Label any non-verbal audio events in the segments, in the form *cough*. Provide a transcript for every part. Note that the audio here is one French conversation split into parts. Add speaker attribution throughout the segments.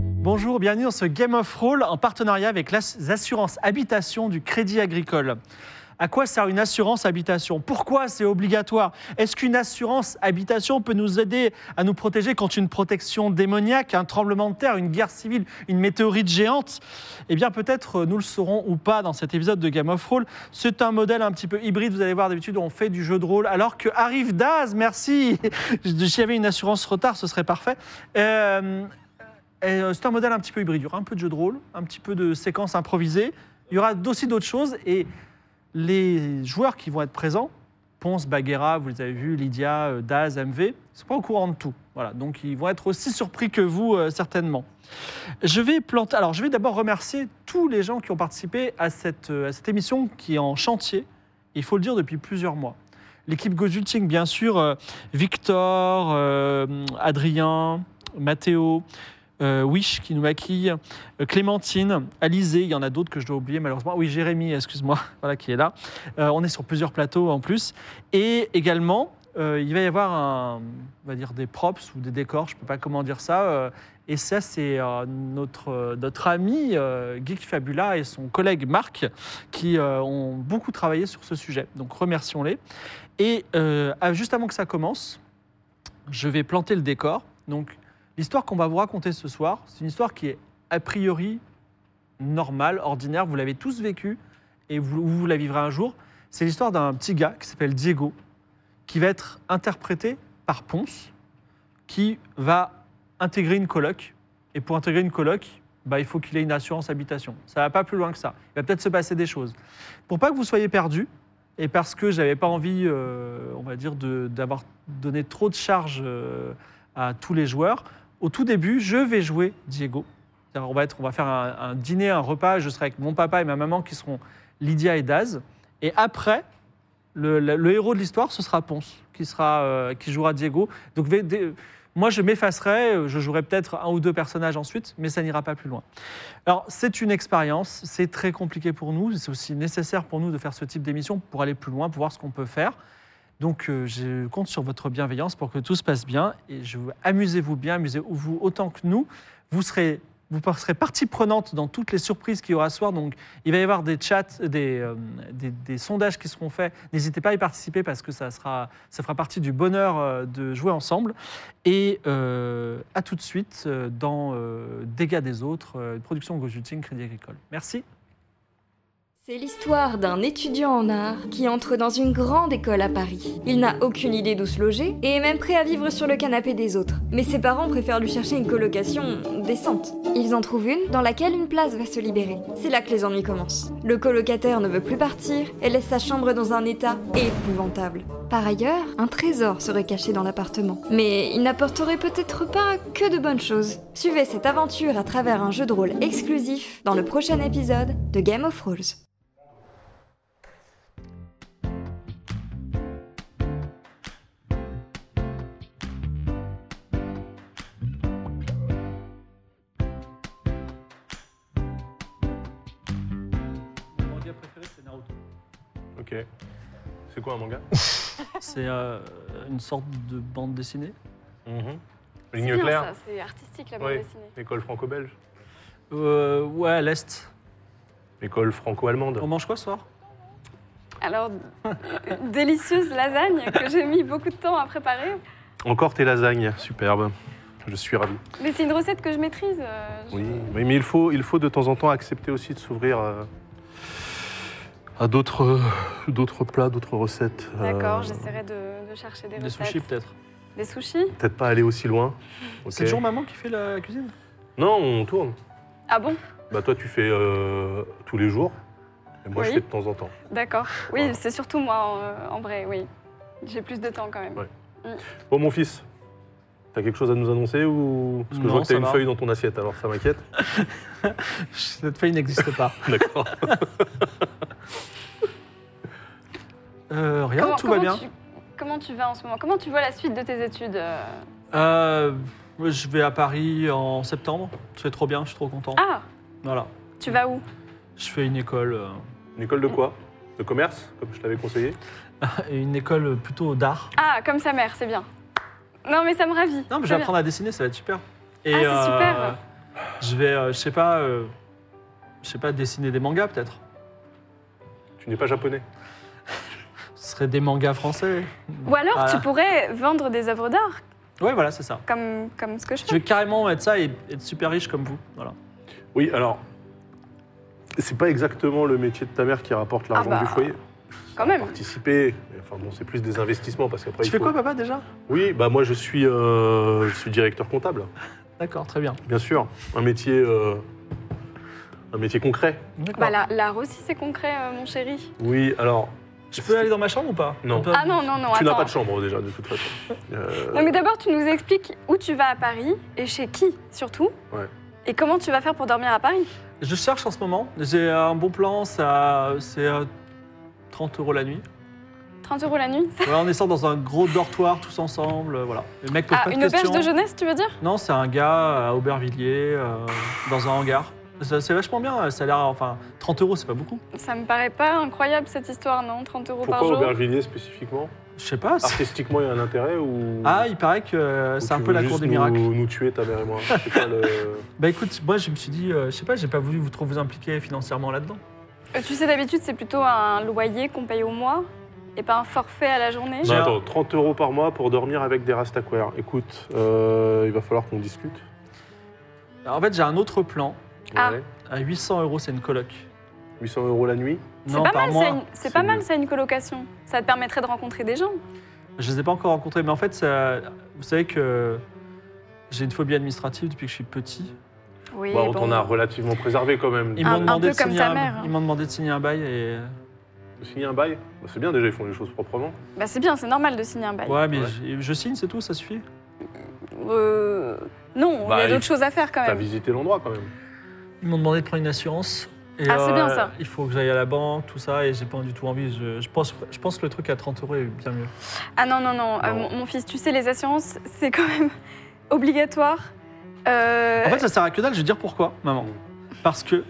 Speaker 1: Bonjour, bienvenue dans ce Game of Roll en partenariat avec les assurances habitation du Crédit Agricole. À quoi sert une assurance habitation Pourquoi c'est obligatoire Est-ce qu'une assurance habitation peut nous aider à nous protéger contre une protection démoniaque, un tremblement de terre, une guerre civile, une météorite géante Eh bien peut-être euh, nous le saurons ou pas dans cet épisode de Game of Roll. C'est un modèle un petit peu hybride, vous allez voir d'habitude on fait du jeu de rôle alors que arrive Daz, merci *laughs* S'il y avait une assurance retard ce serait parfait. Euh, et, euh, c'est un modèle un petit peu hybride. Il y aura un peu de jeu de rôle, un petit peu de séquences improvisées. Il y aura aussi d'autres choses. Et les joueurs qui vont être présents, Ponce, Baguera, vous les avez vus, Lydia, euh, Daz, MV, ne sont pas au courant de tout. Voilà, donc ils vont être aussi surpris que vous, euh, certainement. Je vais planter. Alors, je vais d'abord remercier tous les gens qui ont participé à cette, euh, à cette émission qui est en chantier. Il faut le dire depuis plusieurs mois. L'équipe Gozulting, bien sûr, euh, Victor, euh, Adrien, Mathéo, euh, Wish qui nous maquille, euh, Clémentine, Alizé, il y en a d'autres que je dois oublier malheureusement. Oui, Jérémy, excuse-moi, *laughs* voilà qui est là. Euh, on est sur plusieurs plateaux en plus. Et également, euh, il va y avoir un, on va dire des props ou des décors, je ne peux pas comment dire ça. euh, et ça, c'est euh, notre, euh, notre ami euh, Geek Fabula et son collègue Marc qui euh, ont beaucoup travaillé sur ce sujet. Donc remercions-les. Et euh, ah, juste avant que ça commence, je vais planter le décor. Donc l'histoire qu'on va vous raconter ce soir, c'est une histoire qui est a priori normale, ordinaire. Vous l'avez tous vécue et vous, vous la vivrez un jour. C'est l'histoire d'un petit gars qui s'appelle Diego, qui va être interprété par Ponce, qui va intégrer une coloc. Et pour intégrer une coloc, bah, il faut qu'il ait une assurance habitation. Ça va pas plus loin que ça. Il va peut-être se passer des choses. Pour pas que vous soyez perdus, et parce que j'avais pas envie, euh, on va dire, de- d'avoir donné trop de charges euh, à tous les joueurs, au tout début, je vais jouer Diego. C'est-à-dire, On va, être, on va faire un, un dîner, un repas. Je serai avec mon papa et ma maman qui seront Lydia et Daz. Et après, le, le- le héros de l'histoire, ce sera Ponce, qui, sera, euh, qui jouera Diego. Donc, vais- dé- moi, je m'effacerai. euh, Je jouerai peut-être un ou deux personnages ensuite, mais ça n'ira pas plus loin. Alors, c'est une expérience. C'est très compliqué pour nous. C'est aussi nécessaire pour nous de faire ce type d'émission pour aller plus loin, pour voir ce qu'on peut faire. Donc, euh, je compte sur votre bienveillance pour que tout se passe bien. Et je vous- amusez-vous bien, amusez-vous autant que nous. Vous serez, vous serez partie prenante dans toutes les surprises qu'il y aura ce soir. Donc, il va y avoir des chats, des, euh, des, des sondages qui seront faits. N'hésitez pas à y participer parce que ça, sera, ça fera partie du bonheur euh, de jouer ensemble. Et euh, à tout de suite euh, dans euh, Dégâts des autres, euh, production Gojuting Crédit Agricole. Merci.
Speaker 2: C'est l'histoire d'un étudiant en art qui entre dans une grande école à Paris. Il n'a aucune idée d'où se loger et est même prêt à vivre sur le canapé des autres. Mais ses parents préfèrent lui chercher une colocation décente. Ils en trouvent une dans laquelle une place va se libérer. C'est là que les ennuis commencent. Le colocataire ne veut plus partir et laisse sa chambre dans un état épouvantable. Par ailleurs, un trésor serait caché dans l'appartement. Mais il n'apporterait peut-être pas que de bonnes choses. Suivez cette aventure à travers un jeu de rôle exclusif dans le prochain épisode de Game of Thrones.
Speaker 1: Mon manga préféré, c'est Naruto.
Speaker 3: Ok. C'est quoi un *laughs* manga
Speaker 1: C'est euh, une sorte de bande dessinée
Speaker 3: Mhm. Ligne
Speaker 4: bien,
Speaker 3: claire,
Speaker 4: ça, c'est artistique la bande
Speaker 3: Oui.
Speaker 4: dessinée.
Speaker 3: école franco-belge,
Speaker 1: Euh, Ouais, à l'Est.
Speaker 3: école franco-allemande.
Speaker 1: On mange quoi ce soir
Speaker 4: Alors, *laughs* une délicieuse lasagne que j'ai mis beaucoup de temps à préparer.
Speaker 3: Encore tes lasagnes, superbe. Je suis ravi.
Speaker 4: Mais c'est une recette que je maîtrise. euh, je-
Speaker 3: Oui, mais, mais il, faut, il faut de temps en temps accepter aussi de s'ouvrir euh, à d'autres euh, d'autres plats, d'autres recettes. euh,
Speaker 4: D'accord, j'essaierai de, de chercher des,
Speaker 1: Des
Speaker 4: recettes.
Speaker 1: sushis peut-être.
Speaker 4: Des sushis
Speaker 3: Peut-être pas aller aussi loin. Ok.
Speaker 1: C'est toujours maman qui fait la cuisine
Speaker 3: Non, on tourne.
Speaker 4: Ah bon
Speaker 3: Bah toi tu fais euh, tous les jours. Et moi, je
Speaker 4: Oui.
Speaker 3: fais de temps en temps.
Speaker 4: D'accord. Oui,
Speaker 3: Voilà.
Speaker 4: c'est surtout moi en, en vrai, oui. J'ai plus de temps quand même.
Speaker 3: Ouais. Bon, Oh, mon fils, t'as quelque chose à nous annoncer ou Parce que je
Speaker 1: Non,
Speaker 3: vois que t'as
Speaker 1: ça
Speaker 3: une
Speaker 1: va.
Speaker 3: feuille dans ton assiette, alors ça m'inquiète. *laughs*
Speaker 1: Cette feuille n'existe pas.
Speaker 3: D'accord.
Speaker 1: Euh, rien,
Speaker 4: Comment-
Speaker 1: tout va
Speaker 4: comment
Speaker 1: bien.
Speaker 4: tu- comment tu vas en ce moment Comment tu vois la suite de tes études euh
Speaker 1: Euh, je vais à Paris en septembre. C'est trop bien, je suis trop content.
Speaker 4: Ah,
Speaker 1: Voilà.
Speaker 4: tu vas où
Speaker 1: Je fais une école, euh,
Speaker 3: Une école de quoi De commerce, comme je t'avais conseillé
Speaker 1: une école plutôt d'art.
Speaker 4: Ah, comme sa mère, c'est bien. Non, mais ça me ravit.
Speaker 1: Non, mais je
Speaker 4: C'est
Speaker 1: vais apprendre à dessiner, ça va être super. Et,
Speaker 4: Ah,
Speaker 1: euh,
Speaker 4: c'est super.
Speaker 1: Je vais, euh, je sais pas, euh, je sais pas, dessiner des mangas peut-être.
Speaker 3: Tu n'es pas japonais.
Speaker 1: Ce serait des mangas français.
Speaker 4: bien. Ou alors,
Speaker 1: Voilà.
Speaker 4: tu pourrais vendre des œuvres d'art,
Speaker 1: Ouais, voilà, c'est ça.
Speaker 4: comme, comme ce que je
Speaker 1: Je
Speaker 4: fais.
Speaker 1: vais carrément mettre ça et être super riche comme vous. Voilà.
Speaker 3: Oui, alors, c'est pas exactement le métier de ta mère qui rapporte l'argent
Speaker 4: Ah bah,
Speaker 3: du foyer.
Speaker 4: Quand même.
Speaker 3: Participer, mais enfin bon, c'est plus des investissements parce qu'après.
Speaker 1: Tu
Speaker 3: il
Speaker 1: fais
Speaker 3: faut-
Speaker 1: quoi, bah papa, déjà
Speaker 3: Oui, bah moi je suis, euh, je suis directeur comptable,
Speaker 1: D'accord, très bien.
Speaker 3: bien sûr. Un métier, euh, un métier concret.
Speaker 1: D'accord.
Speaker 4: Bah, la- l'art aussi, c'est concret, euh, mon chéri.
Speaker 3: Oui, alors
Speaker 1: Je peux aller dans ma chambre ou pas
Speaker 3: Non.
Speaker 1: On peut-
Speaker 4: Ah non, non, non,
Speaker 3: tu n'as
Speaker 4: attends.
Speaker 3: pas de chambre déjà de toute façon.
Speaker 4: *laughs*
Speaker 3: Euh,
Speaker 4: Non, mais d'abord, tu nous expliques où tu vas à Paris et chez qui, surtout.
Speaker 3: Ouais.
Speaker 4: Et comment tu vas faire pour dormir à Paris
Speaker 1: Je cherche en ce moment. J'ai un bon plan, ça, c'est euh, 30 euros la nuit.
Speaker 4: 30 euros la nuit
Speaker 1: Ouais, on est sort dans un gros dortoir tous ensemble, euh, voilà. Le mec pose
Speaker 4: Ah,
Speaker 1: pas de
Speaker 4: une auberge
Speaker 1: questions.
Speaker 4: de jeunesse, tu veux dire
Speaker 1: non, c'est un gars à Aubervilliers, euh, dans un hangar. Ça- C'est vachement bien, euh, ça a l'air, enfin, 30 euros, c'est pas beaucoup.
Speaker 4: Ça me paraît pas incroyable, cette histoire, non 30 euros par
Speaker 3: pourquoi
Speaker 4: jour
Speaker 3: Aubervilliers spécifiquement
Speaker 1: Je sais pas. c'est-
Speaker 3: Artistiquement, il y a un intérêt ou
Speaker 1: Ah, il paraît que euh,
Speaker 3: ou
Speaker 1: c'est un
Speaker 3: tu
Speaker 1: peu
Speaker 3: veux
Speaker 1: la
Speaker 3: juste
Speaker 1: cour des
Speaker 3: nous-
Speaker 1: miracles.
Speaker 3: Nous tuer ta mère et moi. C'est
Speaker 1: *laughs*
Speaker 3: quoi le-
Speaker 1: Bah écoute, moi je me suis dit, euh, je sais pas, j'ai pas voulu vous trop vous impliquer financièrement là-dedans.
Speaker 4: Euh, Tu sais, d'habitude, c'est plutôt un loyer qu'on paye au mois et pas un forfait à la journée.
Speaker 3: Non,
Speaker 1: J'ai un-
Speaker 3: attends, 30 euros par mois pour dormir avec des rastaquaires. Écoute, euh, il va falloir qu'on discute.
Speaker 1: Alors, en fait, j'ai un autre plan.
Speaker 4: Ah.
Speaker 3: Ouais.
Speaker 1: À 800 euros, c'est une coloc.
Speaker 3: 800 euros la nuit.
Speaker 4: C'est
Speaker 1: Non,
Speaker 4: pas,
Speaker 1: par
Speaker 4: mal,
Speaker 1: mois.
Speaker 4: ça, une- c'est
Speaker 3: c'est
Speaker 4: pas
Speaker 3: mieux.
Speaker 4: mal, ça, une colocation. Ça te permettrait de rencontrer des gens.
Speaker 1: Je les ai pas encore rencontrés, mais en fait, ça- vous savez que j'ai une phobie administrative depuis que je suis petit.
Speaker 4: Oui,
Speaker 3: Bon, Bah, on t'en a relativement préservé quand même.
Speaker 1: Ils
Speaker 4: Un-
Speaker 1: m'ont
Speaker 4: un
Speaker 1: demandé,
Speaker 4: peu
Speaker 1: de
Speaker 4: comme
Speaker 1: signer
Speaker 4: ta
Speaker 1: un-
Speaker 4: mère, hein.
Speaker 1: ils m'ont demandé de signer un bail et.
Speaker 3: Vous signez un bail Bah, C'est bien déjà, ils font les choses proprement.
Speaker 4: Bah, c'est bien, c'est normal de signer un bail.
Speaker 1: Ouais, mais
Speaker 3: Ouais.
Speaker 1: Je, je signe, c'est tout, ça suffit.
Speaker 4: Euh, non,
Speaker 3: Bah,
Speaker 4: il y a
Speaker 3: il-
Speaker 4: d'autres choses à faire quand
Speaker 3: T'as
Speaker 4: même.
Speaker 3: visité l'endroit quand même.
Speaker 1: Ils m'ont demandé de prendre une assurance. Et, euh,
Speaker 4: Ah, c'est bien, ça.
Speaker 1: Il faut que j'aille à la banque, tout ça, et j'ai pas du tout envie. Je, je pense, je pense que le truc à 30 euros est bien mieux.
Speaker 4: Ah non, non, non, euh,
Speaker 3: Non.
Speaker 4: mon, mon fils, tu sais, les assurances, c'est quand même *laughs* obligatoire. Euh,
Speaker 1: En fait, ça sert à que dalle, je vais dire pourquoi, maman. Parce que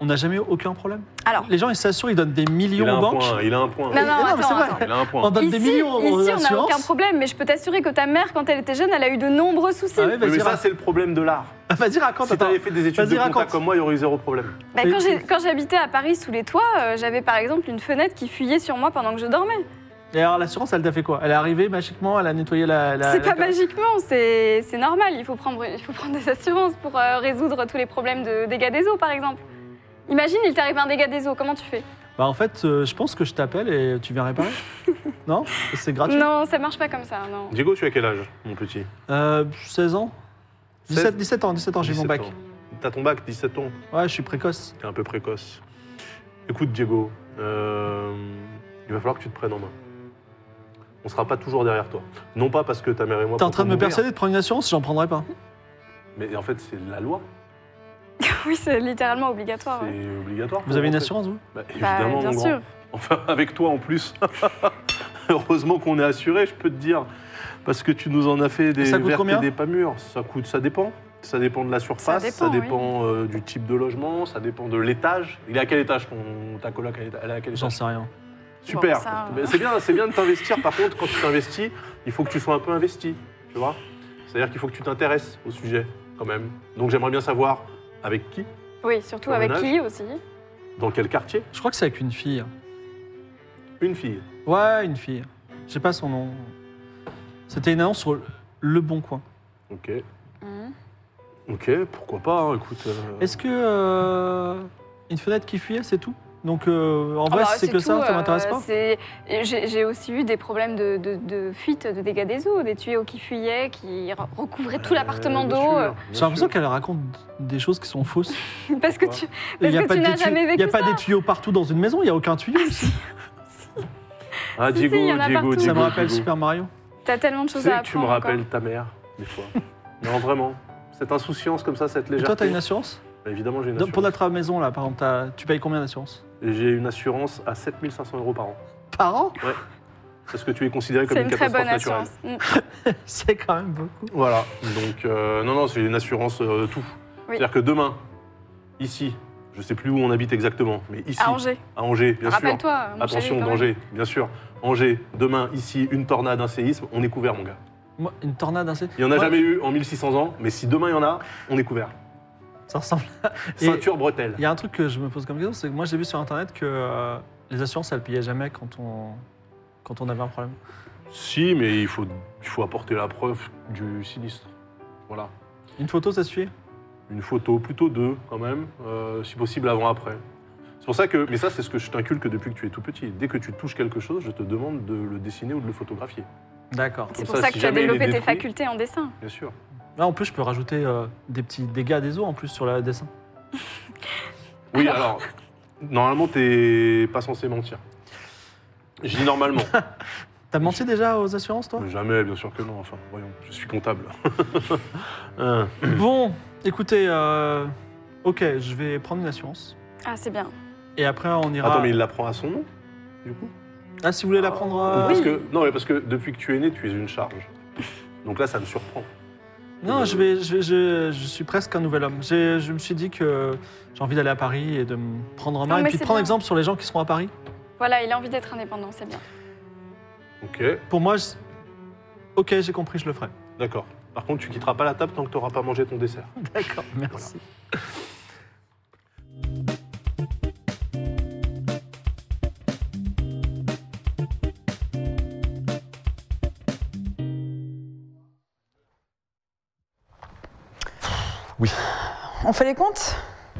Speaker 1: on n'a jamais eu aucun problème.
Speaker 4: Alors.
Speaker 1: Les gens, ils s'assurent, ils donnent des
Speaker 3: Il a
Speaker 1: millions aux
Speaker 3: un
Speaker 1: banques.
Speaker 3: point, il a un point.
Speaker 4: Ah Non, non,
Speaker 1: mais c'est
Speaker 4: attends,
Speaker 1: vrai.
Speaker 4: attends.
Speaker 3: Il a un
Speaker 1: On
Speaker 3: point.
Speaker 1: donne des
Speaker 4: Ici,
Speaker 1: millions aux- aux
Speaker 4: ici, on n'a
Speaker 1: assurances.
Speaker 4: aucun problème, mais je peux t'assurer que ta mère, quand elle était jeune, elle a eu de nombreux soucis.
Speaker 1: Ah ouais,
Speaker 3: Oui,
Speaker 1: vas-y,
Speaker 3: mais ça,
Speaker 1: raconte.
Speaker 3: c'est le problème de l'art.
Speaker 1: Ah, Vas-y, raconte.
Speaker 3: Si
Speaker 1: attends.
Speaker 3: t'avais fait des études
Speaker 1: Vas-y,
Speaker 3: de compta
Speaker 1: raconte.
Speaker 3: comme moi, il y aurait eu zéro problème.
Speaker 4: Bah, quand
Speaker 1: Et-
Speaker 4: j'ai- quand j'habitais à Paris sous les toits, euh, j'avais par exemple une fenêtre qui fuyait sur moi pendant que je dormais.
Speaker 1: Et alors, l'assurance, elle t'a fait quoi Elle est arrivée magiquement, elle a nettoyé la. la-
Speaker 4: c'est
Speaker 1: la-
Speaker 4: pas magiquement, c'est c'est normal. Il faut, prendre, il faut prendre des assurances pour euh, résoudre tous les problèmes de dégâts des eaux, par exemple. Imagine, il t'arrive un dégât des eaux, comment tu fais
Speaker 1: Bah, en fait, euh, je pense que je t'appelle et tu viens
Speaker 4: *laughs*
Speaker 1: réparer. non C'est gratuit.
Speaker 4: Non, ça marche pas comme ça, non.
Speaker 3: Diego, tu as quel âge, mon petit
Speaker 1: Euh, 16 ans 17,
Speaker 3: 16
Speaker 1: 17 ans, 17 ans, j'ai mon
Speaker 3: 17
Speaker 1: bac.
Speaker 3: ans. T'as ton bac, 17 ans.
Speaker 1: Ouais, je suis précoce.
Speaker 3: T'es un peu précoce. Écoute, Diego, euh, il va falloir que tu te prennes en main. On sera pas toujours derrière toi. Non pas parce que ta mère et moi.
Speaker 1: T'es en train de me
Speaker 3: comptons mourir,
Speaker 1: persuader de prendre une assurance J'en prendrai pas.
Speaker 3: Mais en fait, c'est la loi.
Speaker 4: Oui, c'est littéralement obligatoire. ouais.
Speaker 3: C'est obligatoire.
Speaker 1: Vous avez une
Speaker 3: pour rentrer.
Speaker 1: assurance, vous
Speaker 3: Bah,
Speaker 4: Bah,
Speaker 3: Évidemment,
Speaker 4: bien
Speaker 3: mon grand.
Speaker 4: sûr.
Speaker 3: Enfin, avec toi en plus. *laughs* Heureusement qu'on est assuré, je peux te dire. Parce que tu nous en as fait des
Speaker 1: Ça coûte
Speaker 3: vertes
Speaker 1: combien
Speaker 3: et des pas mûres. Ça coûte, ça dépend. Ça dépend de la surface,
Speaker 4: Ça
Speaker 3: ça
Speaker 4: dépend, oui.
Speaker 3: dépend euh, du type de logement, ça dépend de l'étage. Il est à quel étage ton, ta coloc elle est à- elle est à quel
Speaker 1: J'en
Speaker 3: étage
Speaker 1: sais rien.
Speaker 3: Super.
Speaker 4: Bon, ça-
Speaker 3: Mais C'est bien, c'est bien de t'investir. Par contre, quand tu t'investis, il faut que tu sois un peu investi, tu vois. C'est-à-dire qu'il faut que tu t'intéresses au sujet, quand même. Donc j'aimerais bien savoir avec qui,
Speaker 4: Oui, surtout
Speaker 3: Ton
Speaker 4: avec
Speaker 3: ménage
Speaker 4: qui aussi.
Speaker 3: dans quel quartier,
Speaker 1: Je crois que c'est avec une fille.
Speaker 3: une fille.
Speaker 1: Ouais, une fille. Je sais pas son nom. C'était une annonce sur le- Le Bon Coin.
Speaker 3: Ok,
Speaker 4: Mhm.
Speaker 3: ok, pourquoi pas. hein, écoute. euh,
Speaker 1: Est-ce que. euh, une fenêtre qui fuyait, c'est tout Donc euh, en
Speaker 4: Ah
Speaker 1: vrai,
Speaker 4: bah,
Speaker 1: si c'est que ça,
Speaker 4: tout,
Speaker 1: ça m'intéresse
Speaker 4: euh,
Speaker 1: pas.
Speaker 4: c'est- et J'ai j'ai aussi eu des problèmes de, de- de fuite, de dégâts des eaux, des tuyaux qui fuyaient, qui re- recouvraient
Speaker 3: Euh,
Speaker 4: tout l'appartement d'eau. euh,
Speaker 1: J'ai l'impression qu'elle raconte des choses qui sont fausses.
Speaker 4: *laughs* Parce que
Speaker 3: Pourquoi
Speaker 4: tu.
Speaker 1: Il
Speaker 4: Parce
Speaker 1: n'y a,
Speaker 4: que
Speaker 1: pas,
Speaker 4: tu
Speaker 1: des
Speaker 4: n'as
Speaker 1: tuyaux-
Speaker 4: jamais
Speaker 1: il y a
Speaker 4: vécu
Speaker 1: pas
Speaker 4: ça.
Speaker 1: des tuyaux partout dans une maison, il n'y a aucun tuyau ici.
Speaker 3: Ah,
Speaker 4: Si,
Speaker 3: Diego,
Speaker 4: si, il y en a
Speaker 3: Diego,
Speaker 4: partout.
Speaker 3: Diego.
Speaker 1: Ça me rappelle
Speaker 3: Diego.
Speaker 1: Super Mario.
Speaker 4: T'as tellement de
Speaker 3: Tu
Speaker 4: choses
Speaker 3: sais
Speaker 4: à
Speaker 3: que
Speaker 4: apprendre.
Speaker 3: tu me
Speaker 4: encore.
Speaker 3: rappelles ta mère, des fois. non, vraiment. Cette insouciance comme ça, cette
Speaker 1: Et toi, tu as
Speaker 3: légèreté.
Speaker 1: une assurance
Speaker 3: Bah, Évidemment, j'ai une
Speaker 1: Donc,
Speaker 3: assurance.
Speaker 1: Pour notre maison, là, par exemple, t'as- tu payes combien d'assurance
Speaker 3: J'ai une assurance à 7500 euros par an.
Speaker 1: Par an *laughs*
Speaker 3: Parce que tu es considéré comme
Speaker 4: C'est
Speaker 3: une,
Speaker 4: une très
Speaker 3: catastrophe
Speaker 4: bonne
Speaker 3: naturelle.
Speaker 4: assurance. Mm.
Speaker 1: C'est quand même beaucoup.
Speaker 3: Voilà. Donc, euh, non, non, c'est une assurance euh, tout.
Speaker 4: Oui.
Speaker 3: C'est-à-dire que demain, ici, je sais plus où on habite exactement, mais ici,
Speaker 4: Mm, À Angers.
Speaker 3: à Angers, bien sûr.
Speaker 4: Rappelle-toi. mon
Speaker 3: Attention,
Speaker 4: chéri, quand
Speaker 3: danger, bien sûr. Angers, demain, ici, une tornade, un séisme, on est couvert, mon gars.
Speaker 1: Moi, une tornade, hein, c'est-
Speaker 3: Il n'y en a
Speaker 1: Ouais.
Speaker 3: jamais eu en 1600 ans, mais si demain il y en a, on est couvert.
Speaker 1: ça ressemble. Et-
Speaker 3: Ceinture bretelle.
Speaker 1: Il y a un truc que je me pose comme question, c'est que moi, j'ai vu sur Internet que euh, les assurances, elles payaient jamais quand on, quand on avait un problème.
Speaker 3: Si, mais il faut, il faut apporter la preuve du sinistre. Voilà.
Speaker 1: Une photo, ça suffit
Speaker 3: Une photo, plutôt deux, quand même, euh, si possible avant-après. C'est pour ça que. Mais ça, c'est ce que je t'inculque depuis que tu es tout petit. Dès que tu touches quelque chose, je te demande de le dessiner ou de le photographier.
Speaker 1: D'accord.
Speaker 4: même. C'est
Speaker 3: Comme
Speaker 4: pour
Speaker 3: ça,
Speaker 4: ça,
Speaker 3: si
Speaker 4: que tu as
Speaker 3: jamais il est
Speaker 4: développé tes
Speaker 3: détruit-
Speaker 4: facultés en dessin.
Speaker 3: Bien sûr.
Speaker 1: Là, en plus, je peux rajouter euh, des petits dégâts des eaux en plus sur le dessin.
Speaker 3: Oui, alors. normalement, t'es pas censé mentir. Je
Speaker 1: *laughs*
Speaker 3: dis normalement.
Speaker 1: T'as menti déjà aux assurances, toi
Speaker 3: Jamais, bien sûr que non. Enfin, voyons, je suis comptable. *laughs*
Speaker 1: Euh,
Speaker 3: Hein.
Speaker 1: Bon, écoutez, euh, ok, je vais prendre une assurance.
Speaker 4: Ah, c'est bien.
Speaker 1: Et après, on ira.
Speaker 3: Attends, mais il l'apprend à son nom, du coup
Speaker 1: Ah, si vous voulez la prendre. euh,
Speaker 3: Parce que, non, mais parce que depuis que tu es né, tu es une charge. Donc là, ça me surprend.
Speaker 1: Non, je, vais, je, vais- je, je suis presque un nouvel homme. J'ai- Je me suis dit que j'ai envie d'aller à Paris et de me prendre en main.
Speaker 4: Non,
Speaker 1: et
Speaker 4: mais
Speaker 1: puis de
Speaker 4: c'est
Speaker 1: prendre
Speaker 4: bien.
Speaker 1: exemple sur les gens qui seront à Paris.
Speaker 4: Voilà, il a envie d'être indépendant, c'est bien.
Speaker 3: Ok,
Speaker 1: Pour moi, je- ok, j'ai compris, je le ferai.
Speaker 3: d'accord. Par contre, tu quitteras pas la table tant que tu n'auras pas mangé ton dessert.
Speaker 1: D'accord, merci.
Speaker 5: On fait les comptes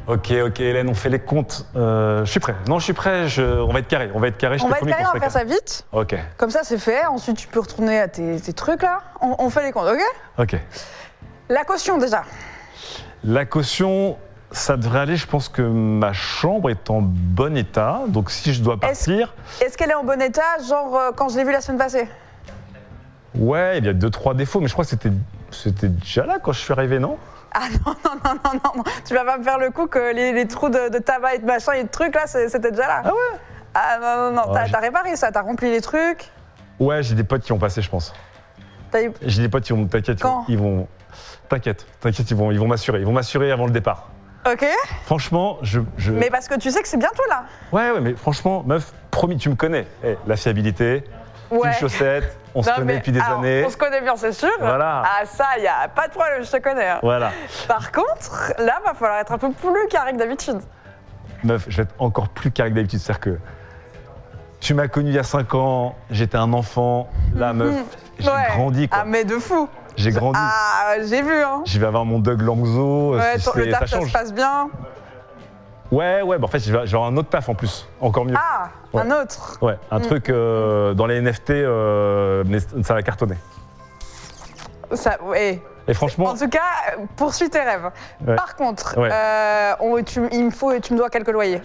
Speaker 6: Ok, ok, Hélène, on fait les comptes. Euh, je suis prêt. Non, je suis prêt. Je... On va être carré. On va être carré. Je
Speaker 5: On
Speaker 6: t'ai
Speaker 5: va être
Speaker 6: promis
Speaker 5: carré,
Speaker 6: qu'on
Speaker 5: on va
Speaker 6: serait
Speaker 5: faire ça vite.
Speaker 6: Ok,
Speaker 5: Comme ça, c'est fait. Ensuite, tu peux retourner à tes, tes trucs là. On, on fait les comptes, ok
Speaker 6: ok.
Speaker 5: La caution déjà.
Speaker 6: La caution, ça devrait aller. Je pense que ma chambre est en bon état. Donc si je dois
Speaker 5: Est-ce-
Speaker 6: partir,
Speaker 5: Est-ce qu'elle est en bon état, genre euh, quand je l'ai vue la semaine passée
Speaker 6: ouais, il y a deux trois défauts, mais je crois que c'était c'était déjà là quand je suis arrivé, non
Speaker 5: Ah *laughs* non, non, non, non, non, non. Tu vas pas me faire le coup que les, les trous de, de tabac et de machin et de trucs là, c'est- c'était déjà là. Ah ouais Ah non, non, non,
Speaker 6: Ouais,
Speaker 5: t'as
Speaker 6: j'ai-
Speaker 5: t'as réparé ça, t'as rempli les trucs.
Speaker 6: Ouais, j'ai des potes qui ont passé, je pense.
Speaker 5: t'as eu-
Speaker 6: J'ai des potes qui vont, t'inquiète, ils
Speaker 5: Quand
Speaker 6: vont- ils vont, t'inquiète, t'inquiète, ils vont, ils vont m'assurer, ils vont m'assurer avant le départ.
Speaker 5: Ok
Speaker 6: Franchement, je, je...
Speaker 5: Mais parce que tu sais que c'est bientôt là.
Speaker 6: ouais, ouais, mais franchement, meuf, promis, tu me connais. Eh, la fiabilité,
Speaker 5: Ouais.
Speaker 6: une chaussette, on se
Speaker 5: Non,
Speaker 6: connaît
Speaker 5: mais-
Speaker 6: depuis des
Speaker 5: alors,
Speaker 6: années.
Speaker 5: On se connaît bien, c'est sûr.
Speaker 6: Voilà.
Speaker 5: Ah ça, y a pas de problème, je te connais. hein.
Speaker 6: Voilà.
Speaker 5: Par contre, là, va falloir être un peu plus carré que d'habitude.
Speaker 6: Meuf, je vais être encore plus carré que d'habitude. C'est-à-dire que tu m'as connu il y a 5 ans, j'étais un enfant. Là, meuf, j'ai
Speaker 5: Hmm. Mhm. Ouais.
Speaker 6: grandi, quoi.
Speaker 5: Ah mais de fou.
Speaker 6: J'ai grandi.
Speaker 5: Ah, j'ai vu, hein.
Speaker 6: Je vais avoir mon Doug Langzo.
Speaker 5: Ouais,
Speaker 6: c'est-
Speaker 5: ton- le
Speaker 6: c'est-
Speaker 5: taf,
Speaker 6: ça
Speaker 5: ça se
Speaker 6: change.
Speaker 5: passe bien.
Speaker 6: Ouais, ouais, bah, en fait, je vais je vais avoir un autre taf en plus. Encore mieux.
Speaker 5: Ah,
Speaker 6: Ouais.
Speaker 5: un autre.
Speaker 6: Ouais, un
Speaker 5: Mm.
Speaker 6: truc euh, dans les NFT, euh, mais ça va cartonner.
Speaker 5: Ça, ouais.
Speaker 6: Et franchement,
Speaker 5: En tout cas, euh, poursuis tes rêves.
Speaker 6: Ouais.
Speaker 5: Par contre,
Speaker 6: Ouais.
Speaker 5: euh, on- tu, il me faut, tu me dois quelques loyers.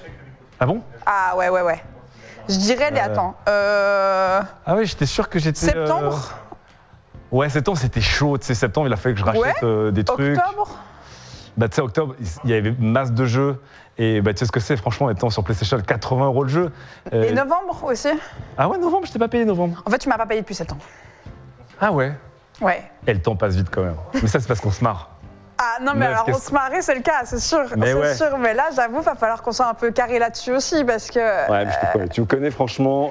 Speaker 6: ah bon
Speaker 5: Ah ouais, ouais, ouais. Je dirais, les,
Speaker 6: Euh.
Speaker 5: attends, euh,
Speaker 6: Ah oui, j'étais sûr que j'étais. euh,
Speaker 5: septembre,
Speaker 6: Ouais, septembre, c'était chaud. Tu sais, septembre, il a fallu que je rachète
Speaker 5: Ouais.
Speaker 6: euh, des trucs.
Speaker 5: octobre.
Speaker 6: Bah, tu sais, octobre, il y avait masse de jeux. Et bah, tu sais ce que c'est, franchement, étant sur PlayStation, 80 euros le jeu. Euh,
Speaker 5: Et novembre aussi.
Speaker 6: Ah ouais, novembre, je t'ai pas payé novembre.
Speaker 5: En fait, tu m'as pas payé depuis septembre.
Speaker 6: Ah ouais.
Speaker 5: Ouais.
Speaker 6: Et le temps passe vite quand même. Mais ça, c'est parce qu'on se marre.
Speaker 5: Ah non, mais
Speaker 6: Neuf,
Speaker 5: alors on
Speaker 6: qu'est-ce-
Speaker 5: se marrait, c'est le cas, c'est sûr.
Speaker 6: Mais
Speaker 5: C'est
Speaker 6: ouais.
Speaker 5: sûr, mais là, j'avoue, va falloir qu'on soit un peu carré là-dessus aussi parce que.
Speaker 6: Ouais, mais je te connais. Tu me connais, franchement,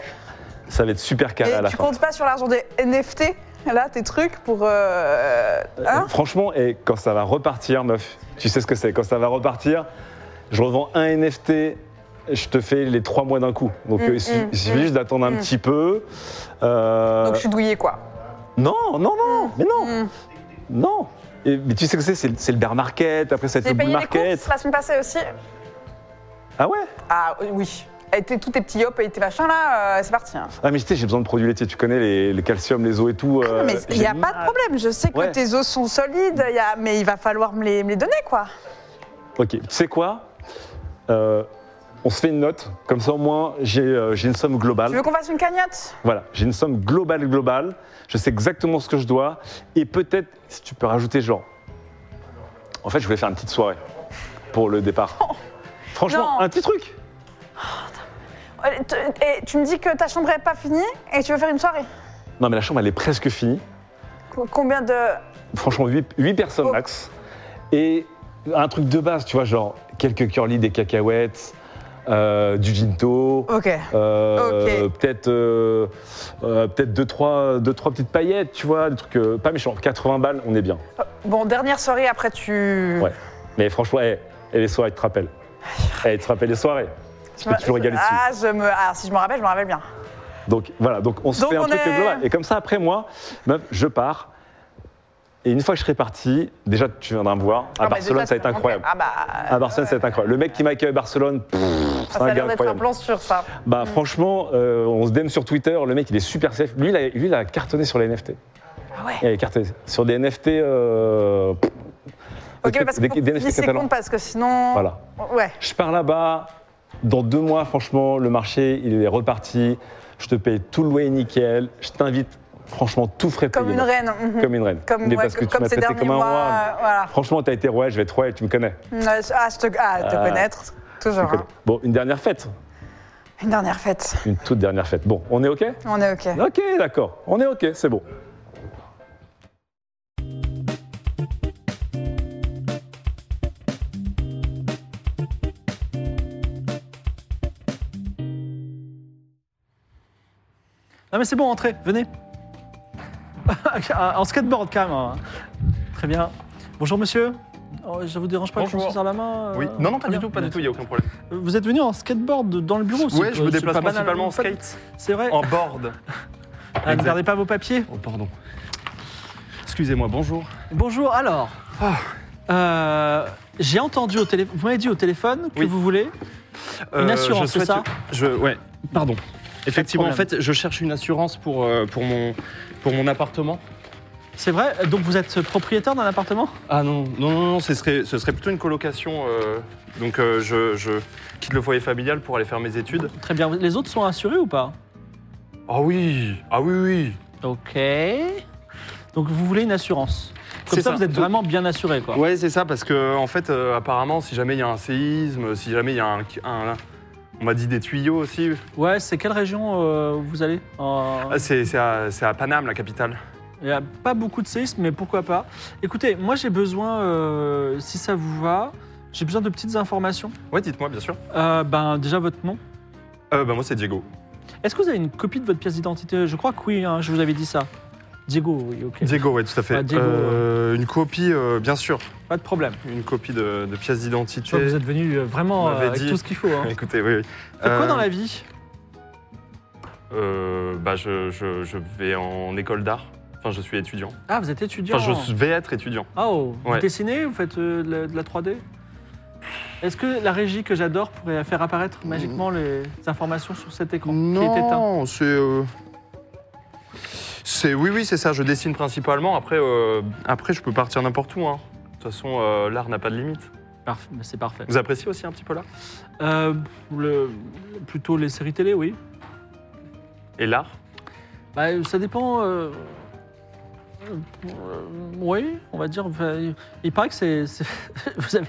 Speaker 6: ça va être super carré à
Speaker 5: Et
Speaker 6: la
Speaker 5: tu
Speaker 6: fin.
Speaker 5: comptes pas sur l'argent des NFT, là, tes trucs pour. euh, hein
Speaker 6: Euh, franchement, et quand ça va repartir, meuf, tu sais ce que c'est. Quand ça va repartir, je revends un NFT, je te fais les trois mois d'un coup. Donc,
Speaker 5: Mm,
Speaker 6: euh, il su-
Speaker 5: mm,
Speaker 6: il suffit juste d'attendre un
Speaker 5: mm.
Speaker 6: petit peu. Euh, Oh.
Speaker 5: Donc je suis douillée, quoi.
Speaker 6: Non, non, non, mais non,
Speaker 5: Mm.
Speaker 6: non. Et- mais tu sais ce que c'est, c'est, le- c'est le bear market, après ça va être
Speaker 5: J'ai
Speaker 6: le bull
Speaker 5: payé les
Speaker 6: market.
Speaker 5: courses la semaine passée aussi.
Speaker 6: Ah ouais
Speaker 5: Ah oui. Et t'es- tous tes petits hop et tes machins là, euh, c'est parti. hein.
Speaker 6: Ah, mais tu sais, j'ai besoin de produits laitiers, tu connais les, les calciums, les os et tout. euh,
Speaker 5: Ah, mais il n'y a
Speaker 6: j'ai-
Speaker 5: pas de problème, je sais que
Speaker 6: Ouais.
Speaker 5: tes os sont solides, il y a- mais il va falloir me les, me les donner quoi.
Speaker 6: Ok, tu sais quoi Euh, On se fait une note, comme ça au moins j'ai euh, j'ai une somme
Speaker 5: Tu
Speaker 6: globale.
Speaker 5: veux qu'on fasse une cagnotte
Speaker 6: Voilà, j'ai une somme globale, globale. Je sais exactement ce que je dois. Et peut-être, si tu peux rajouter, genre. En fait, je voulais faire une petite soirée pour le
Speaker 5: *laughs*
Speaker 6: départ. Franchement,
Speaker 5: Non.
Speaker 6: un petit truc
Speaker 5: Euh, tu- Et tu me dis que ta chambre n'est pas finie et tu veux faire une soirée.
Speaker 6: Non, mais la chambre, elle est presque finie.
Speaker 5: Co- Combien de.
Speaker 6: Franchement, 8, personnes
Speaker 5: Oh.
Speaker 6: max. Et un truc de base, tu vois, genre quelques curly, des cacahuètes, euh, du ginto.
Speaker 5: Ok.
Speaker 6: Euh,
Speaker 5: Ok.
Speaker 6: peut-être euh, euh, peut-être deux trois deux trois petites paillettes, tu vois, des trucs euh, pas méchants. 80 balles, on est bien.
Speaker 5: Bon, dernière soirée, après tu.
Speaker 6: Ouais. Mais franchement, hé, et les soirées, tu te rappelles Eh, Tu te rappelles les soirées Tu peux
Speaker 5: me-
Speaker 6: toujours régaler dessus.
Speaker 5: ah, je me... ah, si je me rappelle, je me rappelle bien.
Speaker 6: Donc voilà, donc on se
Speaker 5: Donc,
Speaker 6: fait un
Speaker 5: on
Speaker 6: truc
Speaker 5: est-
Speaker 6: global. Et comme ça, après moi, meuf, je pars. Et une fois que je serai parti, déjà tu viendras me voir. À
Speaker 5: Ah, bah,
Speaker 6: Barcelone,
Speaker 5: déjà,
Speaker 6: ça va être
Speaker 5: tu m'as montré.
Speaker 6: incroyable.
Speaker 5: Ah bah.
Speaker 6: À Barcelone, ça va être incroyable. Le mec qui m'accueille à Barcelone, pff, c'est
Speaker 5: Ah, Ça
Speaker 6: un
Speaker 5: a
Speaker 6: gars
Speaker 5: l'air d'être un
Speaker 6: incroyable.
Speaker 5: plan sûr, ça.
Speaker 6: Bah franchement, euh, on se dème sur Twitter, le mec il est super safe. Lui, il a, lui, il a cartonné sur les NFT.
Speaker 5: Ah ouais.
Speaker 6: Il a cartonné sur des NFT. euh, pff,
Speaker 5: Ok,
Speaker 6: des-
Speaker 5: mais parce que
Speaker 6: des-
Speaker 5: faut que
Speaker 6: des
Speaker 5: tu
Speaker 6: NFT
Speaker 5: finisses les
Speaker 6: catalans.
Speaker 5: comptes, parce que sinon.
Speaker 6: Voilà.
Speaker 5: Ouais.
Speaker 6: Je pars là-bas. Dans deux mois, franchement, le marché il est reparti. Je te paye tout le loyer nickel. Je t'invite, franchement, tout frais
Speaker 5: Comme
Speaker 6: payé,
Speaker 5: une
Speaker 6: mec.
Speaker 5: reine. mhm.
Speaker 6: Comme une reine.
Speaker 5: Comme,
Speaker 6: Mais
Speaker 5: ouais,
Speaker 6: parce que
Speaker 5: comme-
Speaker 6: tu
Speaker 5: comme
Speaker 6: m'as
Speaker 5: ces
Speaker 6: traité
Speaker 5: derniers
Speaker 6: comme un
Speaker 5: mois.
Speaker 6: roi.
Speaker 5: euh, voilà.
Speaker 6: Franchement, t'as été ouais, je vais être ouais, tu me connais. Tu
Speaker 5: Mm, je- Ah, je te, ah, te
Speaker 6: Ah.
Speaker 5: connaître.
Speaker 6: me
Speaker 5: Toujours.
Speaker 6: connais.
Speaker 5: hein.
Speaker 6: Bon, une dernière fête.
Speaker 5: Une dernière fête.
Speaker 6: Une toute dernière fête. Bon, on est OK
Speaker 5: On est OK.
Speaker 6: *laughs* Ok, d'accord. On est OK, c'est bon.
Speaker 1: Non mais c'est bon, entrez, venez. *laughs* en skateboard quand même. hein. Très bien. Bonjour monsieur. Oh, Je vous dérange pas que je me
Speaker 7: Bonjour.
Speaker 1: suis sur la main euh,
Speaker 7: Oui. Non, non,
Speaker 1: très
Speaker 7: pas du
Speaker 1: bien.
Speaker 7: tout, pas du tout, il n'y a aucun problème.
Speaker 1: Vous êtes venu en skateboard dans le bureau
Speaker 7: Ouais,
Speaker 1: c'est-
Speaker 7: je me
Speaker 1: c'est
Speaker 7: déplace
Speaker 1: pas banal,
Speaker 7: principalement
Speaker 1: pas- *laughs*
Speaker 7: en skate,
Speaker 1: C'est vrai.
Speaker 7: en board.
Speaker 1: Ah, ne
Speaker 7: exact.
Speaker 1: perdez pas vos papiers.
Speaker 7: Oh, pardon. Excusez-moi, bonjour.
Speaker 1: Bonjour, alors.
Speaker 7: Ah.
Speaker 1: Euh, J'ai entendu au téléphone. Vous m'avez dit au téléphone que
Speaker 7: Oui.
Speaker 1: vous voulez.
Speaker 7: Euh,
Speaker 1: assurance,
Speaker 7: je souhaite-
Speaker 1: c'est ça
Speaker 7: Je, ouais, pardon. Effectivement, en
Speaker 1: problème.
Speaker 7: fait, je cherche une assurance pour, euh, pour, mon, pour mon appartement.
Speaker 1: C'est vrai Donc vous êtes propriétaire d'un appartement
Speaker 7: Ah non, non, non, non, ce serait, ce serait plutôt une colocation. euh, donc euh, je, je quitte le foyer familial pour aller faire mes études.
Speaker 1: Très bien. Les autres sont assurés ou pas
Speaker 7: Ah oui, ah oui, oui.
Speaker 1: Ok. Donc vous voulez une assurance. Comme
Speaker 7: C'est
Speaker 1: ça,
Speaker 7: ça.
Speaker 1: vous êtes
Speaker 7: Donc-
Speaker 1: vraiment bien assuré, quoi.
Speaker 7: Ouais, c'est ça, parce que en fait, euh, apparemment, si jamais il y a un séisme, si jamais il y a un, un- on m'a dit des tuyaux aussi.
Speaker 1: Ouais, c'est quelle région euh, vous allez En-
Speaker 7: Ah, c'est c'est à, c'est à Paname, la capitale.
Speaker 1: Il n'y a pas beaucoup de séismes, mais pourquoi pas Écoutez, moi j'ai besoin, euh, si ça vous va, j'ai besoin de petites informations.
Speaker 7: Ouais, dites-moi, bien sûr.
Speaker 1: Euh, ben déjà votre nom.
Speaker 7: Euh, bah, moi, c'est Diego.
Speaker 1: Est-ce que vous avez une copie de votre pièce d'identité Je crois que oui, hein, je vous avais dit ça. Diego, oui, ok.
Speaker 7: Diego, ouais, tout à fait.
Speaker 1: Ah, Diego,
Speaker 7: Euh, Une copie, euh, bien sûr.
Speaker 1: Pas de problème.
Speaker 7: Une copie de, de pièce
Speaker 1: Je vois que vous
Speaker 7: d'identité.
Speaker 1: êtes venu euh, vraiment
Speaker 7: On
Speaker 1: euh,
Speaker 7: m'avait
Speaker 1: avec
Speaker 7: dit.
Speaker 1: tout ce qu'il faut. hein.
Speaker 7: *laughs* Écoutez, oui. oui.
Speaker 1: Faites quoi
Speaker 7: Euh,
Speaker 1: dans la vie
Speaker 7: euh, Bah, je, je- je vais en école d'art. Enfin, je suis étudiant.
Speaker 1: Ah, vous êtes étudiant.
Speaker 7: Enfin, je vais être étudiant.
Speaker 1: Ah, oh, vous
Speaker 7: Ouais.
Speaker 1: dessinez, vous faites euh, de, la, de la 3D Est-ce que la régie que j'adore pourrait faire apparaître magiquement
Speaker 7: Mm.
Speaker 1: les informations sur cet écran qui est éteint
Speaker 7: c'est. euh, C'est oui, oui, c'est ça. Je dessine principalement. Après, euh, après, je peux partir n'importe où. hein. De toute façon, euh, l'art n'a pas de limite.
Speaker 1: Parfait, mais c'est parfait.
Speaker 7: Vous appréciez aussi un petit peu l'art
Speaker 1: Euh, le- plutôt les séries télé, oui.
Speaker 7: Et l'art
Speaker 1: Bah, euh, ça dépend. euh, euh, euh, oui, on va dire. enfin, il- il paraît que c'est. c'est- *laughs* vous avez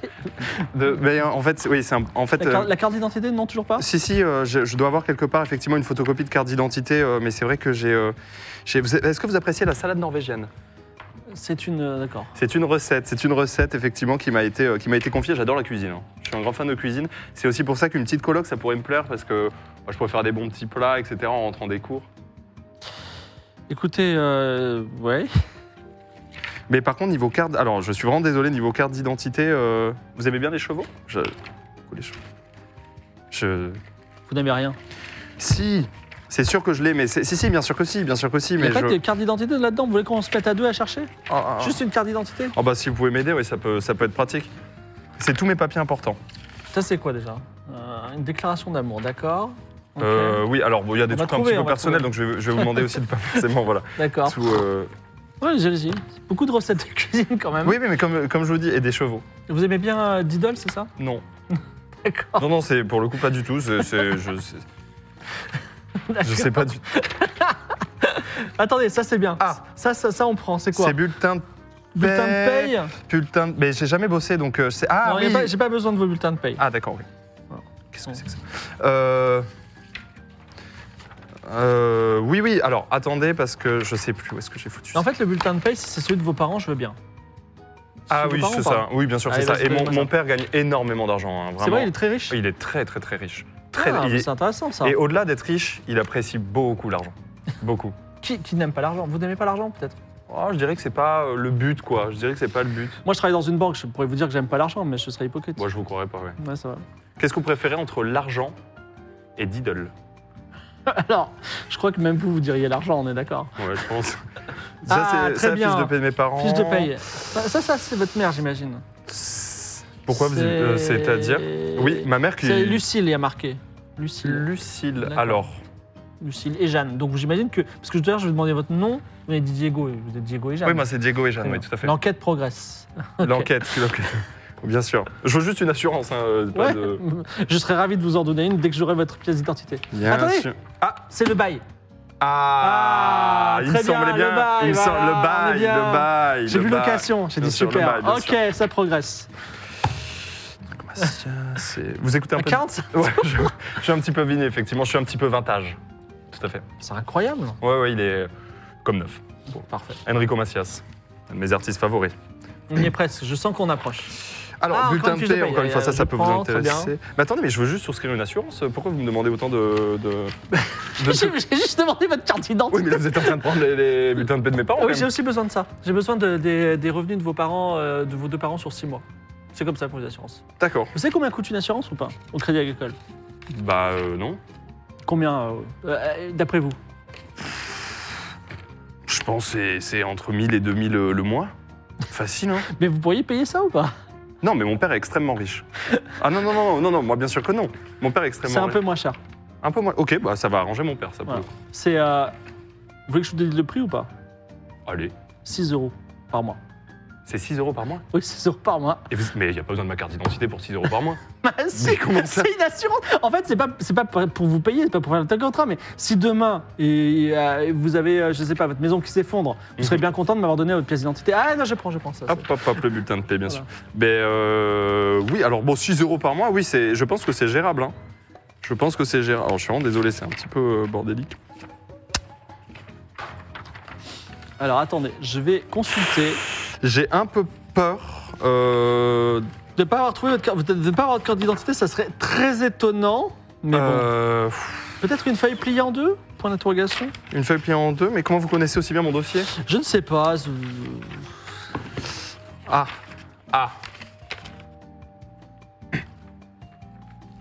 Speaker 7: De- mais euh, en fait, c'est- oui, c'est un- en fait.
Speaker 1: la, carte-
Speaker 7: euh,
Speaker 1: la carte d'identité Non, toujours pas.
Speaker 7: Si si, euh, je, je dois avoir quelque part effectivement une photocopie de carte d'identité, euh, mais c'est vrai que j'ai. euh, j'ai- vous- Est-ce que vous appréciez la salade norvégienne
Speaker 1: C'est une. euh, D'accord.
Speaker 7: C'est une recette, c'est une recette effectivement qui m'a été euh, qui m'a été confiée. J'adore la cuisine. hein. Je suis un grand fan de cuisine. C'est aussi pour ça qu'une petite coloc ça pourrait me plaire parce que moi, je pourrais faire des bons petits plats, etc. En rentrant des cours.
Speaker 1: Écoutez, euh, ouais.
Speaker 7: Mais par contre niveau carte, alors je suis vraiment désolé niveau carte d'identité. euh, vous aimez bien les chevaux Je. les chevaux. Je.
Speaker 1: Vous n'aimez rien.
Speaker 7: Si. C'est sûr que je l'ai, mais c'est- si si bien sûr que si, bien sûr que si,
Speaker 1: Il n'y
Speaker 7: mais
Speaker 1: a pas
Speaker 7: je.
Speaker 1: de carte d'identité là-dedans Vous voulez qu'on se mette à deux à chercher
Speaker 7: Ah, ah, ah.
Speaker 1: Juste une carte d'identité
Speaker 7: Ah bah si vous pouvez m'aider, oui, ça peut, ça peut être pratique. C'est tous mes papiers importants.
Speaker 1: Ça, c'est quoi déjà Euh, une déclaration d'amour, d'accord Ok,
Speaker 7: Euh, oui, alors bon, il y a des
Speaker 1: On va
Speaker 7: trucs un
Speaker 1: trouver,
Speaker 7: petit
Speaker 1: on
Speaker 7: peu
Speaker 1: va
Speaker 7: personnels,
Speaker 1: trouver.
Speaker 7: donc je vais, je vais vous demander aussi de pas forcément, voilà.
Speaker 1: D'accord.
Speaker 7: Sous, euh,
Speaker 1: Ouais, allez-y. C'est Beaucoup de recettes de cuisine quand même.
Speaker 7: Oui, mais mais comme, comme je vous dis, et des chevaux.
Speaker 1: Vous aimez bien euh, Diddle, c'est ça
Speaker 7: Non.
Speaker 1: *laughs* D'accord.
Speaker 7: Non, non, c'est pour le coup pas du tout. c'est- c'est- je, c'est- je sais pas du tout.
Speaker 1: Attendez, ça c'est bien.
Speaker 7: Ah.
Speaker 1: Ça, ça, ça, on prend. C'est quoi
Speaker 7: C'est bulletin de
Speaker 1: Bulletin de paye
Speaker 7: Bulletin de- Mais j'ai jamais bossé, donc euh, c'est. Ah
Speaker 1: Non, y a
Speaker 7: oui
Speaker 1: pas- J'ai pas besoin de vos bulletins de paye.
Speaker 7: Ah d'accord, oui.
Speaker 1: Voilà.
Speaker 7: Qu'est-ce que c'est que ça euh... euh, Oui, oui, alors attendez, parce que je sais plus où est-ce que j'ai foutu.
Speaker 1: En
Speaker 7: ça.
Speaker 1: fait, le bulletin de paye, si c'est celui de vos parents, je veux bien.
Speaker 7: ah
Speaker 1: Celui de vos
Speaker 7: oui,
Speaker 1: parents
Speaker 7: c'est
Speaker 1: ou pas
Speaker 7: ça. Oui, bien sûr,
Speaker 1: Allez,
Speaker 7: c'est ça.
Speaker 1: vas-y,
Speaker 7: Et mon,
Speaker 1: donne-moi
Speaker 7: mon père gagne énormément d'argent, hein, vraiment.
Speaker 1: C'est vrai, il est très riche.
Speaker 7: Il est très, très, très riche. Très,
Speaker 1: Ah,
Speaker 7: il
Speaker 1: mais
Speaker 7: est-
Speaker 1: C'est intéressant ça.
Speaker 7: Et au-delà d'être riche, il apprécie
Speaker 1: *laughs*
Speaker 7: beaucoup l'argent. Beaucoup.
Speaker 1: Qui, qui n'aime pas l'argent Vous n'aimez pas l'argent peut-être
Speaker 7: Oh, je dirais que c'est pas euh, le but, quoi. Je dirais que c'est pas le but.
Speaker 1: Moi, je travaille dans une banque, je pourrais vous dire que j'aime pas l'argent, mais je serais hypocrite.
Speaker 7: Moi, je vous croirais pas, ouais.
Speaker 1: Ouais, ça va. *laughs*
Speaker 7: Qu'est-ce que vous préférez entre l'argent et Diddle
Speaker 1: Alors, je crois que même vous, vous diriez l'argent, on est d'accord.
Speaker 7: Ouais, je
Speaker 1: *laughs*
Speaker 7: pense.
Speaker 1: Ah, très
Speaker 7: ça,
Speaker 1: bien.
Speaker 7: fiche de paie de mes parents.
Speaker 1: Fiche de paye. Ça, ça, ça, c'est votre mère, j'imagine.
Speaker 7: Pourquoi vous dites- euh, C'est-à-dire Oui, ma mère qui.
Speaker 1: C'est Lucille, il y a marqué. Lucille.
Speaker 7: Lucille.
Speaker 1: D'accord.
Speaker 7: Alors,
Speaker 1: Lucille et Jeanne. Donc j'imagine que. Parce que tout à l'heure, je vais demander votre nom. Vous avez dit Diego, vous êtes Diego et Jeanne.
Speaker 7: oui, moi c'est Diego et Jeanne, oui, tout à fait.
Speaker 1: L'enquête progresse.
Speaker 7: L'enquête, l'enquête. *laughs* Bien sûr. Je veux juste une assurance, hein, euh, pas
Speaker 1: Ouais.
Speaker 7: de.
Speaker 1: *laughs* Je serais ravi de vous en donner une dès que j'aurai votre pièce d'identité.
Speaker 7: Bien
Speaker 1: Attendez.
Speaker 7: sûr.
Speaker 1: C'est le bail.
Speaker 7: Ah,
Speaker 1: Ah,
Speaker 7: il me
Speaker 1: très bien,
Speaker 7: semblait
Speaker 1: le
Speaker 7: bien.
Speaker 1: bail,
Speaker 7: il me semble-
Speaker 1: voilà,
Speaker 7: le
Speaker 1: on est
Speaker 7: bail,
Speaker 1: bien.
Speaker 7: le bail.
Speaker 1: J'ai
Speaker 7: le
Speaker 1: vu
Speaker 7: bail.
Speaker 1: location, j'ai
Speaker 7: Bien
Speaker 1: dit
Speaker 7: sûr, le
Speaker 1: super.
Speaker 7: bail, bien
Speaker 1: ok, ça progresse.
Speaker 7: Ah, bah, Tiens, c'est- Vous écoutez un
Speaker 1: À
Speaker 7: peu.
Speaker 1: 40
Speaker 7: Ouais, je, je suis un petit peu viné, effectivement. Je suis un petit peu vintage. Tout à fait.
Speaker 1: C'est incroyable.
Speaker 7: Ouais, ouais, il est comme neuf.
Speaker 1: Parfait.
Speaker 7: Enrico Macias, un de mes artistes favoris.
Speaker 1: On y est presque, je sens qu'on approche.
Speaker 7: Alors,
Speaker 1: Ah, encore
Speaker 7: bulletin
Speaker 1: une
Speaker 7: de
Speaker 1: fiche de
Speaker 7: paie,
Speaker 1: paie,
Speaker 7: encore une fois,
Speaker 1: euh,
Speaker 7: ça, ça
Speaker 1: je
Speaker 7: peut
Speaker 1: prends,
Speaker 7: vous
Speaker 1: très bien.
Speaker 7: intéresser. Mais attendez, mais je veux juste souscrire une assurance. Pourquoi vous me demandez autant de. de- de-
Speaker 1: J'ai *laughs* j'ai juste demandé votre carte d'identité.
Speaker 7: Oui, mais là, vous êtes en train de prendre les, les bulletins de paie de mes parents.
Speaker 1: Oui,
Speaker 7: quand
Speaker 1: j'ai
Speaker 7: même.
Speaker 1: aussi besoin de ça. J'ai besoin de- des, des revenus de vos parents, euh, de vos deux parents sur 6 mois. C'est comme ça pour les assurances.
Speaker 7: D'accord.
Speaker 1: Vous savez combien coûte une assurance ou pas au Crédit Agricole
Speaker 7: Bah, euh, non.
Speaker 1: Combien, euh, euh, d'après vous
Speaker 7: Je pense que c'est- c'est entre 1000 et 2000 euh, le mois. Facile, hein
Speaker 1: Mais vous pourriez payer ça ou pas
Speaker 7: Non, mais mon père est
Speaker 1: *laughs*
Speaker 7: extrêmement riche. Ah non, non, non, non, non, moi, bien sûr que non. Mon père est
Speaker 1: C'est
Speaker 7: extrêmement
Speaker 1: un
Speaker 7: riche.
Speaker 1: peu moins cher.
Speaker 7: Un peu moins. Ok, bah, ça va arranger mon père, ça peut.
Speaker 1: Voilà. C'est. euh, vous voulez que je vous dise le prix ou pas
Speaker 7: Allez,
Speaker 1: 6 euros par mois.
Speaker 7: c'est 6 euros par mois.
Speaker 1: Oui, 6 euros par mois.
Speaker 7: Et vous- Mais il n'y a pas besoin de ma carte d'identité pour 6 euros par
Speaker 1: *laughs*
Speaker 7: mois.
Speaker 1: Bah, c'est
Speaker 7: comment ça
Speaker 1: c'est une assurance. En fait, c'est pas c'est pas pour vous payer, c'est pas pour faire le contrat, mais si demain et, euh, vous avez euh, je sais pas votre maison qui s'effondre, vous serez
Speaker 7: Mhm.
Speaker 1: bien content de m'avoir donné votre pièce d'identité. Ah non, je prends, je prends ça. ça.
Speaker 7: Hop, hop, hop, le bulletin de paie, bien
Speaker 1: Voilà.
Speaker 7: sûr. Mais euh, oui, alors bon, 6 euros par mois, oui, c'est, je pense que c'est gérable. hein. Je pense que c'est gérable. Alors, je suis vraiment désolé, c'est un petit peu euh, bordélique.
Speaker 1: Alors attendez, je vais consulter
Speaker 7: J'ai un peu peur. euh,
Speaker 1: de pas avoir trouvé votre carte- de de pas avoir votre carte d'identité, ça serait très étonnant. Mais bon,
Speaker 7: euh, pff,
Speaker 1: peut-être une feuille pliée en deux Point d'interrogation
Speaker 7: Une feuille pliée en deux, mais comment vous connaissez aussi bien mon dossier
Speaker 1: Je ne sais pas. c'est-
Speaker 7: Ah, ah,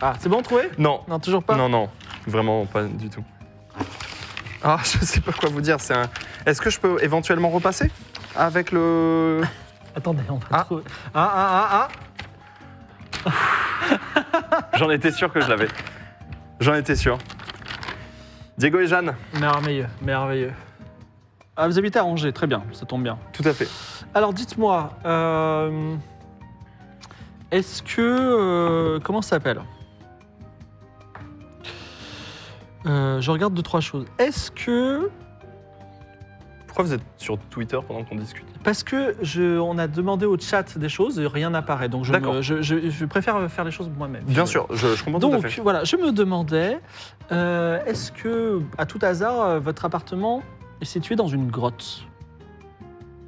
Speaker 1: Ah, c'est bon trouvé
Speaker 7: non,
Speaker 1: Non, toujours pas.
Speaker 7: Non, non, vraiment pas du tout. Ah, *laughs* je sais pas quoi vous dire. C'est un. Est-ce que je peux éventuellement repasser avec le.
Speaker 1: Attendez, on va
Speaker 7: Ah.
Speaker 1: trouver. Ah ah ah ah.
Speaker 7: *laughs* J'en étais sûr que je l'avais. J'en étais sûr. Diego et Jeanne.
Speaker 1: ah. Merveilleux, merveilleux. Ah, vous habitez à Angers, très bien, ça tombe bien.
Speaker 7: Tout à fait.
Speaker 1: Alors dites-moi, euh, est-ce que... euh, comment ça s'appelle Euh, Je regarde deux, trois choses. Est-ce que...
Speaker 7: Pourquoi vous êtes sur Twitter pendant qu'on discute
Speaker 1: Parce que je, on a demandé au chat des choses et rien n'apparaît, donc je, me-
Speaker 7: D'accord.
Speaker 1: je, je- je préfère faire les choses moi-même.
Speaker 7: Bien sûr, je, je comprends tout à
Speaker 1: Donc
Speaker 7: fait.
Speaker 1: voilà, je me demandais, euh, est-ce que, à tout hasard, euh, votre appartement est situé dans une grotte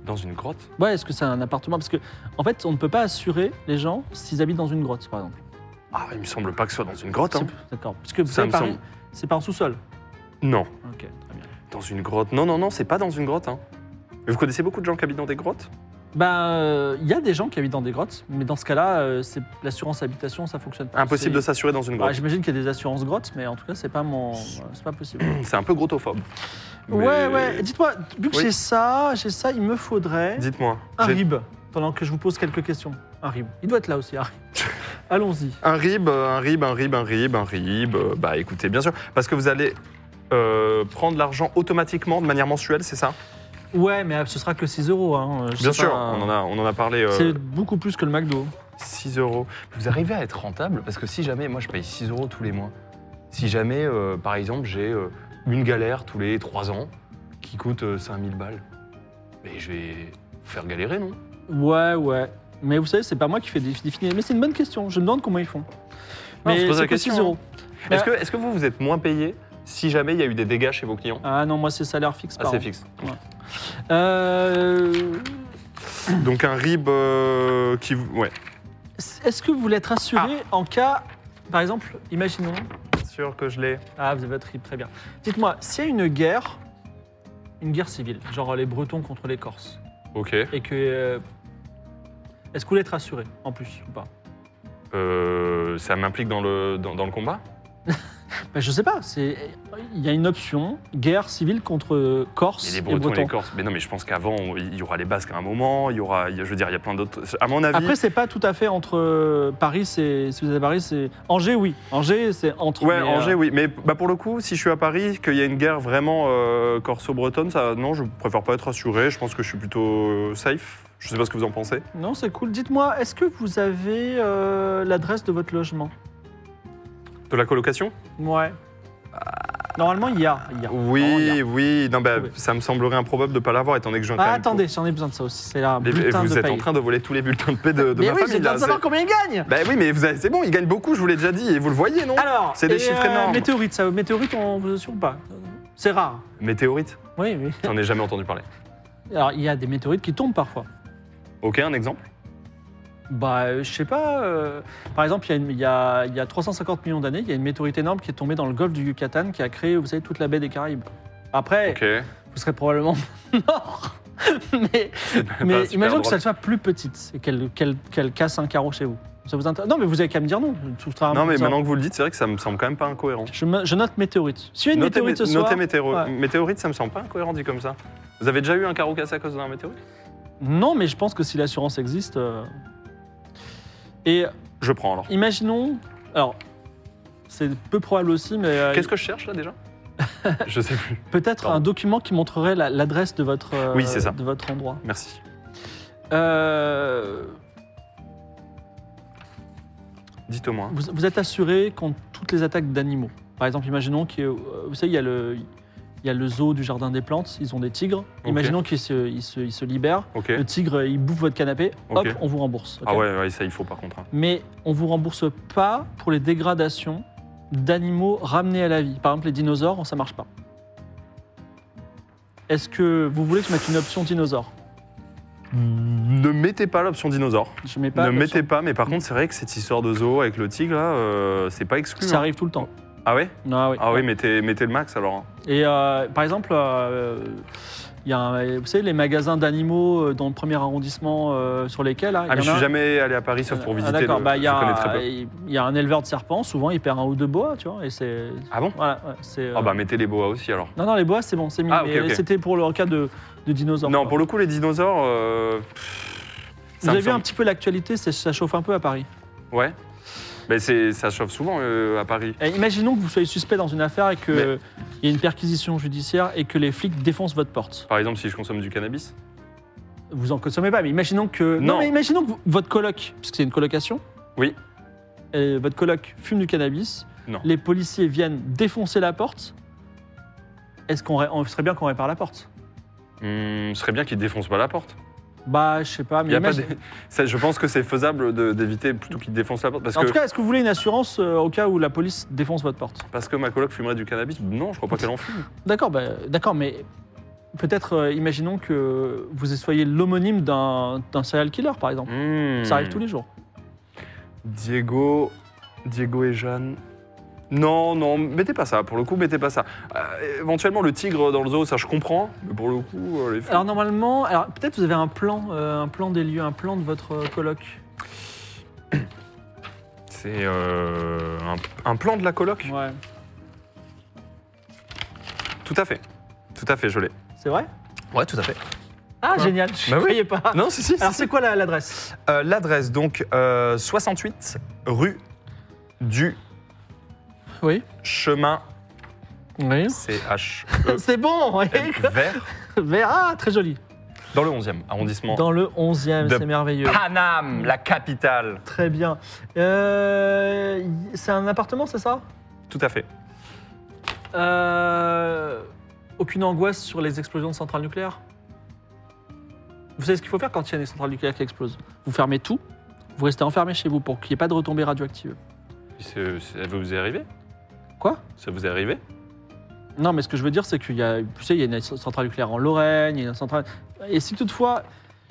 Speaker 7: Dans une grotte
Speaker 1: Ouais, est-ce que c'est un appartement Parce que, en fait, on ne peut pas assurer les gens s'ils habitent dans une grotte, par exemple.
Speaker 7: Ah, il me semble pas que ce soit dans une grotte. hein.
Speaker 1: C'est- D'accord. Parce que vous
Speaker 7: Ça
Speaker 1: savez,
Speaker 7: me
Speaker 1: Paris,
Speaker 7: semble.
Speaker 1: c'est pas en sous-sol.
Speaker 7: Non.
Speaker 1: Ok, très bien.
Speaker 7: Dans une grotte Non, non, non, c'est pas dans une grotte. Hein. Mais Vous connaissez beaucoup de gens qui habitent dans des grottes
Speaker 1: Bah, euh, il y a des gens qui habitent dans des grottes, mais dans ce cas-là, euh, c'est l'assurance habitation, ça fonctionne pas.
Speaker 7: Impossible de
Speaker 1: C'est-
Speaker 7: s'assurer dans une
Speaker 1: Ouais,
Speaker 7: grotte.
Speaker 1: J'imagine qu'il y a des assurances grottes, mais en tout cas, c'est pas mon, voilà, c'est pas possible.
Speaker 7: C'est un peu grottophobe.
Speaker 1: Ouais,
Speaker 7: *coughs* Mais-
Speaker 1: ouais. Dites-moi, vu que
Speaker 7: Oui.
Speaker 1: j'ai ça, j'ai ça, il me faudrait
Speaker 7: Dites-moi.
Speaker 1: un
Speaker 7: j'ai- *laughs*
Speaker 1: rib pendant que je vous pose quelques questions. Un rib. Il doit être là aussi, un rib. Allons-y.
Speaker 7: Un rib, euh, un rib, un rib, un rib, un rib. euh, Bah écoutez, bien sûr, parce que vous allez euh, prendre l'argent automatiquement de manière mensuelle, c'est ça
Speaker 1: Ouais, mais euh, ce sera que 6 euros. hein, je
Speaker 7: Bien
Speaker 1: sais
Speaker 7: sûr,
Speaker 1: pas.
Speaker 7: on en a, on en a parlé. euh,
Speaker 1: C'est beaucoup plus que le McDo.
Speaker 7: 6 euros. Vous arrivez à être rentable Parce que si jamais, moi je paye 6 euros tous les mois. Si jamais, euh, par exemple, j'ai euh, une galère tous les 3 ans qui coûte 5000 balles, mais je vais vous faire galérer, non
Speaker 1: Ouais, ouais. Mais vous savez, c'est pas moi qui fais des des finales. Mais c'est une bonne question. Je me demande comment ils font.
Speaker 7: Non, on se
Speaker 1: Mais
Speaker 7: pose la
Speaker 1: c'est que 6
Speaker 7: question,
Speaker 1: euros.
Speaker 7: Est-ce que, est-ce que vous, vous êtes moins payé si jamais il y a eu des dégâts chez vos clients
Speaker 1: Ah non, moi c'est salaire fixe.
Speaker 7: Ah,
Speaker 1: par
Speaker 7: c'est
Speaker 1: an.
Speaker 7: fixe.
Speaker 1: Euh,
Speaker 7: Donc un rib euh, qui... vous- Ouais.
Speaker 1: Est-ce que vous voulez être assuré
Speaker 7: Ah.
Speaker 1: en cas, par exemple, imaginons,
Speaker 7: Sûr que je l'ai.
Speaker 1: ah vous avez votre RIP, très bien. Dites-moi, s'il y a une guerre, une guerre civile, genre les Bretons contre les Corses,
Speaker 7: Ok.
Speaker 1: et que, euh, est-ce que vous voulez être assuré en plus ou pas
Speaker 7: Euh, ça m'implique dans le, dans, dans le combat
Speaker 1: ben, Je sais pas. C'est, il y a une option guerre civile contre Corse
Speaker 7: Et
Speaker 1: et
Speaker 7: les
Speaker 1: Bretons.
Speaker 7: Bretons, les Corses. Mais non, mais je pense qu'avant, on- il y aura les Basques à un moment, il y aura, il y a- je veux dire, il y a plein d'autres. À mon avis,
Speaker 1: Après, c'est pas tout à fait entre euh, Paris, c'est. Si vous êtes à Paris, c'est. Angers, oui. Angers, c'est entre.
Speaker 7: ouais,
Speaker 1: mais, euh,
Speaker 7: Angers, oui. Mais bah, pour le coup, si je suis à Paris, qu'il y a une guerre vraiment euh, corso-bretonne, ça, non, je préfère pas être assuré. Je pense que je suis plutôt euh, safe. Je sais pas ce que vous en pensez.
Speaker 1: Non, c'est cool. Dites-moi, est-ce que vous avez euh, l'adresse de votre logement
Speaker 7: De la colocation
Speaker 1: Ouais. Euh, Normalement, il y a. il y a. Normalement, il y
Speaker 7: Oui,
Speaker 1: a.
Speaker 7: oui. Non, bah,
Speaker 1: Oui.
Speaker 7: ça me semblerait improbable de pas l'avoir, étant donné que j'ai un
Speaker 1: Ah, attendez, j'en ai besoin de ça aussi. C'est là.
Speaker 7: Les-
Speaker 1: bulletin
Speaker 7: vous
Speaker 1: de
Speaker 7: êtes en
Speaker 1: paye.
Speaker 7: train de voler tous les bulletins de paix de, de
Speaker 1: Mais
Speaker 7: ma
Speaker 1: oui, j'ai
Speaker 7: famille.
Speaker 1: besoin
Speaker 7: Là.
Speaker 1: de savoir
Speaker 7: C'est-
Speaker 1: combien il gagne
Speaker 7: Bah oui, mais vous avez- c'est bon, il gagne beaucoup, je vous l'ai déjà dit, et vous le voyez, non
Speaker 1: Alors.
Speaker 7: C'est des
Speaker 1: et,
Speaker 7: chiffres énormes.
Speaker 1: Météorite, ça, météorite, on vous assure ou pas C'est rare.
Speaker 7: Météorite
Speaker 1: Oui, oui.
Speaker 7: J'en ai jamais entendu parler.
Speaker 1: Alors, il y a des météorites qui tombent parfois.
Speaker 7: Ok, un exemple
Speaker 1: Bah, euh, je sais pas. euh, par exemple, il y, a une- il y a, il y a 350 millions d'années, il y a une météorite énorme qui est tombée dans le golfe du Yucatan qui a créé, vous savez, toute la baie des Caraïbes. Après, *laughs*
Speaker 7: Ok.
Speaker 1: vous serez probablement *laughs* mort.
Speaker 7: *laughs*
Speaker 1: mais
Speaker 7: pas
Speaker 1: mais
Speaker 7: Bah, super
Speaker 1: imaginons que
Speaker 7: drôle.
Speaker 1: ça soit plus petite et qu'elle qu'elle- qu'elle casse un carreau chez vous. Ça vous intéresse Non, mais vous avez qu'à me dire non. Tout sera
Speaker 7: Non, mais
Speaker 1: ça-
Speaker 7: maintenant que vous le dites, c'est vrai que ça me semble quand même pas incohérent.
Speaker 1: Je, me- je note météorite. Si y a une
Speaker 7: Notez
Speaker 1: météorite
Speaker 7: mé-
Speaker 1: ce soir.
Speaker 7: notez météoro-
Speaker 1: Ouais.
Speaker 7: météorite, ça me semble pas incohérent dit comme ça. Vous avez déjà eu un carreau cassé à cause d'un météorite
Speaker 1: Non, mais je pense que si l'assurance existe. euh, Et
Speaker 7: Je prends alors.
Speaker 1: imaginons. Alors, c'est peu probable aussi, mais. euh,
Speaker 7: Qu'est-ce que je cherche là déjà
Speaker 1: *laughs*
Speaker 7: Je sais plus.
Speaker 1: Peut-être
Speaker 7: Pardon.
Speaker 1: un document qui montrerait la- l'adresse de votre euh,
Speaker 7: Oui, c'est ça.
Speaker 1: de votre endroit.
Speaker 7: Merci.
Speaker 1: Euh,
Speaker 7: Dites au moins.
Speaker 1: vous, vous êtes assuré contre toutes les attaques d'animaux. Par exemple, imaginons que vous savez, il y a le il y a le zoo du jardin des plantes, ils ont des tigres.
Speaker 7: Ok.
Speaker 1: Imaginons qu'ils se, ils se, ils se libèrent.
Speaker 7: Ok.
Speaker 1: Le tigre, il bouffe votre canapé.
Speaker 7: Ok.
Speaker 1: Hop, on vous rembourse. ok
Speaker 7: Ah ouais, ouais, ça il faut par contre. hein.
Speaker 1: Mais on vous rembourse pas pour les dégradations d'animaux ramenés à la vie. Par exemple, les dinosaures, ça marche pas. Est-ce que vous voulez que je mette une option dinosaure
Speaker 7: Ne mettez pas l'option dinosaure.
Speaker 1: Je mets Hmm. pas.
Speaker 7: ne
Speaker 1: l'option-
Speaker 7: mettez pas, mais par contre, c'est vrai que cette histoire de zoo avec le tigre là, euh, c'est pas exclu.
Speaker 1: Ça
Speaker 7: hein.
Speaker 1: arrive tout le temps.
Speaker 7: Ah ouais
Speaker 1: Ah oui.
Speaker 7: Ah oui, mettez, mettez le max alors. hein.
Speaker 1: Et euh, par exemple, euh, il y a un- vous savez, les magasins d'animaux euh, dans le premier arrondissement euh, sur lesquels. là, il
Speaker 7: Ah,
Speaker 1: y en
Speaker 7: mais je
Speaker 1: a
Speaker 7: suis
Speaker 1: un-
Speaker 7: jamais allé à Paris sauf pour
Speaker 1: Ah,
Speaker 7: visiter.
Speaker 1: D'accord,
Speaker 7: le-
Speaker 1: bah, il y, a
Speaker 7: je connais très
Speaker 1: un-
Speaker 7: peu.
Speaker 1: il y a un éleveur de serpents, souvent il perd un ou deux boas, tu vois. Et c'est.
Speaker 7: Ah bon
Speaker 1: Voilà, ouais, c'est. euh,
Speaker 7: Ah bah mettez les boas aussi alors.
Speaker 1: Non, non, les boas, c'est bon, c'est mis.
Speaker 7: Ah, ok,
Speaker 1: mais
Speaker 7: ok.
Speaker 1: C'était pour le cas de, de dinosaures.
Speaker 7: Non,
Speaker 1: quoi.
Speaker 7: pour le coup, les dinosaures. euh,
Speaker 1: Vous
Speaker 7: ça me
Speaker 1: avez vu un
Speaker 7: semble-
Speaker 1: petit peu l'actualité, c'est- ça chauffe un peu à Paris.
Speaker 7: Ouais. Mais c'est, ça chauffe souvent euh, à Paris.
Speaker 1: Et Eh, imaginons que vous soyez suspect dans une affaire et qu'il y ait une perquisition judiciaire et que les flics défoncent votre porte.
Speaker 7: Par exemple, si je consomme du cannabis.
Speaker 1: Vous en consommez pas, mais imaginons que.
Speaker 7: Non.
Speaker 1: mais imaginons que vous- votre coloc, puisque c'est une colocation.
Speaker 7: Oui.
Speaker 1: euh, votre coloc fume du cannabis.
Speaker 7: Non.
Speaker 1: Les policiers viennent défoncer la porte. Est-ce qu'on ré- on serait bien qu'on répare la porte
Speaker 7: Hmm, ce serait bien qu'ils défoncent pas la porte.
Speaker 1: Bah, je sais pas, mais.
Speaker 7: Il y a pas
Speaker 1: imagine-
Speaker 7: de- *laughs* ça, je pense que c'est faisable de- d'éviter plutôt qu'ils défoncent la porte. Parce
Speaker 1: En
Speaker 7: que,
Speaker 1: tout cas, est-ce que vous voulez une assurance euh, au cas où la police défonce votre porte
Speaker 7: parce que ma coloc fumerait du cannabis Non, je crois pas qu'elle en fume.
Speaker 1: D'accord, bah, d'accord, mais peut-être euh, imaginons que vous soyez l'homonyme d'un d'un serial killer, par exemple.
Speaker 7: Hmm.
Speaker 1: Ça arrive tous les jours.
Speaker 7: Diego. Diego et Jeanne. Non, non, mettez pas ça, pour le coup, mettez pas ça. Euh, éventuellement, le tigre dans le zoo, ça je comprends, mais pour le coup, euh, les filles-
Speaker 1: Alors normalement, alors peut-être vous avez un plan, euh, un plan des lieux, un plan de votre euh, coloc.
Speaker 7: c'est euh, un, un plan de la coloc
Speaker 1: Ouais.
Speaker 7: Tout à fait. Tout à fait, je l'ai.
Speaker 1: C'est vrai
Speaker 7: Ouais, tout à fait.
Speaker 1: Ah,
Speaker 7: Quoi
Speaker 1: génial, je ne
Speaker 7: Bah oui.
Speaker 1: croyais pas.
Speaker 7: Non, si, si. si,
Speaker 1: Alors,
Speaker 7: si.
Speaker 1: c'est quoi la- l'adresse
Speaker 7: Euh, L'adresse, donc, euh, 68 rue du
Speaker 1: Oui.
Speaker 7: chemin
Speaker 1: Oui.
Speaker 7: CH
Speaker 1: *laughs* C'est bon oui.
Speaker 7: vert
Speaker 1: Ah, très joli.
Speaker 7: dans le 11e arrondissement.
Speaker 1: Dans le 11e,
Speaker 7: De
Speaker 1: c'est merveilleux.
Speaker 7: Paname, la capitale.
Speaker 1: Très bien. Euh, c'est un appartement, c'est ça
Speaker 7: Tout à fait.
Speaker 1: Euh, Aucune angoisse sur les explosions de centrales nucléaires Vous savez ce qu'il faut faire quand il y a des centrales nucléaires qui explosent Vous fermez tout, vous restez enfermé chez vous pour qu'il n'y ait pas de retombées radioactives.
Speaker 7: C'est- c'est- Ça vous est arrivé
Speaker 1: Quoi
Speaker 7: Ça vous est arrivé
Speaker 1: Non, mais ce que je veux dire, c'est qu'il y a, tu sais, il y a une centrale nucléaire en Lorraine, il y a une centrale. Et si toutefois,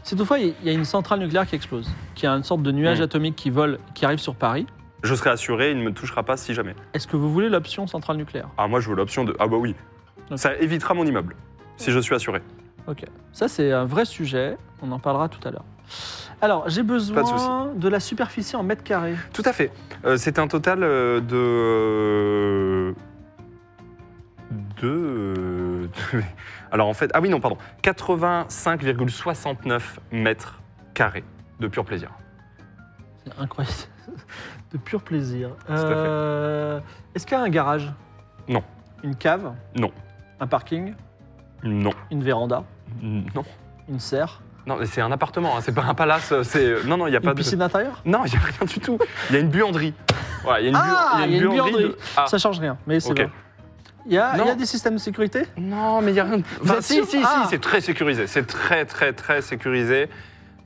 Speaker 1: si toutefois il y a une centrale nucléaire qui explose, qui a une sorte de nuage
Speaker 7: Mm.
Speaker 1: atomique qui vole, qui arrive sur Paris,
Speaker 7: Je serai assuré, il ne me touchera pas si jamais.
Speaker 1: est-ce que vous voulez l'option centrale nucléaire
Speaker 7: Ah, moi, je veux l'option de. Ah, bah oui.
Speaker 1: Ok.
Speaker 7: Ça évitera mon immeuble, si je suis assuré.
Speaker 1: Ça, c'est un vrai sujet. On en parlera tout à l'heure. Alors, j'ai besoin de, la superficie en mètres carrés.
Speaker 7: Tout à fait. Euh, c'est un total euh, de. euh, *laughs* De. Alors en fait. Ah oui, non, pardon. 85,69 mètres carrés de pur plaisir.
Speaker 1: C'est incroyable. *laughs* De pur plaisir.
Speaker 7: à fait.
Speaker 1: Euh, Est-ce qu'il y a un garage
Speaker 7: Non.
Speaker 1: Une cave
Speaker 7: Non.
Speaker 1: Un parking
Speaker 7: Non.
Speaker 1: Une véranda
Speaker 7: Non.
Speaker 1: Une serre
Speaker 7: Non, mais c'est un appartement, hein, c'est pas un palace. C'est... Non, non, il n'y a
Speaker 1: Une
Speaker 7: pas de.
Speaker 1: piscine intérieure
Speaker 7: Non, il n'y a rien du tout. Il y a une buanderie. Voilà, il y a une, bu-
Speaker 1: Ah, il y a une buanderie.
Speaker 7: de- Ah.
Speaker 1: Ça change rien, mais c'est
Speaker 7: Ok.
Speaker 1: vrai. Il y, a, il y a
Speaker 7: Non.
Speaker 1: des systèmes de sécurité
Speaker 7: Non, mais il n'y a rien de.
Speaker 1: Vous
Speaker 7: Enfin,
Speaker 1: êtes
Speaker 7: Bah, si,
Speaker 1: sûr
Speaker 7: si, si,
Speaker 1: Ah.
Speaker 7: c'est très sécurisé. C'est très, très, très sécurisé.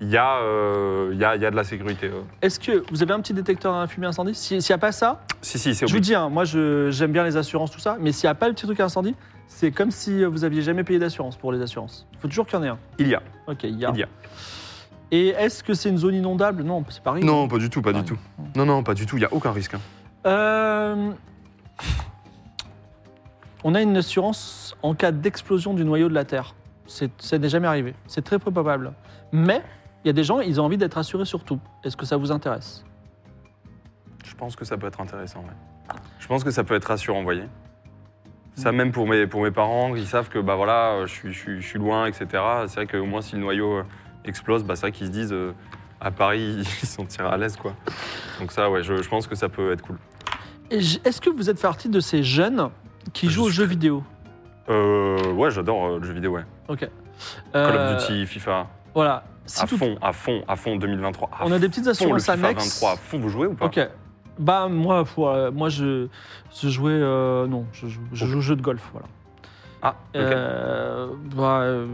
Speaker 7: Il y, a, euh, il y, a, il y a de la sécurité. euh.
Speaker 1: Est-ce que vous avez un petit détecteur à fumée incendie Si- S'il n'y a pas ça,
Speaker 7: Si, si, c'est
Speaker 1: je vous dis, hein, moi je- j'aime bien les assurances, tout ça, mais s'il n'y a pas le petit truc à incendie, c'est comme si vous aviez jamais payé d'assurance pour les assurances. Il faut toujours qu'il y en ait un.
Speaker 7: Il y a.
Speaker 1: Ok, il y a.
Speaker 7: Il y a.
Speaker 1: Et est-ce que c'est une zone inondable Non, c'est Paris.
Speaker 7: Non, pas du tout, pas
Speaker 1: Ah,
Speaker 7: du tout. Non, non, pas du tout, il n'y a aucun risque. hein.
Speaker 1: Euh, on a une assurance en cas d'explosion du noyau de la Terre. C'est- Ça n'est jamais arrivé. C'est très peu probable. Mais il y a des gens, ils ont envie d'être assurés sur tout. Est-ce que ça vous intéresse
Speaker 7: Je pense que ça peut être intéressant, ouais. Je pense que ça peut être rassurant, vous voyez.
Speaker 1: Mm.
Speaker 7: Ça, même pour mes, pour mes parents, ils savent que bah voilà, euh, je suis, je suis- je suis loin, etc. C'est vrai qu'au moins, si le noyau euh, explose, bah, c'est vrai qu'ils se disent euh, à Paris, *laughs* ils se sentiront à l'aise, quoi. Donc, ça, ouais, je, je pense que ça peut être cool.
Speaker 1: Et j- Est-ce que vous êtes partie de ces jeunes qui
Speaker 7: Je
Speaker 1: jouent aux
Speaker 7: suis
Speaker 1: jeux vidéo
Speaker 7: Euh, ouais, j'adore euh, le jeu vidéo, ouais. Call
Speaker 1: Euh,
Speaker 7: of Duty, FIFA,
Speaker 1: Voilà. Si
Speaker 7: à
Speaker 1: tout-
Speaker 7: fond, à fond, à fond 2023. à
Speaker 1: on a des petites
Speaker 7: fond, le
Speaker 1: assurances
Speaker 7: FIFA
Speaker 1: annexes.
Speaker 7: 23, à fond, vous jouez ou pas
Speaker 1: Ok. Bah moi, pour, euh, moi je, je jouais euh, non, je, joue- je
Speaker 7: Oh.
Speaker 1: joue au jeu de golf, voilà.
Speaker 7: Ah, ok.
Speaker 1: Euh, bah, euh,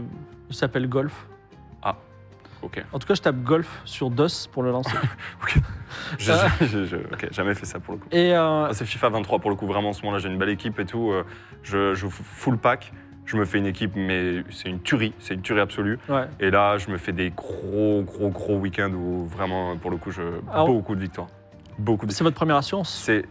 Speaker 1: il s'appelle Golf.
Speaker 7: ok.
Speaker 1: En tout cas, je tape Golf sur DOS pour le lancer.
Speaker 7: Je-
Speaker 1: Ah.
Speaker 7: *laughs* je- je- ok, jamais fait ça pour le coup.
Speaker 1: Et euh,
Speaker 7: *laughs* Ah, c'est FIFA 23 pour le coup, vraiment en ce moment-là, j'ai une belle équipe et tout. euh, je, je f- full pack, je me fais une équipe, mais c'est une tuerie, c'est une tuerie absolue.
Speaker 1: ouais.
Speaker 7: Et là, je me fais des gros, gros, gros week-ends où vraiment, pour le coup, je
Speaker 1: Alors-
Speaker 7: beaucoup de victoires. Beaucoup de
Speaker 1: Ah, c'est votre première assurance.
Speaker 7: C'est.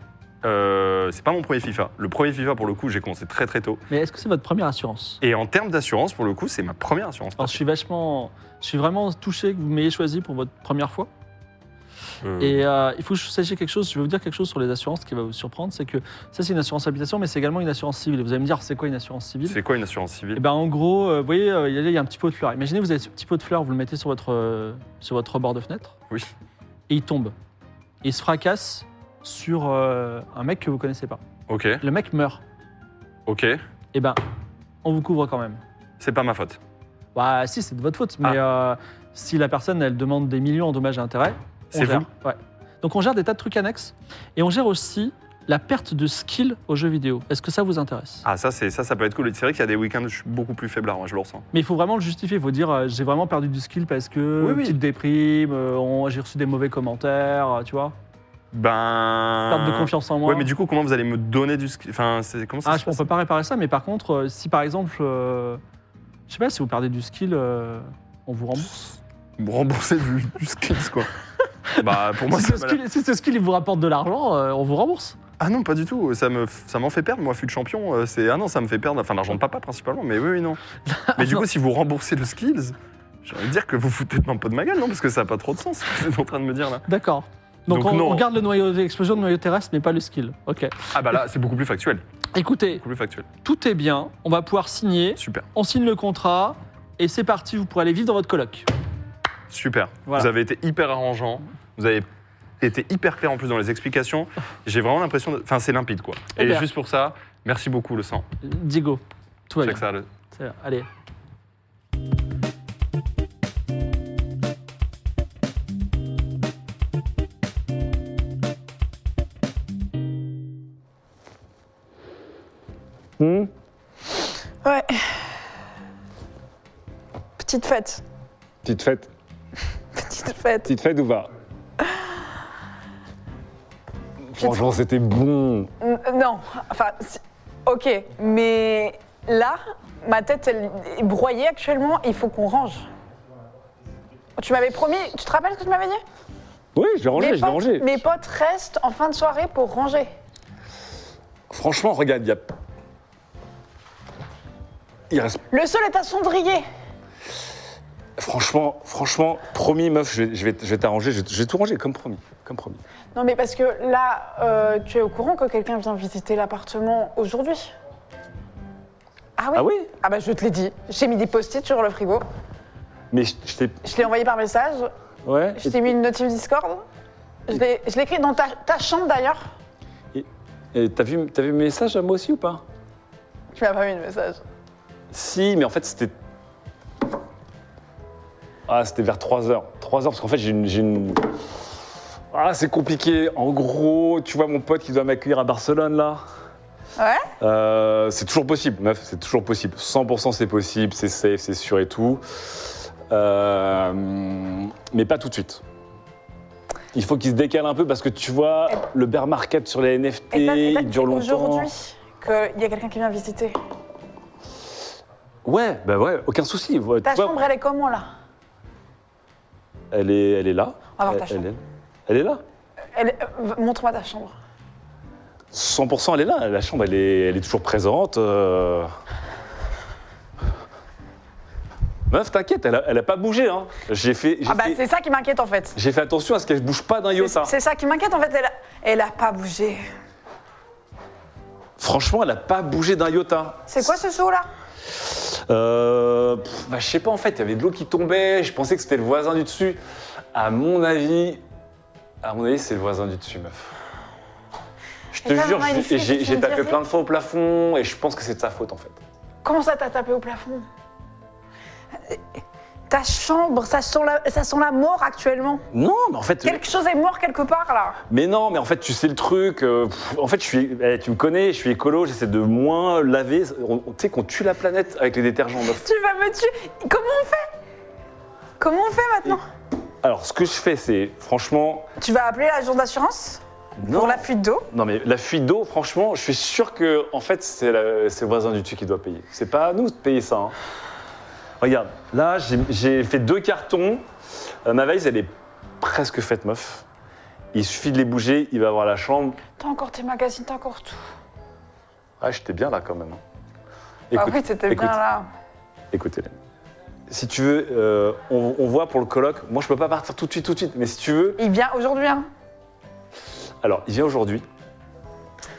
Speaker 7: euh, c'est pas mon premier FIFA. Le premier FIFA, pour le coup, j'ai commencé très très tôt.
Speaker 1: Mais est-ce que c'est votre première assurance
Speaker 7: Et en termes d'assurance, pour le coup, c'est ma première assurance.
Speaker 1: Alors, je suis vachement, je suis vraiment touché que vous m'ayez choisi pour votre première fois.
Speaker 7: Euh,
Speaker 1: Et euh, il faut que vous sachiez quelque chose, je vais vous dire quelque chose sur les assurances qui va vous surprendre, c'est que ça c'est une assurance habitation, mais c'est également une assurance civile. Et vous allez me dire c'est quoi une assurance civile
Speaker 7: c'est quoi une assurance civile
Speaker 1: Et ben en gros, euh, vous voyez, euh, il y a- il y a un petit pot de fleurs. Imaginez, vous avez ce petit pot de fleurs, vous le mettez sur votre, euh, sur votre rebord de fenêtre.
Speaker 7: Oui.
Speaker 1: Et il tombe. Et il se fracasse sur euh, un mec que vous connaissez pas.
Speaker 7: Ok,
Speaker 1: Le mec meurt.
Speaker 7: ok.
Speaker 1: Et ben, on vous couvre quand même.
Speaker 7: C'est pas ma faute.
Speaker 1: Bah si, c'est de votre
Speaker 7: Ah.
Speaker 1: faute, mais euh, si la personne, elle demande des millions en dommages et intérêts, on
Speaker 7: C'est
Speaker 1: gère.
Speaker 7: vous
Speaker 1: Ouais. Donc on gère des tas de trucs annexes. Et on gère aussi la perte de skill aux jeux vidéo. Est-ce que ça vous intéresse
Speaker 7: Ah, ça, c'est, ça, ça peut être cool. Et C'est vrai qu'il y a des week-ends où je suis beaucoup plus faiblard, moi, je le ressens.
Speaker 1: Mais il faut vraiment le justifier. Il faut dire euh, j'ai vraiment perdu du skill parce que
Speaker 7: Oui, oui.
Speaker 1: petite déprime, euh, on- j'ai reçu des mauvais commentaires, euh, tu vois.
Speaker 7: Ben.
Speaker 1: Perte de confiance en moi.
Speaker 7: Ouais, mais du coup, comment vous allez me donner du ski Enfin, c'est comment ça
Speaker 1: ah,
Speaker 7: se
Speaker 1: je- on
Speaker 7: passe
Speaker 1: peut pas réparer ça. Mais par contre, euh, si par exemple, euh, je sais pas, si vous perdez du skill, euh, on vous *laughs* rembourse.
Speaker 7: Me Rembourser du, du skills,
Speaker 1: *laughs*
Speaker 7: quoi. bah, pour moi,
Speaker 1: si,
Speaker 7: c'est
Speaker 1: ce skill, si ce skill il vous rapporte de l'argent, euh, on vous rembourse.
Speaker 7: Ah non, pas du tout. Ça me, ça m'en fait perdre. Moi, fut champion, euh, c'est ah non, ça me fait perdre. Enfin, l'argent de papa principalement, mais oui, oui, non. mais
Speaker 1: *laughs*
Speaker 7: du
Speaker 1: Non.
Speaker 7: coup, si vous remboursez le skills, j'ai envie de dire que vous foutez un peu de ma gueule, non Parce que ça n'a pas trop de sens. *laughs* ce que Vous êtes en train de me dire là.
Speaker 1: D'accord. Donc,
Speaker 7: Donc,
Speaker 1: on,
Speaker 7: non.
Speaker 1: on garde le noyau l'explosion de noyau terrestre, mais pas le skill. Ok.
Speaker 7: Ah bah là, c'est beaucoup plus factuel.
Speaker 1: Écoutez,
Speaker 7: Beaucoup plus factuel.
Speaker 1: tout est bien. On va pouvoir signer.
Speaker 7: Super.
Speaker 1: On signe le contrat. et c'est parti, vous pourrez aller vivre dans votre coloc. Euh,
Speaker 7: Super.
Speaker 1: Voilà.
Speaker 7: Vous avez été hyper arrangeant. Vous avez été hyper clair en plus dans les explications. J'ai vraiment l'impression. de- Enfin, c'est limpide quoi.
Speaker 1: Eh
Speaker 7: Et
Speaker 1: bien.
Speaker 7: juste pour ça, merci beaucoup le sang.
Speaker 1: Diego, tout va
Speaker 7: Je sais
Speaker 1: bien.
Speaker 7: que ça, le-
Speaker 1: C'est bien. Allez.
Speaker 6: Hmm
Speaker 5: Ouais. Petite fête.
Speaker 6: Petite fête.
Speaker 5: Petite fête.
Speaker 6: Petite fête ou pas Franchement, c'était bon.
Speaker 5: N- Non, enfin, si- ok, mais là, ma tête, elle est broyée actuellement, il faut qu'on range. Tu m'avais promis, tu te rappelles ce que tu m'avais dit
Speaker 6: Oui, je l'ai rangé,
Speaker 5: mes,
Speaker 6: je l'ai
Speaker 5: potes,
Speaker 6: rangé.
Speaker 5: mes potes restent en fin de soirée pour ranger.
Speaker 6: Franchement, regarde, il y a. Il reste
Speaker 5: Le sol est à cendrier.
Speaker 6: Franchement, franchement, promis, meuf, je vais, je vais, je vais t'arranger, je, je vais tout ranger, comme promis, comme promis.
Speaker 5: Non, mais parce que là, euh, tu es au courant que quelqu'un vient visiter l'appartement aujourd'hui Ah oui
Speaker 6: Ah oui
Speaker 5: Ah bah je te l'ai dit, j'ai mis des post-it sur le frigo,
Speaker 6: Mais je, je t'ai...
Speaker 5: je l'ai envoyé par message,
Speaker 6: Ouais.
Speaker 5: je t'ai mis une notif Discord, je l'ai je l'ai écrit dans ta, ta chambre d'ailleurs.
Speaker 6: Et t'as vu, t'as vu mes messages à moi aussi ou pas
Speaker 5: Tu m'as pas mis de message.
Speaker 6: Si, mais en fait, c'était... Ah, c'était vers 3 heures. 3 heures, parce qu'en fait, j'ai une... j'ai une- Ah, c'est compliqué. En gros, tu vois mon pote qui doit m'accueillir à Barcelone, là
Speaker 5: Ouais
Speaker 6: Euh, c'est toujours possible, meuf, c'est toujours possible. 100% c'est possible, c'est safe, c'est sûr et tout. Euh, mais pas tout de suite. Il faut qu'il se décale un peu parce que tu vois, le bear market sur les NFT,
Speaker 5: Et t'as- et t'as
Speaker 6: il dure
Speaker 5: dit
Speaker 6: longtemps.
Speaker 5: Aujourd'hui, qu'il y a quelqu'un qui vient visiter.
Speaker 6: Ouais, bah ouais, aucun souci. Ouais,
Speaker 5: Ta
Speaker 6: tu vois,
Speaker 5: chambre, elle est comment là
Speaker 6: elle, est, elle est là.
Speaker 5: On va voir
Speaker 6: elle,
Speaker 5: Ah, ta
Speaker 6: elle
Speaker 5: chambre.
Speaker 6: est, elle est là.
Speaker 5: Elle est- euh, Montre-moi ta chambre.
Speaker 6: 100% elle est là. La chambre, elle est, elle est toujours présente. euh. Meuf, t'inquiète, elle a, elle a pas bougé. Hein. J'ai fait, j'ai
Speaker 5: Ah bah
Speaker 6: fait-
Speaker 5: c'est ça qui m'inquiète en fait.
Speaker 6: j'ai fait attention à ce qu'elle bouge pas d'un
Speaker 5: C'est-
Speaker 6: iota.
Speaker 5: C'est ça qui m'inquiète en fait. Elle a, elle a pas bougé.
Speaker 6: Franchement, elle n'a pas bougé d'un iota.
Speaker 5: C'est quoi ce saut là
Speaker 6: Euh, pff, bah, Je sais pas, en fait, il y avait de l'eau qui tombait, je pensais que c'était le voisin du dessus. À mon avis, à mon avis, c'est le voisin du dessus, meuf. Je te
Speaker 5: Mais ça,
Speaker 6: jure,
Speaker 5: maman, il
Speaker 6: j'ai-
Speaker 5: fait
Speaker 6: j'ai
Speaker 5: que tu
Speaker 6: j'ai
Speaker 5: me
Speaker 6: tapé
Speaker 5: dirais.
Speaker 6: plein de fois au plafond et je pense que c'est de sa faute, en fait.
Speaker 5: Comment ça t'as tapé au plafond Ta chambre, ça sent, la, ça sent la mort actuellement.
Speaker 6: Non, mais en fait,
Speaker 5: Quelque chose est mort quelque part là.
Speaker 6: mais non, mais en fait, tu sais le truc. euh, pff, en fait, je suis, eh, tu me connais, je suis écolo, j'essaie de moins laver. On- on- Tu sais qu'on tue la planète avec les détergents, meuf.
Speaker 5: Tu vas me tuer. Comment on fait Comment on fait maintenant
Speaker 6: Alors, ce que je fais, c'est franchement,
Speaker 5: Tu vas appeler l'agence d'assurance
Speaker 6: non.
Speaker 5: pour la fuite d'eau
Speaker 6: Non mais la fuite d'eau, franchement, je suis sûr que en fait c'est la- c'est le voisin du dessus qui doit payer. C'est pas à nous de payer ça. hein. Regarde, là j'ai- j'ai fait deux cartons. Euh, ma valise elle est presque faite, meuf. Il suffit de les bouger, il va avoir la chambre.
Speaker 5: T'as encore tes magazines, t'as encore tout.
Speaker 6: Ah, j'étais bien là quand même. hein.
Speaker 5: ah
Speaker 6: Écoute,
Speaker 5: oui, c'était bien
Speaker 6: écoute.
Speaker 5: là.
Speaker 6: écoute Hélène. Si tu veux, euh, on, on voit pour le colloque. Moi je peux pas partir tout de suite, tout de suite. Mais si tu veux,
Speaker 5: Il vient aujourd'hui, hein.
Speaker 6: Alors, il vient aujourd'hui.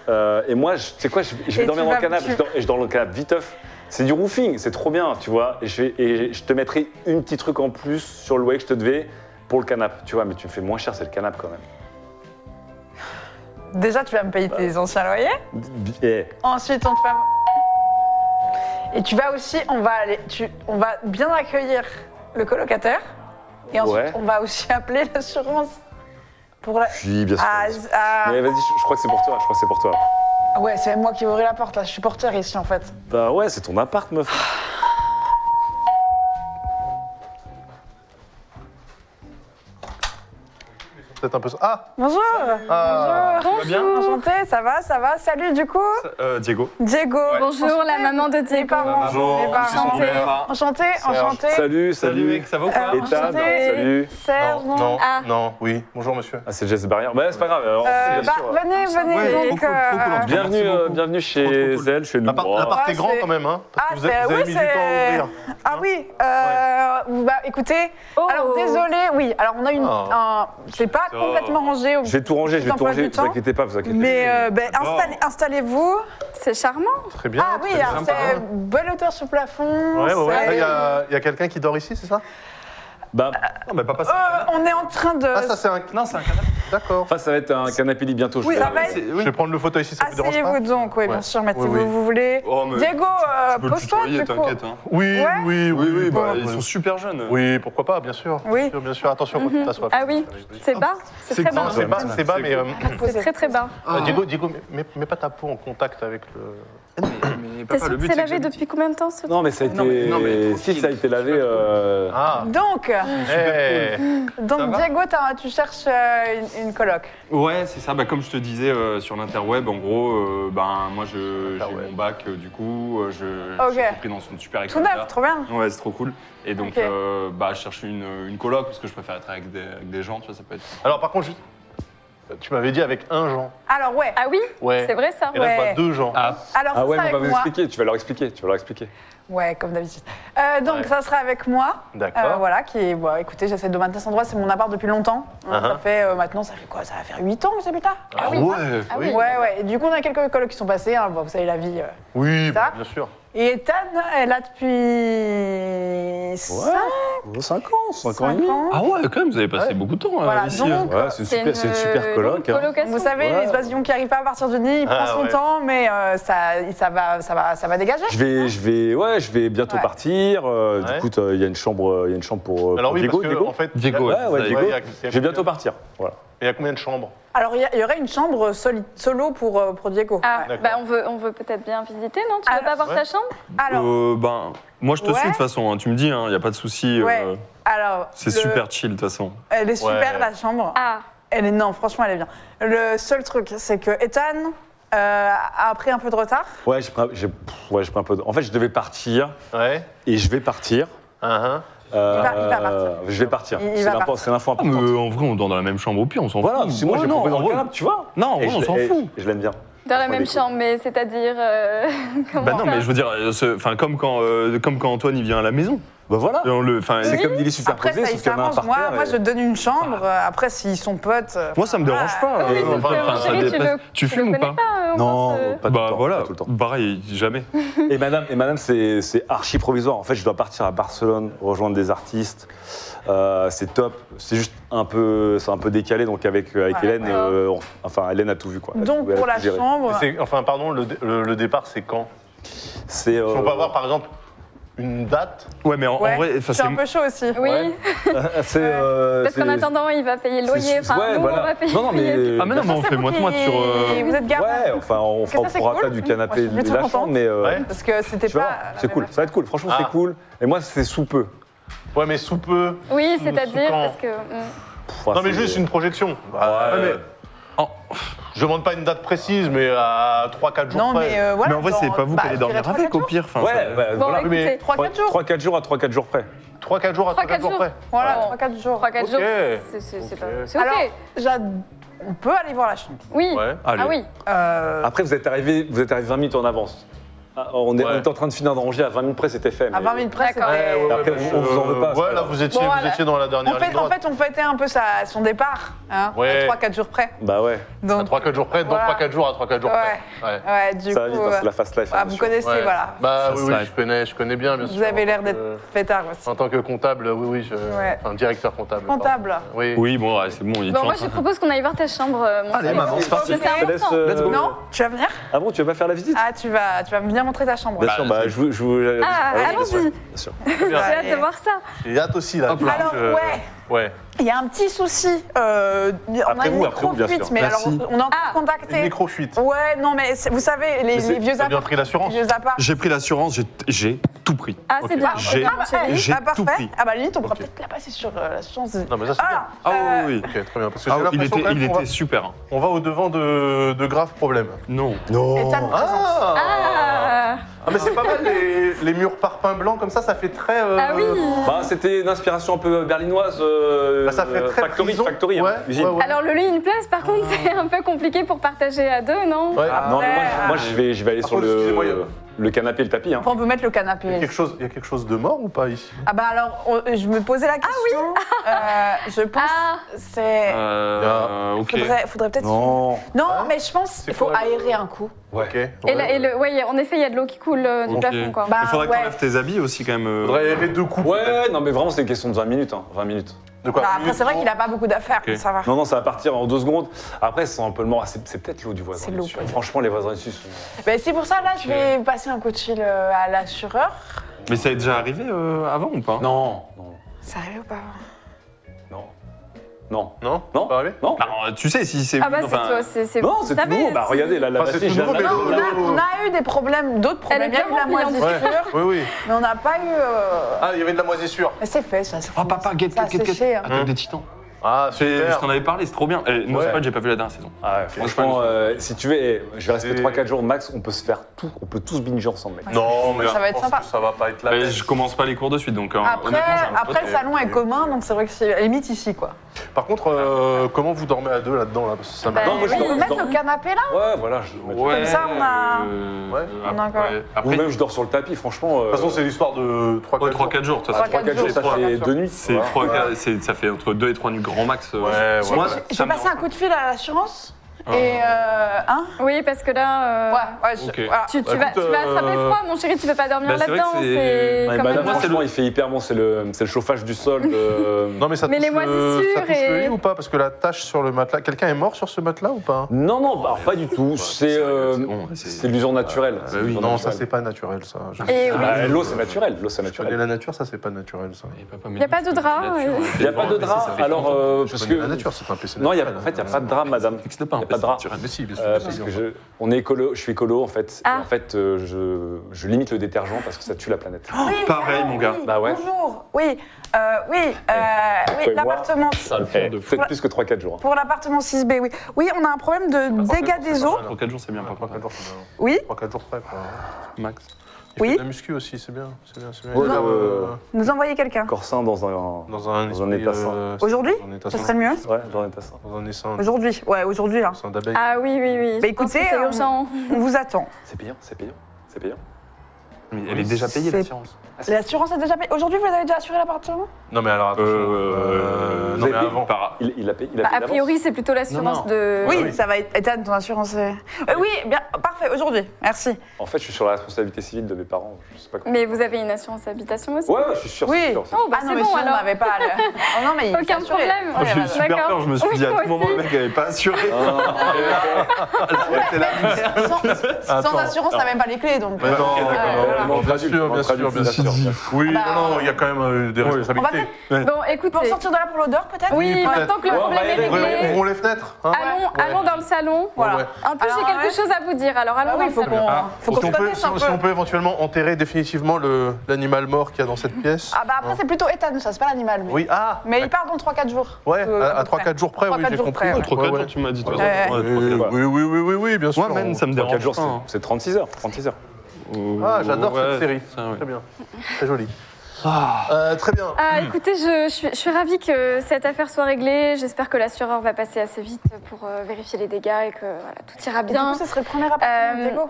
Speaker 6: Euh, et moi, je- tu sais quoi, je, je vais
Speaker 5: Et
Speaker 6: dormir
Speaker 5: tu
Speaker 6: dans le
Speaker 5: vas-
Speaker 6: canapé.
Speaker 5: tu-
Speaker 6: Je, dors, et je dors dans le canapé, viteuf. C'est du roofing, c'est trop bien, tu vois. Et je, vais- et je te mettrai une petite truc en plus sur le loyer que je te devais pour le canapé, tu vois. Mais tu me fais moins cher, c'est le canapé quand même.
Speaker 5: Déjà, tu vas me payer tes anciens loyers.
Speaker 6: Eh,
Speaker 5: Ensuite, on te va. Et tu vas aussi, on va aller, tu, on va bien accueillir le colocataire. Et ensuite,
Speaker 6: Ouais.
Speaker 5: on va aussi *laughs* appeler l'assurance pour la.
Speaker 6: puis, bien sûr.
Speaker 5: Ah, ah-
Speaker 6: Mais Eh, vas-y, je, je crois que c'est pour toi, je crois que c'est pour toi.
Speaker 5: ouais, c'est moi qui ai ouvert la porte là. Je suis porteur ici en fait.
Speaker 6: Bah ouais, c'est ton appart, meuf.
Speaker 3: Peut-être un peu ça. Ah
Speaker 5: Bonjour.
Speaker 3: Ah,
Speaker 5: Bonjour.
Speaker 7: bien
Speaker 4: Bonjour.
Speaker 5: Enchanté, ça va, ça va. Salut du coup,
Speaker 7: Euh, Diego.
Speaker 5: Diego.
Speaker 4: Bonjour, la maman de
Speaker 5: Les
Speaker 4: Diego.
Speaker 5: parents.
Speaker 7: Bonjour,
Speaker 5: Les
Speaker 7: je suis son
Speaker 5: parents.
Speaker 7: père.
Speaker 5: Enchanté,
Speaker 3: Serge.
Speaker 5: enchanté.
Speaker 6: Salut,
Speaker 7: Salut
Speaker 6: salut.
Speaker 7: mec, ça va ou
Speaker 5: Euh,
Speaker 7: quoi
Speaker 6: Et Tam,
Speaker 5: enchanté.
Speaker 6: salut.
Speaker 5: Serge,
Speaker 3: Non, non,
Speaker 4: Ah.
Speaker 3: non, oui. Bonjour, monsieur.
Speaker 6: Ah, c'est le geste barrière. Bah, c'est pas grave. alors, bien
Speaker 5: Euh, bah,
Speaker 6: sûr.
Speaker 5: venez, venez
Speaker 4: Ouais,
Speaker 5: donc.
Speaker 4: trop
Speaker 3: cool, trop cool, en tout cas.
Speaker 6: bienvenue,
Speaker 3: merci
Speaker 6: euh,
Speaker 3: beaucoup.
Speaker 6: bienvenue
Speaker 3: Trop,
Speaker 6: chez
Speaker 3: trop cool.
Speaker 6: elle, chez nous.
Speaker 3: L'appart
Speaker 6: Oh.
Speaker 3: l'appart
Speaker 5: Ah,
Speaker 3: est grand
Speaker 5: c'est-
Speaker 3: quand même, hein parce
Speaker 5: Ah,
Speaker 3: que vous avez,
Speaker 5: c'est-
Speaker 3: vous avez
Speaker 5: oui,
Speaker 3: mis du temps à
Speaker 5: c'est-
Speaker 3: ouvrir.
Speaker 5: Ah oui, euh, bah écoutez,
Speaker 4: Oh.
Speaker 5: alors désolé, oui, alors on a une,
Speaker 3: Oh.
Speaker 5: un- c'est pas pas complètement rangé. au-
Speaker 6: Oh. Je vais tout ranger, je
Speaker 5: Vous
Speaker 6: vais
Speaker 5: en
Speaker 6: tout ranger,
Speaker 5: prenez
Speaker 6: ne
Speaker 5: du
Speaker 6: vous
Speaker 5: temps
Speaker 6: inquiétez pas, vous inquiétez
Speaker 5: Mais
Speaker 6: pas.
Speaker 5: euh, ben, installez- installez-vous.
Speaker 4: C'est charmant.
Speaker 3: Très bien.
Speaker 5: Ah oui,
Speaker 3: très
Speaker 5: alors
Speaker 3: bien.
Speaker 5: c'est belle hauteur sous plafond.
Speaker 3: Ouais, ouais, ouais.
Speaker 5: c'est-
Speaker 3: Là, Il y a, il y a quelqu'un qui dort ici, c'est ça
Speaker 6: Bah,
Speaker 3: Non, mais papa,
Speaker 5: Euh, on est en train de.
Speaker 3: Ah, ça, c'est un.
Speaker 7: Non, c'est un canapé.
Speaker 3: D'accord.
Speaker 6: enfin, Ah, ça va être un canapé lit bientôt. je
Speaker 5: Oui, ah, bah,
Speaker 6: vais-
Speaker 5: ça va
Speaker 7: C'est-
Speaker 5: être.
Speaker 3: Je
Speaker 7: oui.
Speaker 3: vais prendre le fauteuil si ça vous dérange
Speaker 5: Asseyez-vous
Speaker 3: pas.
Speaker 5: donc, oui,
Speaker 3: Ouais.
Speaker 5: bien sûr, Mathieu,
Speaker 3: Oui, oui.
Speaker 5: vous, vous voulez.
Speaker 7: Oh, mais
Speaker 5: Diego, euh,
Speaker 7: tu peux le
Speaker 5: pose-toi,
Speaker 7: tutoyer,
Speaker 5: du coup.
Speaker 7: t'inquiète. hein.
Speaker 3: Oui,
Speaker 5: Ouais.
Speaker 3: oui,
Speaker 7: Oui, oui, bah,
Speaker 3: oui.
Speaker 5: euh,
Speaker 7: ils sont super jeunes.
Speaker 3: Oui, pourquoi pas, bien sûr.
Speaker 5: Oui.
Speaker 3: Bien sûr, bien sûr. attention quand tu t'assois.
Speaker 4: Ah oui, c'est bas. C'est très bas.
Speaker 3: Non, C'est bas, c'est bas, mais euh,
Speaker 4: C'est très très bas.
Speaker 3: euh, Diego, Diego, mets, mets pas ta peau en contact avec le.
Speaker 7: Mais, mais
Speaker 4: T'es
Speaker 7: papa,
Speaker 4: sûr
Speaker 7: le
Speaker 4: que
Speaker 7: but,
Speaker 4: c'est
Speaker 7: c'est que
Speaker 4: lavé
Speaker 7: j'habite-
Speaker 4: depuis combien de temps ce truc
Speaker 6: Non, mais ça a été.
Speaker 7: Non, mais- non, mais
Speaker 6: si, ça a été lavé. euh,
Speaker 3: Ah.
Speaker 5: Donc,
Speaker 3: eh.
Speaker 7: Ça
Speaker 5: donc
Speaker 7: va
Speaker 5: Diego, t'as- tu cherches euh, une, une coloc.
Speaker 7: Ouais, c'est ça. Bah, comme je te disais euh, sur l'interweb, en gros, euh, ben, moi je- j'ai eu
Speaker 3: L'interweb.
Speaker 7: mon bac, euh, du coup, euh, je
Speaker 5: Ah Ok.
Speaker 7: j'ai été pris dans une super
Speaker 5: Tout
Speaker 7: école.
Speaker 5: neuf, trop bien.
Speaker 7: Ouais, c'est trop cool. Et donc,
Speaker 5: Ok.
Speaker 7: euh, bah, je cherche une, une coloc parce que je préfère être avec des, avec des gens, tu vois, ça peut être.
Speaker 3: Alors, par contre, je- tu m'avais dit avec un Jean.
Speaker 5: Alors, ouais.
Speaker 4: Ah oui,
Speaker 3: Ouais.
Speaker 4: c'est vrai ça.
Speaker 3: Et là, je vois
Speaker 5: Ouais.
Speaker 3: deux Jean.
Speaker 7: Ah,
Speaker 5: Alors,
Speaker 6: Ah ouais,
Speaker 5: ça
Speaker 6: mais on
Speaker 5: sera
Speaker 6: va
Speaker 5: avec
Speaker 6: vous
Speaker 5: moi.
Speaker 6: expliquer, tu vas leur expliquer, tu vas leur expliquer.
Speaker 5: Ouais, comme d'habitude. Euh, donc,
Speaker 3: Ouais.
Speaker 5: ça sera avec moi.
Speaker 3: D'accord.
Speaker 5: Euh, voilà, qui est. Bah, écoutez, j'essaie de maintenir cet endroit, c'est mon appart depuis longtemps.
Speaker 6: Ah
Speaker 5: Hein,
Speaker 3: Uh-huh.
Speaker 5: Ça fait euh, maintenant, ça fait quoi Ça va faire 8 ans que j'habite là
Speaker 4: Ah oui.
Speaker 3: ouais.
Speaker 4: Ah oui.
Speaker 5: Ouais, ouais. Et du coup, on a quelques colocs qui sont passés, hein, bon, vous savez, la vie. euh.
Speaker 3: Oui, bah,
Speaker 5: Ça
Speaker 3: bien sûr.
Speaker 5: Et Ethan est là depuis.
Speaker 6: 5 ans, 5 ans et
Speaker 5: 5
Speaker 6: demi.
Speaker 4: Ah,
Speaker 5: ans.
Speaker 7: Ah ouais, quand même, vous avez passé beaucoup de temps
Speaker 5: Voilà, euh, ici, donc, hein.
Speaker 6: Ouais, c'est une super, c'est une
Speaker 5: euh,
Speaker 6: super coloc. hein.
Speaker 4: colocation.
Speaker 5: Vous savez,
Speaker 6: Ouais.
Speaker 5: les oisillons qui arrivent pas à partir du nid, il
Speaker 3: Ah,
Speaker 5: prend son
Speaker 3: ouais.
Speaker 5: temps, mais euh, ça, ça, va, ça, va, ça va dégager.
Speaker 6: Je vais, je vais, ouais, je vais bientôt
Speaker 5: Ouais.
Speaker 6: partir.
Speaker 3: Ouais.
Speaker 6: euh, Du coup, t'as- il y a une chambre, euh, il y a une chambre pour, euh,
Speaker 3: Alors,
Speaker 6: pour
Speaker 3: oui,
Speaker 6: Diego.
Speaker 3: parce que,
Speaker 6: Diego.
Speaker 3: en fait. il y a-
Speaker 7: Diego,
Speaker 6: ouais, ouais,
Speaker 3: il y a-
Speaker 6: Diego.
Speaker 3: il y a- il y a-
Speaker 6: Je vais bientôt partir. Voilà.
Speaker 3: Il y a combien de chambres
Speaker 5: Alors, il y, a- il y aurait une chambre soli- solo pour, euh, pour Diego.
Speaker 4: Ah,
Speaker 3: D'accord.
Speaker 4: bah on veut, on veut peut-être bien visiter, non Tu
Speaker 5: Ah,
Speaker 4: veux pas voir
Speaker 3: ouais.
Speaker 4: ta chambre
Speaker 5: Alors,
Speaker 7: Euh, ben, moi je te
Speaker 5: Ouais.
Speaker 7: suis de toute façon, hein, tu me dis, il n'y a pas de souci. euh,
Speaker 5: Ouais. alors
Speaker 7: c'est
Speaker 5: le-
Speaker 7: super chill de toute façon.
Speaker 5: Elle est super,
Speaker 3: Ouais.
Speaker 5: la chambre.
Speaker 4: Ah,
Speaker 5: Elle est, non, franchement, elle est bien. Le seul truc, c'est que Ethan euh, a pris un peu de retard.
Speaker 6: Ouais, j'ai pris, un- j'ai- pff, ouais, j'ai pris un peu. de- En fait, je devais partir
Speaker 3: Ouais.
Speaker 6: et je vais partir.
Speaker 3: Uh-huh.
Speaker 6: Euh,
Speaker 5: va- il va partir.
Speaker 6: Je vais partir.
Speaker 5: Il- il
Speaker 6: C'est
Speaker 5: va
Speaker 6: l'impo-
Speaker 5: partir.
Speaker 6: C'est l'info
Speaker 7: Ah, mais
Speaker 6: importante.
Speaker 7: euh, en vrai, on dort dans la même chambre au pire, on s'en
Speaker 6: Voilà,
Speaker 7: fout.
Speaker 6: c'est moi,
Speaker 7: Ouais,
Speaker 6: j'ai
Speaker 7: non,
Speaker 6: proposé
Speaker 7: en
Speaker 6: dans le
Speaker 7: vrai-
Speaker 6: canapé, tu vois.
Speaker 7: Non, en
Speaker 6: Et
Speaker 7: vrai,
Speaker 6: je
Speaker 7: on s'en
Speaker 6: l'ai-
Speaker 7: fout.
Speaker 6: et Je l'aime bien.
Speaker 4: dans la
Speaker 6: Oh,
Speaker 4: même
Speaker 6: les couilles.
Speaker 4: chambre, mais c'est-à-dire. euh, comment
Speaker 7: Bah non,
Speaker 4: faire
Speaker 7: mais je veux dire, euh, ce- enfin comme quand, euh, comme quand Antoine il vient à la maison.
Speaker 6: Bah voilà.
Speaker 7: Et on le- enfin,
Speaker 6: C'est
Speaker 7: et-
Speaker 6: comme il est superposé,
Speaker 5: Après, ça, il
Speaker 6: sauf qu'il y en a un
Speaker 5: s'arrange.
Speaker 6: par
Speaker 5: Moi,
Speaker 6: terre
Speaker 5: moi,
Speaker 6: et-
Speaker 5: je donne une chambre. euh, Après, s'ils sont potes. euh,
Speaker 7: Moi, ça me dérange
Speaker 5: Ah,
Speaker 7: pas.
Speaker 4: Oui, sauf
Speaker 7: euh,
Speaker 4: que,
Speaker 7: enfin,
Speaker 4: mon
Speaker 7: ça
Speaker 4: chéri, tu
Speaker 7: dépasse-
Speaker 4: le-
Speaker 7: tu
Speaker 4: le
Speaker 7: fumes ou
Speaker 4: connais
Speaker 7: pas,
Speaker 4: euh, on
Speaker 6: Non,
Speaker 4: pense, euh,
Speaker 6: pas tout le
Speaker 7: Bah
Speaker 6: temps,
Speaker 7: voilà,
Speaker 6: pas tout le
Speaker 7: *laughs*
Speaker 6: temps.
Speaker 7: pareil, jamais.
Speaker 6: Et madame, et madame c'est, c'est archi provisoire. En fait, je dois partir à Barcelone, rejoindre des artistes. Euh, c'est top. C'est juste un peu, c'est un peu décalé. Donc avec, avec
Speaker 5: Voilà.
Speaker 6: Hélène, euh, on- enfin Hélène a tout vu quoi. Elle a tout-
Speaker 5: Donc,
Speaker 6: elle a
Speaker 5: pour
Speaker 6: tout
Speaker 5: la
Speaker 6: géré.
Speaker 4: hein.
Speaker 5: chambre.
Speaker 3: C'est- Enfin, pardon, le, dé- le- le départ, c'est quand
Speaker 6: c'est
Speaker 3: Si
Speaker 6: euh,
Speaker 3: on peut avoir, par exemple, une date
Speaker 7: Ouais, mais en, en
Speaker 5: Ouais,
Speaker 7: vrai,
Speaker 5: je
Speaker 7: enfin,
Speaker 5: suis
Speaker 7: c'est
Speaker 5: un peu chaud aussi.
Speaker 4: Oui,
Speaker 6: Ouais. c'est, euh,
Speaker 4: parce qu'en
Speaker 6: c'est-
Speaker 4: attendant, il va payer le
Speaker 6: c'est-
Speaker 4: loyer. Enfin,
Speaker 6: ouais,
Speaker 4: nous,
Speaker 6: voilà.
Speaker 4: on va payer
Speaker 6: Non, non,
Speaker 4: le loyer.
Speaker 6: mais.
Speaker 7: Ah, mais non, mais on fait moite-moite
Speaker 5: Et
Speaker 7: sur. euh,
Speaker 5: Vous êtes garde.
Speaker 6: Ouais, enfin, on,
Speaker 5: Parce que ça,
Speaker 6: on
Speaker 5: c'est
Speaker 6: fera
Speaker 5: cool.
Speaker 6: pas du
Speaker 5: Moi, je
Speaker 6: canapé
Speaker 5: suis
Speaker 6: et de
Speaker 5: plutôt
Speaker 6: la
Speaker 5: contente.
Speaker 6: chambre, mais. euh,
Speaker 3: Ouais.
Speaker 5: Parce que c'était
Speaker 6: Tu vois,
Speaker 5: pas.
Speaker 6: c'est cool, ça va être cool, franchement
Speaker 3: Ah.
Speaker 6: c'est cool. Et moi c'est sous peu.
Speaker 3: Ouais, mais sous peu.
Speaker 4: Oui, c'est-à-dire
Speaker 3: Quand-
Speaker 4: parce que. hum.
Speaker 6: Pff, enfin,
Speaker 3: non, mais
Speaker 6: c'est-
Speaker 3: juste une projection. Ah,
Speaker 6: Ouais,
Speaker 3: Ouais,
Speaker 6: mais-
Speaker 3: mais-
Speaker 7: Oh.
Speaker 3: Je demande pas une date précise, mais à 3-4 jours
Speaker 5: Non,
Speaker 3: près.
Speaker 5: mais euh, voilà.
Speaker 7: mais en vrai, c'est
Speaker 5: dans-
Speaker 7: pas vous
Speaker 5: bah,
Speaker 7: qui allez
Speaker 5: je
Speaker 7: dormir
Speaker 5: dirais
Speaker 7: avec, au
Speaker 5: trois,
Speaker 7: pire. enfin,
Speaker 6: Ouais,
Speaker 7: ça-
Speaker 6: bah,
Speaker 4: Bon,
Speaker 6: voilà.
Speaker 3: oui, mais-
Speaker 4: écoutez,
Speaker 5: quatre jours. 3-4 jours.
Speaker 6: 3-4 jours à 3-4 jours près.
Speaker 3: 3-4 jours à 3-4 jours, près.
Speaker 5: Voilà,
Speaker 4: Bon.
Speaker 5: 3-4 jours.
Speaker 4: 3-4 jours,
Speaker 3: Ok.
Speaker 4: c'est- c'est c'est pas. C'est
Speaker 5: Alors,
Speaker 4: ok.
Speaker 5: j'ad- on peut aller voir la chambre.
Speaker 4: Oui.
Speaker 3: Ouais.
Speaker 7: Allez.
Speaker 4: Ah oui.
Speaker 5: Euh,
Speaker 6: Après, vous êtes arrivé, vous êtes arrivé 20 minutes en avance. Ah, on, est,
Speaker 3: Ouais.
Speaker 6: on était en train de finir d'arranger à 20 minutes près, c'était fait.
Speaker 5: à
Speaker 7: Ah,
Speaker 6: mais-
Speaker 5: 20 000 près,
Speaker 4: D'accord.
Speaker 5: c'était-
Speaker 6: ouais, Après, on- on vous en veut pas, c'est pas
Speaker 3: Ouais, là,
Speaker 6: grave.
Speaker 3: vous étiez,
Speaker 4: Bon,
Speaker 3: vous
Speaker 4: voilà.
Speaker 3: étiez dans la
Speaker 5: En
Speaker 3: dernière ligne
Speaker 5: fait, en
Speaker 3: droite.
Speaker 5: fait, on fêtait un peu sa, son départ, hein,
Speaker 3: Ouais.
Speaker 5: à 3-4 jours près.
Speaker 6: Bah ouais,
Speaker 3: À
Speaker 5: Donc,
Speaker 3: 3-4 jours près, dans
Speaker 5: Voilà.
Speaker 3: 3-4 jours à 3-4 jours
Speaker 5: ouais,
Speaker 3: près. Ouais.
Speaker 5: ouais, du
Speaker 6: ça va
Speaker 5: coup,
Speaker 6: vite, hein,
Speaker 5: euh,
Speaker 6: c'est la fast life.
Speaker 5: bah,
Speaker 6: hein,
Speaker 5: vous
Speaker 6: monsieur.
Speaker 5: connaissez,
Speaker 3: Ouais.
Speaker 5: voilà.
Speaker 3: Bah
Speaker 7: Ça,
Speaker 3: oui,
Speaker 7: ça
Speaker 3: oui,
Speaker 7: va.
Speaker 3: je connais, je connais bien, bien
Speaker 5: Vous
Speaker 3: sûr. hein, euh,
Speaker 5: avez l'air
Speaker 3: en tant
Speaker 5: d'être fêtard aussi.
Speaker 3: que- En tant que comptable, oui, oui. Je...
Speaker 5: Ouais.
Speaker 3: Enfin, directeur comptable.
Speaker 5: Comptable.
Speaker 3: pardon. Oui.
Speaker 7: Oui, bon, ouais, c'est bon, il
Speaker 4: Bon,
Speaker 7: tient.
Speaker 4: moi, je propose qu'on aille voir ta chambre, euh, mon
Speaker 7: Allez,
Speaker 4: chéri.
Speaker 7: maman, c'est parti.
Speaker 4: Mais c'est
Speaker 6: Je te laisse,
Speaker 4: important.
Speaker 6: euh,
Speaker 7: Let's go.
Speaker 5: Non Tu vas venir
Speaker 6: Ah bon, tu vas pas faire la visite
Speaker 5: Ah, tu vas, tu vas venir montrer ta chambre.
Speaker 6: Bien sûr, bah, je vous. je vous-
Speaker 4: Ah,
Speaker 6: oui, bien
Speaker 4: allons-y.
Speaker 6: sûr, bien
Speaker 5: *laughs*
Speaker 6: sûr.
Speaker 4: J'ai hâte de
Speaker 5: Allez.
Speaker 4: voir ça.
Speaker 3: J'ai hâte aussi, là.
Speaker 7: Hop là.
Speaker 3: Ah,
Speaker 5: Alors,
Speaker 3: Bah, Je-
Speaker 5: ouais,
Speaker 3: Ouais.
Speaker 5: il y a un petit souci. euh, on a
Speaker 6: Après
Speaker 5: une
Speaker 6: vous, après vous, bien
Speaker 5: microfuite,
Speaker 6: sûr.
Speaker 5: mais
Speaker 7: Merci.
Speaker 5: alors, on a encore
Speaker 4: Ah.
Speaker 3: Une
Speaker 5: contacté.
Speaker 3: microfuite.
Speaker 5: Ouais, non, mais c'est- vous savez, les,
Speaker 6: c'est-
Speaker 5: les vieux
Speaker 3: T'as bien
Speaker 5: apparts.
Speaker 3: pris l'assurance
Speaker 5: Les vieux apparts.
Speaker 7: J'ai pris l'assurance, j'ai- j'ai tout pris.
Speaker 4: Ah, c'est
Speaker 7: Ok.
Speaker 4: bien.
Speaker 7: J'ai-
Speaker 4: Ah, bah, eh,
Speaker 7: j'ai
Speaker 5: ah, parfait.
Speaker 7: tout pris.
Speaker 5: Ah, bah, limite, on pourra
Speaker 3: Ok.
Speaker 5: peut-être la passer sur euh, la chance.
Speaker 3: Non, mais ça, c'est
Speaker 5: Ah,
Speaker 7: Ah
Speaker 5: euh,
Speaker 7: oui, oui, oui.
Speaker 3: bien. Ok, très bien. Parce que
Speaker 7: Ah,
Speaker 3: j'ai
Speaker 7: il
Speaker 3: l'impression
Speaker 7: était,
Speaker 3: quand même
Speaker 7: il
Speaker 3: qu'on va-
Speaker 7: était super. hein.
Speaker 3: on va au-devant de, de graves problèmes.
Speaker 7: Non.
Speaker 5: Euh, Ethan,
Speaker 3: Ah
Speaker 5: présente.
Speaker 4: Ah,
Speaker 8: Ah, mais c'est pas mal les, les murs parpaing blanc comme ça, ça fait très. euh,
Speaker 4: Ah oui
Speaker 6: Bah, c'était une inspiration un peu berlinoise. euh,
Speaker 8: bah, ça fait
Speaker 6: euh,
Speaker 8: très
Speaker 6: factory,
Speaker 8: prison.
Speaker 6: factory, hein,
Speaker 8: ouais,
Speaker 6: usine.
Speaker 8: ouais, ouais.
Speaker 4: Alors le lit, une place, par contre, c'est un peu compliqué pour partager à deux, non
Speaker 8: Ouais.
Speaker 6: Ah, non, mais moi, je- moi, je vais, je vais aller
Speaker 8: Par
Speaker 6: sur
Speaker 8: contre, excusez-moi,
Speaker 6: le, le canapé et le tapis. hein.
Speaker 5: Après, on peut mettre le
Speaker 8: Il y, a
Speaker 5: canapé.
Speaker 8: quelque chose, il y a quelque chose de mort ou pas ici
Speaker 5: Ah bah alors, on- je me posais la question. Ah oui Je pense
Speaker 4: Ah
Speaker 5: c'est...
Speaker 7: Euh, ok.
Speaker 5: Faudrait, faudrait peut-être...
Speaker 6: Non.
Speaker 5: Non,
Speaker 8: Hein
Speaker 5: mais je pense
Speaker 8: C'est
Speaker 5: qu'il faut
Speaker 8: quoi, le-
Speaker 5: aérer un coup.
Speaker 8: Ok. ouais.
Speaker 4: Et, là- et le, ouais, en effet, il y a de l'eau qui coule euh, du
Speaker 7: Ok.
Speaker 4: plafond, quoi.
Speaker 5: Bah
Speaker 7: Il faudrait que
Speaker 5: ouais.
Speaker 7: t'enlèves tes habits aussi, quand même. euh.
Speaker 8: Faudrait aérer deux coups. peut-être.
Speaker 6: Ouais, non, mais vraiment, c'est une question de 20 minutes. hein, 20 minutes.
Speaker 8: De quoi
Speaker 5: Bah, après, c'est vrai qu'il a pas beaucoup d'affaires,
Speaker 7: Ok.
Speaker 4: Ah.
Speaker 5: ça va.
Speaker 6: Non, non, ça va partir en deux secondes. Après, c'est un peu le mort. Ah, C'est c'est peut-être l'eau du voisin.
Speaker 5: C'est l'eau,
Speaker 6: dessus.
Speaker 5: peut-être.
Speaker 6: Franchement, les voisins dessus sont.
Speaker 5: Bah, c'est pour ça, là, je vais passer un coup de fil euh, à l'assureur.
Speaker 7: Mais ça est déjà arrivé euh, avant ou pas
Speaker 6: Non, non,
Speaker 5: Ça arrive ou pas
Speaker 6: non. Non.
Speaker 8: Non
Speaker 6: Non.
Speaker 8: Pas arrivé
Speaker 6: Non,
Speaker 7: Bah, Tu sais, si c'est.
Speaker 4: Ah bah c'est
Speaker 7: enfin,
Speaker 4: toi, c'est c'est
Speaker 6: non
Speaker 4: vous
Speaker 6: c'est tout
Speaker 4: savez,
Speaker 6: nouveau. Bah,
Speaker 4: c'est-
Speaker 6: regardez, la, la
Speaker 8: Enfin, c'est
Speaker 6: pastille,
Speaker 8: tout
Speaker 6: j'ai
Speaker 8: nouveau,
Speaker 6: la
Speaker 8: mais
Speaker 6: main.
Speaker 8: non,
Speaker 5: on, a, on a eu des problèmes, d'autres
Speaker 4: Elle est
Speaker 5: problèmes. Il y a eu
Speaker 4: bien
Speaker 5: la
Speaker 4: remplie,
Speaker 5: moisissure,
Speaker 8: Oui, oui.
Speaker 5: mais on n'a pas eu... euh,
Speaker 8: Ah, il y avait de la moisissure.
Speaker 5: Mais c'est fait, ça. c'est
Speaker 7: Oh
Speaker 5: fini,
Speaker 7: papa, get,
Speaker 5: ça a
Speaker 7: get, get,
Speaker 5: séché,
Speaker 7: get.
Speaker 5: hein.
Speaker 7: Attaque des titans.
Speaker 8: Ah,
Speaker 7: C'est- Je
Speaker 8: super.
Speaker 7: t'en avais parlé, c'est trop bien. Eh, Non,
Speaker 8: Ouais.
Speaker 7: c'est pas que j'ai pas vu la dernière saison.
Speaker 6: Ah ouais, franchement, euh, si tu veux, eh, je vais rester
Speaker 8: C'est-
Speaker 6: 3-4 jours max, on peut se faire tout, on peut tous binger ensemble. mec.
Speaker 8: Non, mais
Speaker 5: Ça
Speaker 8: je
Speaker 5: va être
Speaker 8: pense
Speaker 5: sympa.
Speaker 8: que Ça va pas être la
Speaker 7: Bah,
Speaker 8: peine.
Speaker 7: je commence pas les cours de suite, donc. euh,
Speaker 5: Après,
Speaker 7: honnêtement, j'ai un
Speaker 5: après
Speaker 7: pote,
Speaker 5: le
Speaker 7: euh,
Speaker 5: salon est commun, donc c'est vrai que c'est à la limite ici, quoi.
Speaker 8: Par contre, euh, comment vous dormez à deux là-dedans là Parce que ça m'a-
Speaker 4: Bah,
Speaker 3: Ah,
Speaker 6: Non, moi, je
Speaker 4: oui.
Speaker 5: On peut
Speaker 6: dors- je
Speaker 5: mettre
Speaker 6: dors-
Speaker 5: le canapé,
Speaker 4: Ah.
Speaker 5: là
Speaker 6: Ouais, voilà, je dois mettre-
Speaker 7: Ouais,
Speaker 5: Comme ça, on a-
Speaker 7: euh,
Speaker 8: Ouais.
Speaker 5: On a encore-
Speaker 7: ouais.
Speaker 6: Ou
Speaker 7: Après,
Speaker 6: même je dors sur le tapis, franchement. euh,
Speaker 8: De toute façon, c'est l'histoire de 3-4
Speaker 7: 3-4 jours, de toute façon.
Speaker 6: 3-4 jours,
Speaker 7: c'est
Speaker 6: ça
Speaker 7: trois-
Speaker 6: fait
Speaker 5: jours.
Speaker 6: 2 nuits.
Speaker 7: C'est
Speaker 6: voilà.
Speaker 7: trois, quatre- c'est- ça fait entre 2 et 3 nuits grand max. euh,
Speaker 8: Ouais, ouais.
Speaker 7: Moi,
Speaker 8: ouais.
Speaker 5: Je
Speaker 7: ça
Speaker 5: vais
Speaker 7: me
Speaker 5: passer
Speaker 7: rend-
Speaker 5: un coup de fil à l'assurance.
Speaker 7: Ah.
Speaker 5: Et. Euh, hein Ah.
Speaker 4: Oui, parce que là, euh,
Speaker 5: Ouais, ouais, je-
Speaker 7: ok.
Speaker 5: voilà.
Speaker 4: tu, tu
Speaker 8: Bah,
Speaker 4: vas,
Speaker 8: écoute,
Speaker 4: tu vas attraper
Speaker 8: euh,
Speaker 4: froid, mon chéri, tu peux pas dormir
Speaker 7: bah, c'est vrai que
Speaker 4: là-dedans.
Speaker 7: c'est-
Speaker 4: c'est
Speaker 6: Ouais,
Speaker 4: quand
Speaker 6: madame,
Speaker 4: même-
Speaker 7: moi, c'est
Speaker 6: franchement,
Speaker 7: le-
Speaker 6: il fait hyper bon, c'est le, c'est le chauffage
Speaker 4: *laughs*
Speaker 6: du sol. euh,
Speaker 8: Non, mais ça
Speaker 4: Mais
Speaker 8: touche
Speaker 4: les
Speaker 8: le... ça
Speaker 4: moisissures
Speaker 8: touche le
Speaker 4: et-
Speaker 8: lit ou pas Parce que la tache sur le matelas. Quelqu'un est mort sur ce matelas ou pas
Speaker 6: Non, non, bah, alors, pas du tout.
Speaker 7: c'est
Speaker 6: c'est euh,
Speaker 7: bon, ouais, c'est-
Speaker 6: c'est l'usure naturelle. C'est
Speaker 7: oui,
Speaker 6: l'usure
Speaker 8: Non, ça
Speaker 6: naturelle.
Speaker 8: c'est pas naturel ça. Je-
Speaker 4: Et oui.
Speaker 6: Bah, L'eau, c'est naturel. L'eau, c'est
Speaker 8: Je connais
Speaker 6: naturel.
Speaker 8: la nature, ça c'est pas naturel ça.
Speaker 4: Y a pas de drap, euh.
Speaker 6: Il n'y a pas de drap. Alors, euh,
Speaker 8: Je
Speaker 6: parce
Speaker 8: connais
Speaker 6: que.
Speaker 8: la nature, c'est pas un PC.
Speaker 6: Non, il y a-
Speaker 8: naturel,
Speaker 6: en fait, il n'y a
Speaker 8: hein.
Speaker 6: pas de drap, madame.
Speaker 7: N'existe pas
Speaker 6: Y
Speaker 7: un
Speaker 6: a pas de drap.
Speaker 7: naturel.
Speaker 8: Mais si, bien sûr.
Speaker 6: Euh,
Speaker 8: bien
Speaker 6: parce
Speaker 8: sûr.
Speaker 6: que je, on est écolo, je suis écolo en fait. Et
Speaker 4: Ah.
Speaker 6: en fait, euh, je, je limite le détergent parce que ça tue la planète.
Speaker 4: Oh,
Speaker 5: Oui,
Speaker 7: Pareil,
Speaker 5: alors,
Speaker 7: mon gars.
Speaker 5: oui,
Speaker 6: Bah ouais.
Speaker 5: Bonjour, oui, euh, oui, euh, oui,
Speaker 6: pouvez
Speaker 5: l'appartement.
Speaker 6: Eh, Peut-être plus que 3-4 jours. hein.
Speaker 5: Pour l'appartement 6B, oui. Oui, on a un problème de dégâts des eaux.
Speaker 7: 3-4 jours, c'est bien, par
Speaker 8: 3-4
Speaker 7: contre.
Speaker 8: jours,
Speaker 5: Oui,
Speaker 8: 3-4 jours près. quoi.
Speaker 7: Max.
Speaker 8: Il
Speaker 5: Oui.
Speaker 8: fait de la muscu aussi, c'est bien. C'est bien, c'est bien.
Speaker 6: Ouais,
Speaker 8: Il a,
Speaker 6: non,
Speaker 8: euh,
Speaker 6: euh,
Speaker 5: nous envoyer
Speaker 4: Ah.
Speaker 5: quelqu'un.
Speaker 6: Encore sain dans un.
Speaker 8: Dans un,
Speaker 6: Dans un
Speaker 8: esprit, euh,
Speaker 6: état sain.
Speaker 5: Aujourd'hui
Speaker 8: dans un état
Speaker 5: Ce
Speaker 8: sain.
Speaker 5: serait le mieux
Speaker 6: Ouais, dans un état sain.
Speaker 8: Dans un essaim.
Speaker 5: Aujourd'hui, ouais, aujourd'hui, là.
Speaker 8: Essaim d'abeille.
Speaker 4: Ah oui, oui, oui.
Speaker 5: Bah,
Speaker 4: je pense que
Speaker 5: écoutez,
Speaker 4: c'est
Speaker 5: on-
Speaker 4: urgent.
Speaker 5: On vous attend.
Speaker 6: C'est payant, c'est payant, c'est payant.
Speaker 7: Mais elle est déjà payée,
Speaker 5: C'est-
Speaker 7: l'assurance.
Speaker 5: L'assurance est déjà payée. Aujourd'hui, vous avez déjà assuré l'appartement
Speaker 8: Non, mais alors,
Speaker 7: euh,
Speaker 8: attention. Euh,
Speaker 7: vous
Speaker 8: non,
Speaker 7: avez
Speaker 8: mais
Speaker 7: payé
Speaker 8: avant.
Speaker 7: par-
Speaker 6: Il, il a payé. Il
Speaker 4: Bah,
Speaker 6: a, payé
Speaker 4: a
Speaker 6: d'avance.
Speaker 4: priori, c'est plutôt
Speaker 7: Non,
Speaker 4: l'assurance
Speaker 7: non.
Speaker 4: de.
Speaker 5: oui, ça va être. Ethan, ton assurance est. Euh, oui, bien, parfait, aujourd'hui. Merci.
Speaker 6: En fait, je suis sur la responsabilité civile de mes parents. Je sais pas comment.
Speaker 4: Mais vous avez une assurance habitation aussi
Speaker 6: Ouais, ouais, je suis sûr.
Speaker 5: Oui.
Speaker 6: c'est sûr, c'est sûr.
Speaker 4: Oh, bah,
Speaker 5: ah non,
Speaker 4: c'est
Speaker 5: mais
Speaker 4: bon
Speaker 5: sinon, on
Speaker 4: alors.
Speaker 5: n'avait pas. le- Oh non, mais il
Speaker 4: Aucun
Speaker 5: s'assurait.
Speaker 4: problème.
Speaker 5: Oh,
Speaker 7: Ah, J'ai eu
Speaker 5: voilà.
Speaker 7: super
Speaker 4: D'accord.
Speaker 7: peur, je me suis
Speaker 4: Oui,
Speaker 7: dit à
Speaker 4: moi
Speaker 7: tout moment, le
Speaker 4: aussi.
Speaker 7: mec avait pas assuré.
Speaker 6: Ah,
Speaker 4: Oh.
Speaker 7: C'était la merde.
Speaker 5: Sans, sans assurance, t'as même pas les clés, donc.
Speaker 8: Mais non,
Speaker 5: euh,
Speaker 8: non,
Speaker 3: Ah,
Speaker 5: voilà.
Speaker 8: non, bien sûr, bien sûr, bien sûr. Oui,
Speaker 5: Ah bah,
Speaker 8: non, non, il y a quand même euh, des
Speaker 5: On va
Speaker 8: responsabilités.
Speaker 5: peut-être
Speaker 4: Bon,
Speaker 5: pour
Speaker 4: écoutez.
Speaker 5: sortir de là pour l'odeur, peut-être
Speaker 4: Oui,
Speaker 8: peut-être.
Speaker 4: maintenant que le
Speaker 6: Ouais,
Speaker 4: problème
Speaker 6: bah,
Speaker 4: est
Speaker 6: ouais,
Speaker 8: Ouvrons-
Speaker 4: réglé,
Speaker 8: Ouvrons les fenêtres. hein.
Speaker 4: allons
Speaker 8: Ouais.
Speaker 4: allons dans le salon.
Speaker 5: Voilà.
Speaker 8: Ouais.
Speaker 4: En plus, j'ai
Speaker 5: Alors,
Speaker 4: quelque
Speaker 5: ouais.
Speaker 4: chose à vous dire, alors
Speaker 5: Ah
Speaker 4: allons
Speaker 5: oui,
Speaker 4: dans le
Speaker 5: faut
Speaker 4: salon.
Speaker 5: qu'on
Speaker 8: Ah,
Speaker 5: faut
Speaker 8: si
Speaker 5: qu'on
Speaker 8: on
Speaker 5: se
Speaker 8: peut-
Speaker 5: connaisse
Speaker 8: si
Speaker 5: un
Speaker 8: on- si on
Speaker 5: peu.
Speaker 8: peut éventuellement enterrer définitivement le- l'animal mort qu'il y a dans cette pièce.
Speaker 5: Ah bah après c'est plutôt Ethan, ça c'est pas l'animal. Mais...
Speaker 8: Oui, ah
Speaker 5: Mais il part dans 3-4 jours.
Speaker 8: Ouais,
Speaker 5: Euh,
Speaker 8: à,
Speaker 5: peu
Speaker 8: 3-4 jours près,
Speaker 5: Trois,
Speaker 8: oui,
Speaker 5: quatre
Speaker 8: j'ai
Speaker 5: jours
Speaker 8: compris.
Speaker 5: près, ouais.
Speaker 8: Ouais, ouais.
Speaker 7: tu m'as dit.
Speaker 8: Ouais.
Speaker 5: Ouais.
Speaker 8: Oui, oui, oui, oui, oui, oui, bien sûr.
Speaker 7: Moi, même, ça me dérange.
Speaker 6: 4 jours,
Speaker 7: pas, hein.
Speaker 6: c'est- c'est 36 heures. 36 heures.
Speaker 8: Ah, j'adore
Speaker 7: Ouais,
Speaker 8: cette série.
Speaker 7: ça, ouais.
Speaker 8: Très bien. Très joli. Euh, très bien.
Speaker 4: Ah, écoutez, je, je suis, je suis ravie que cette affaire soit réglée. J'espère que l'assureur va passer assez vite pour euh, vérifier les dégâts et que voilà, tout ira
Speaker 5: Et Du coup,
Speaker 4: bien.
Speaker 5: ce serait le premier appartement
Speaker 4: Euh,
Speaker 5: de Diego.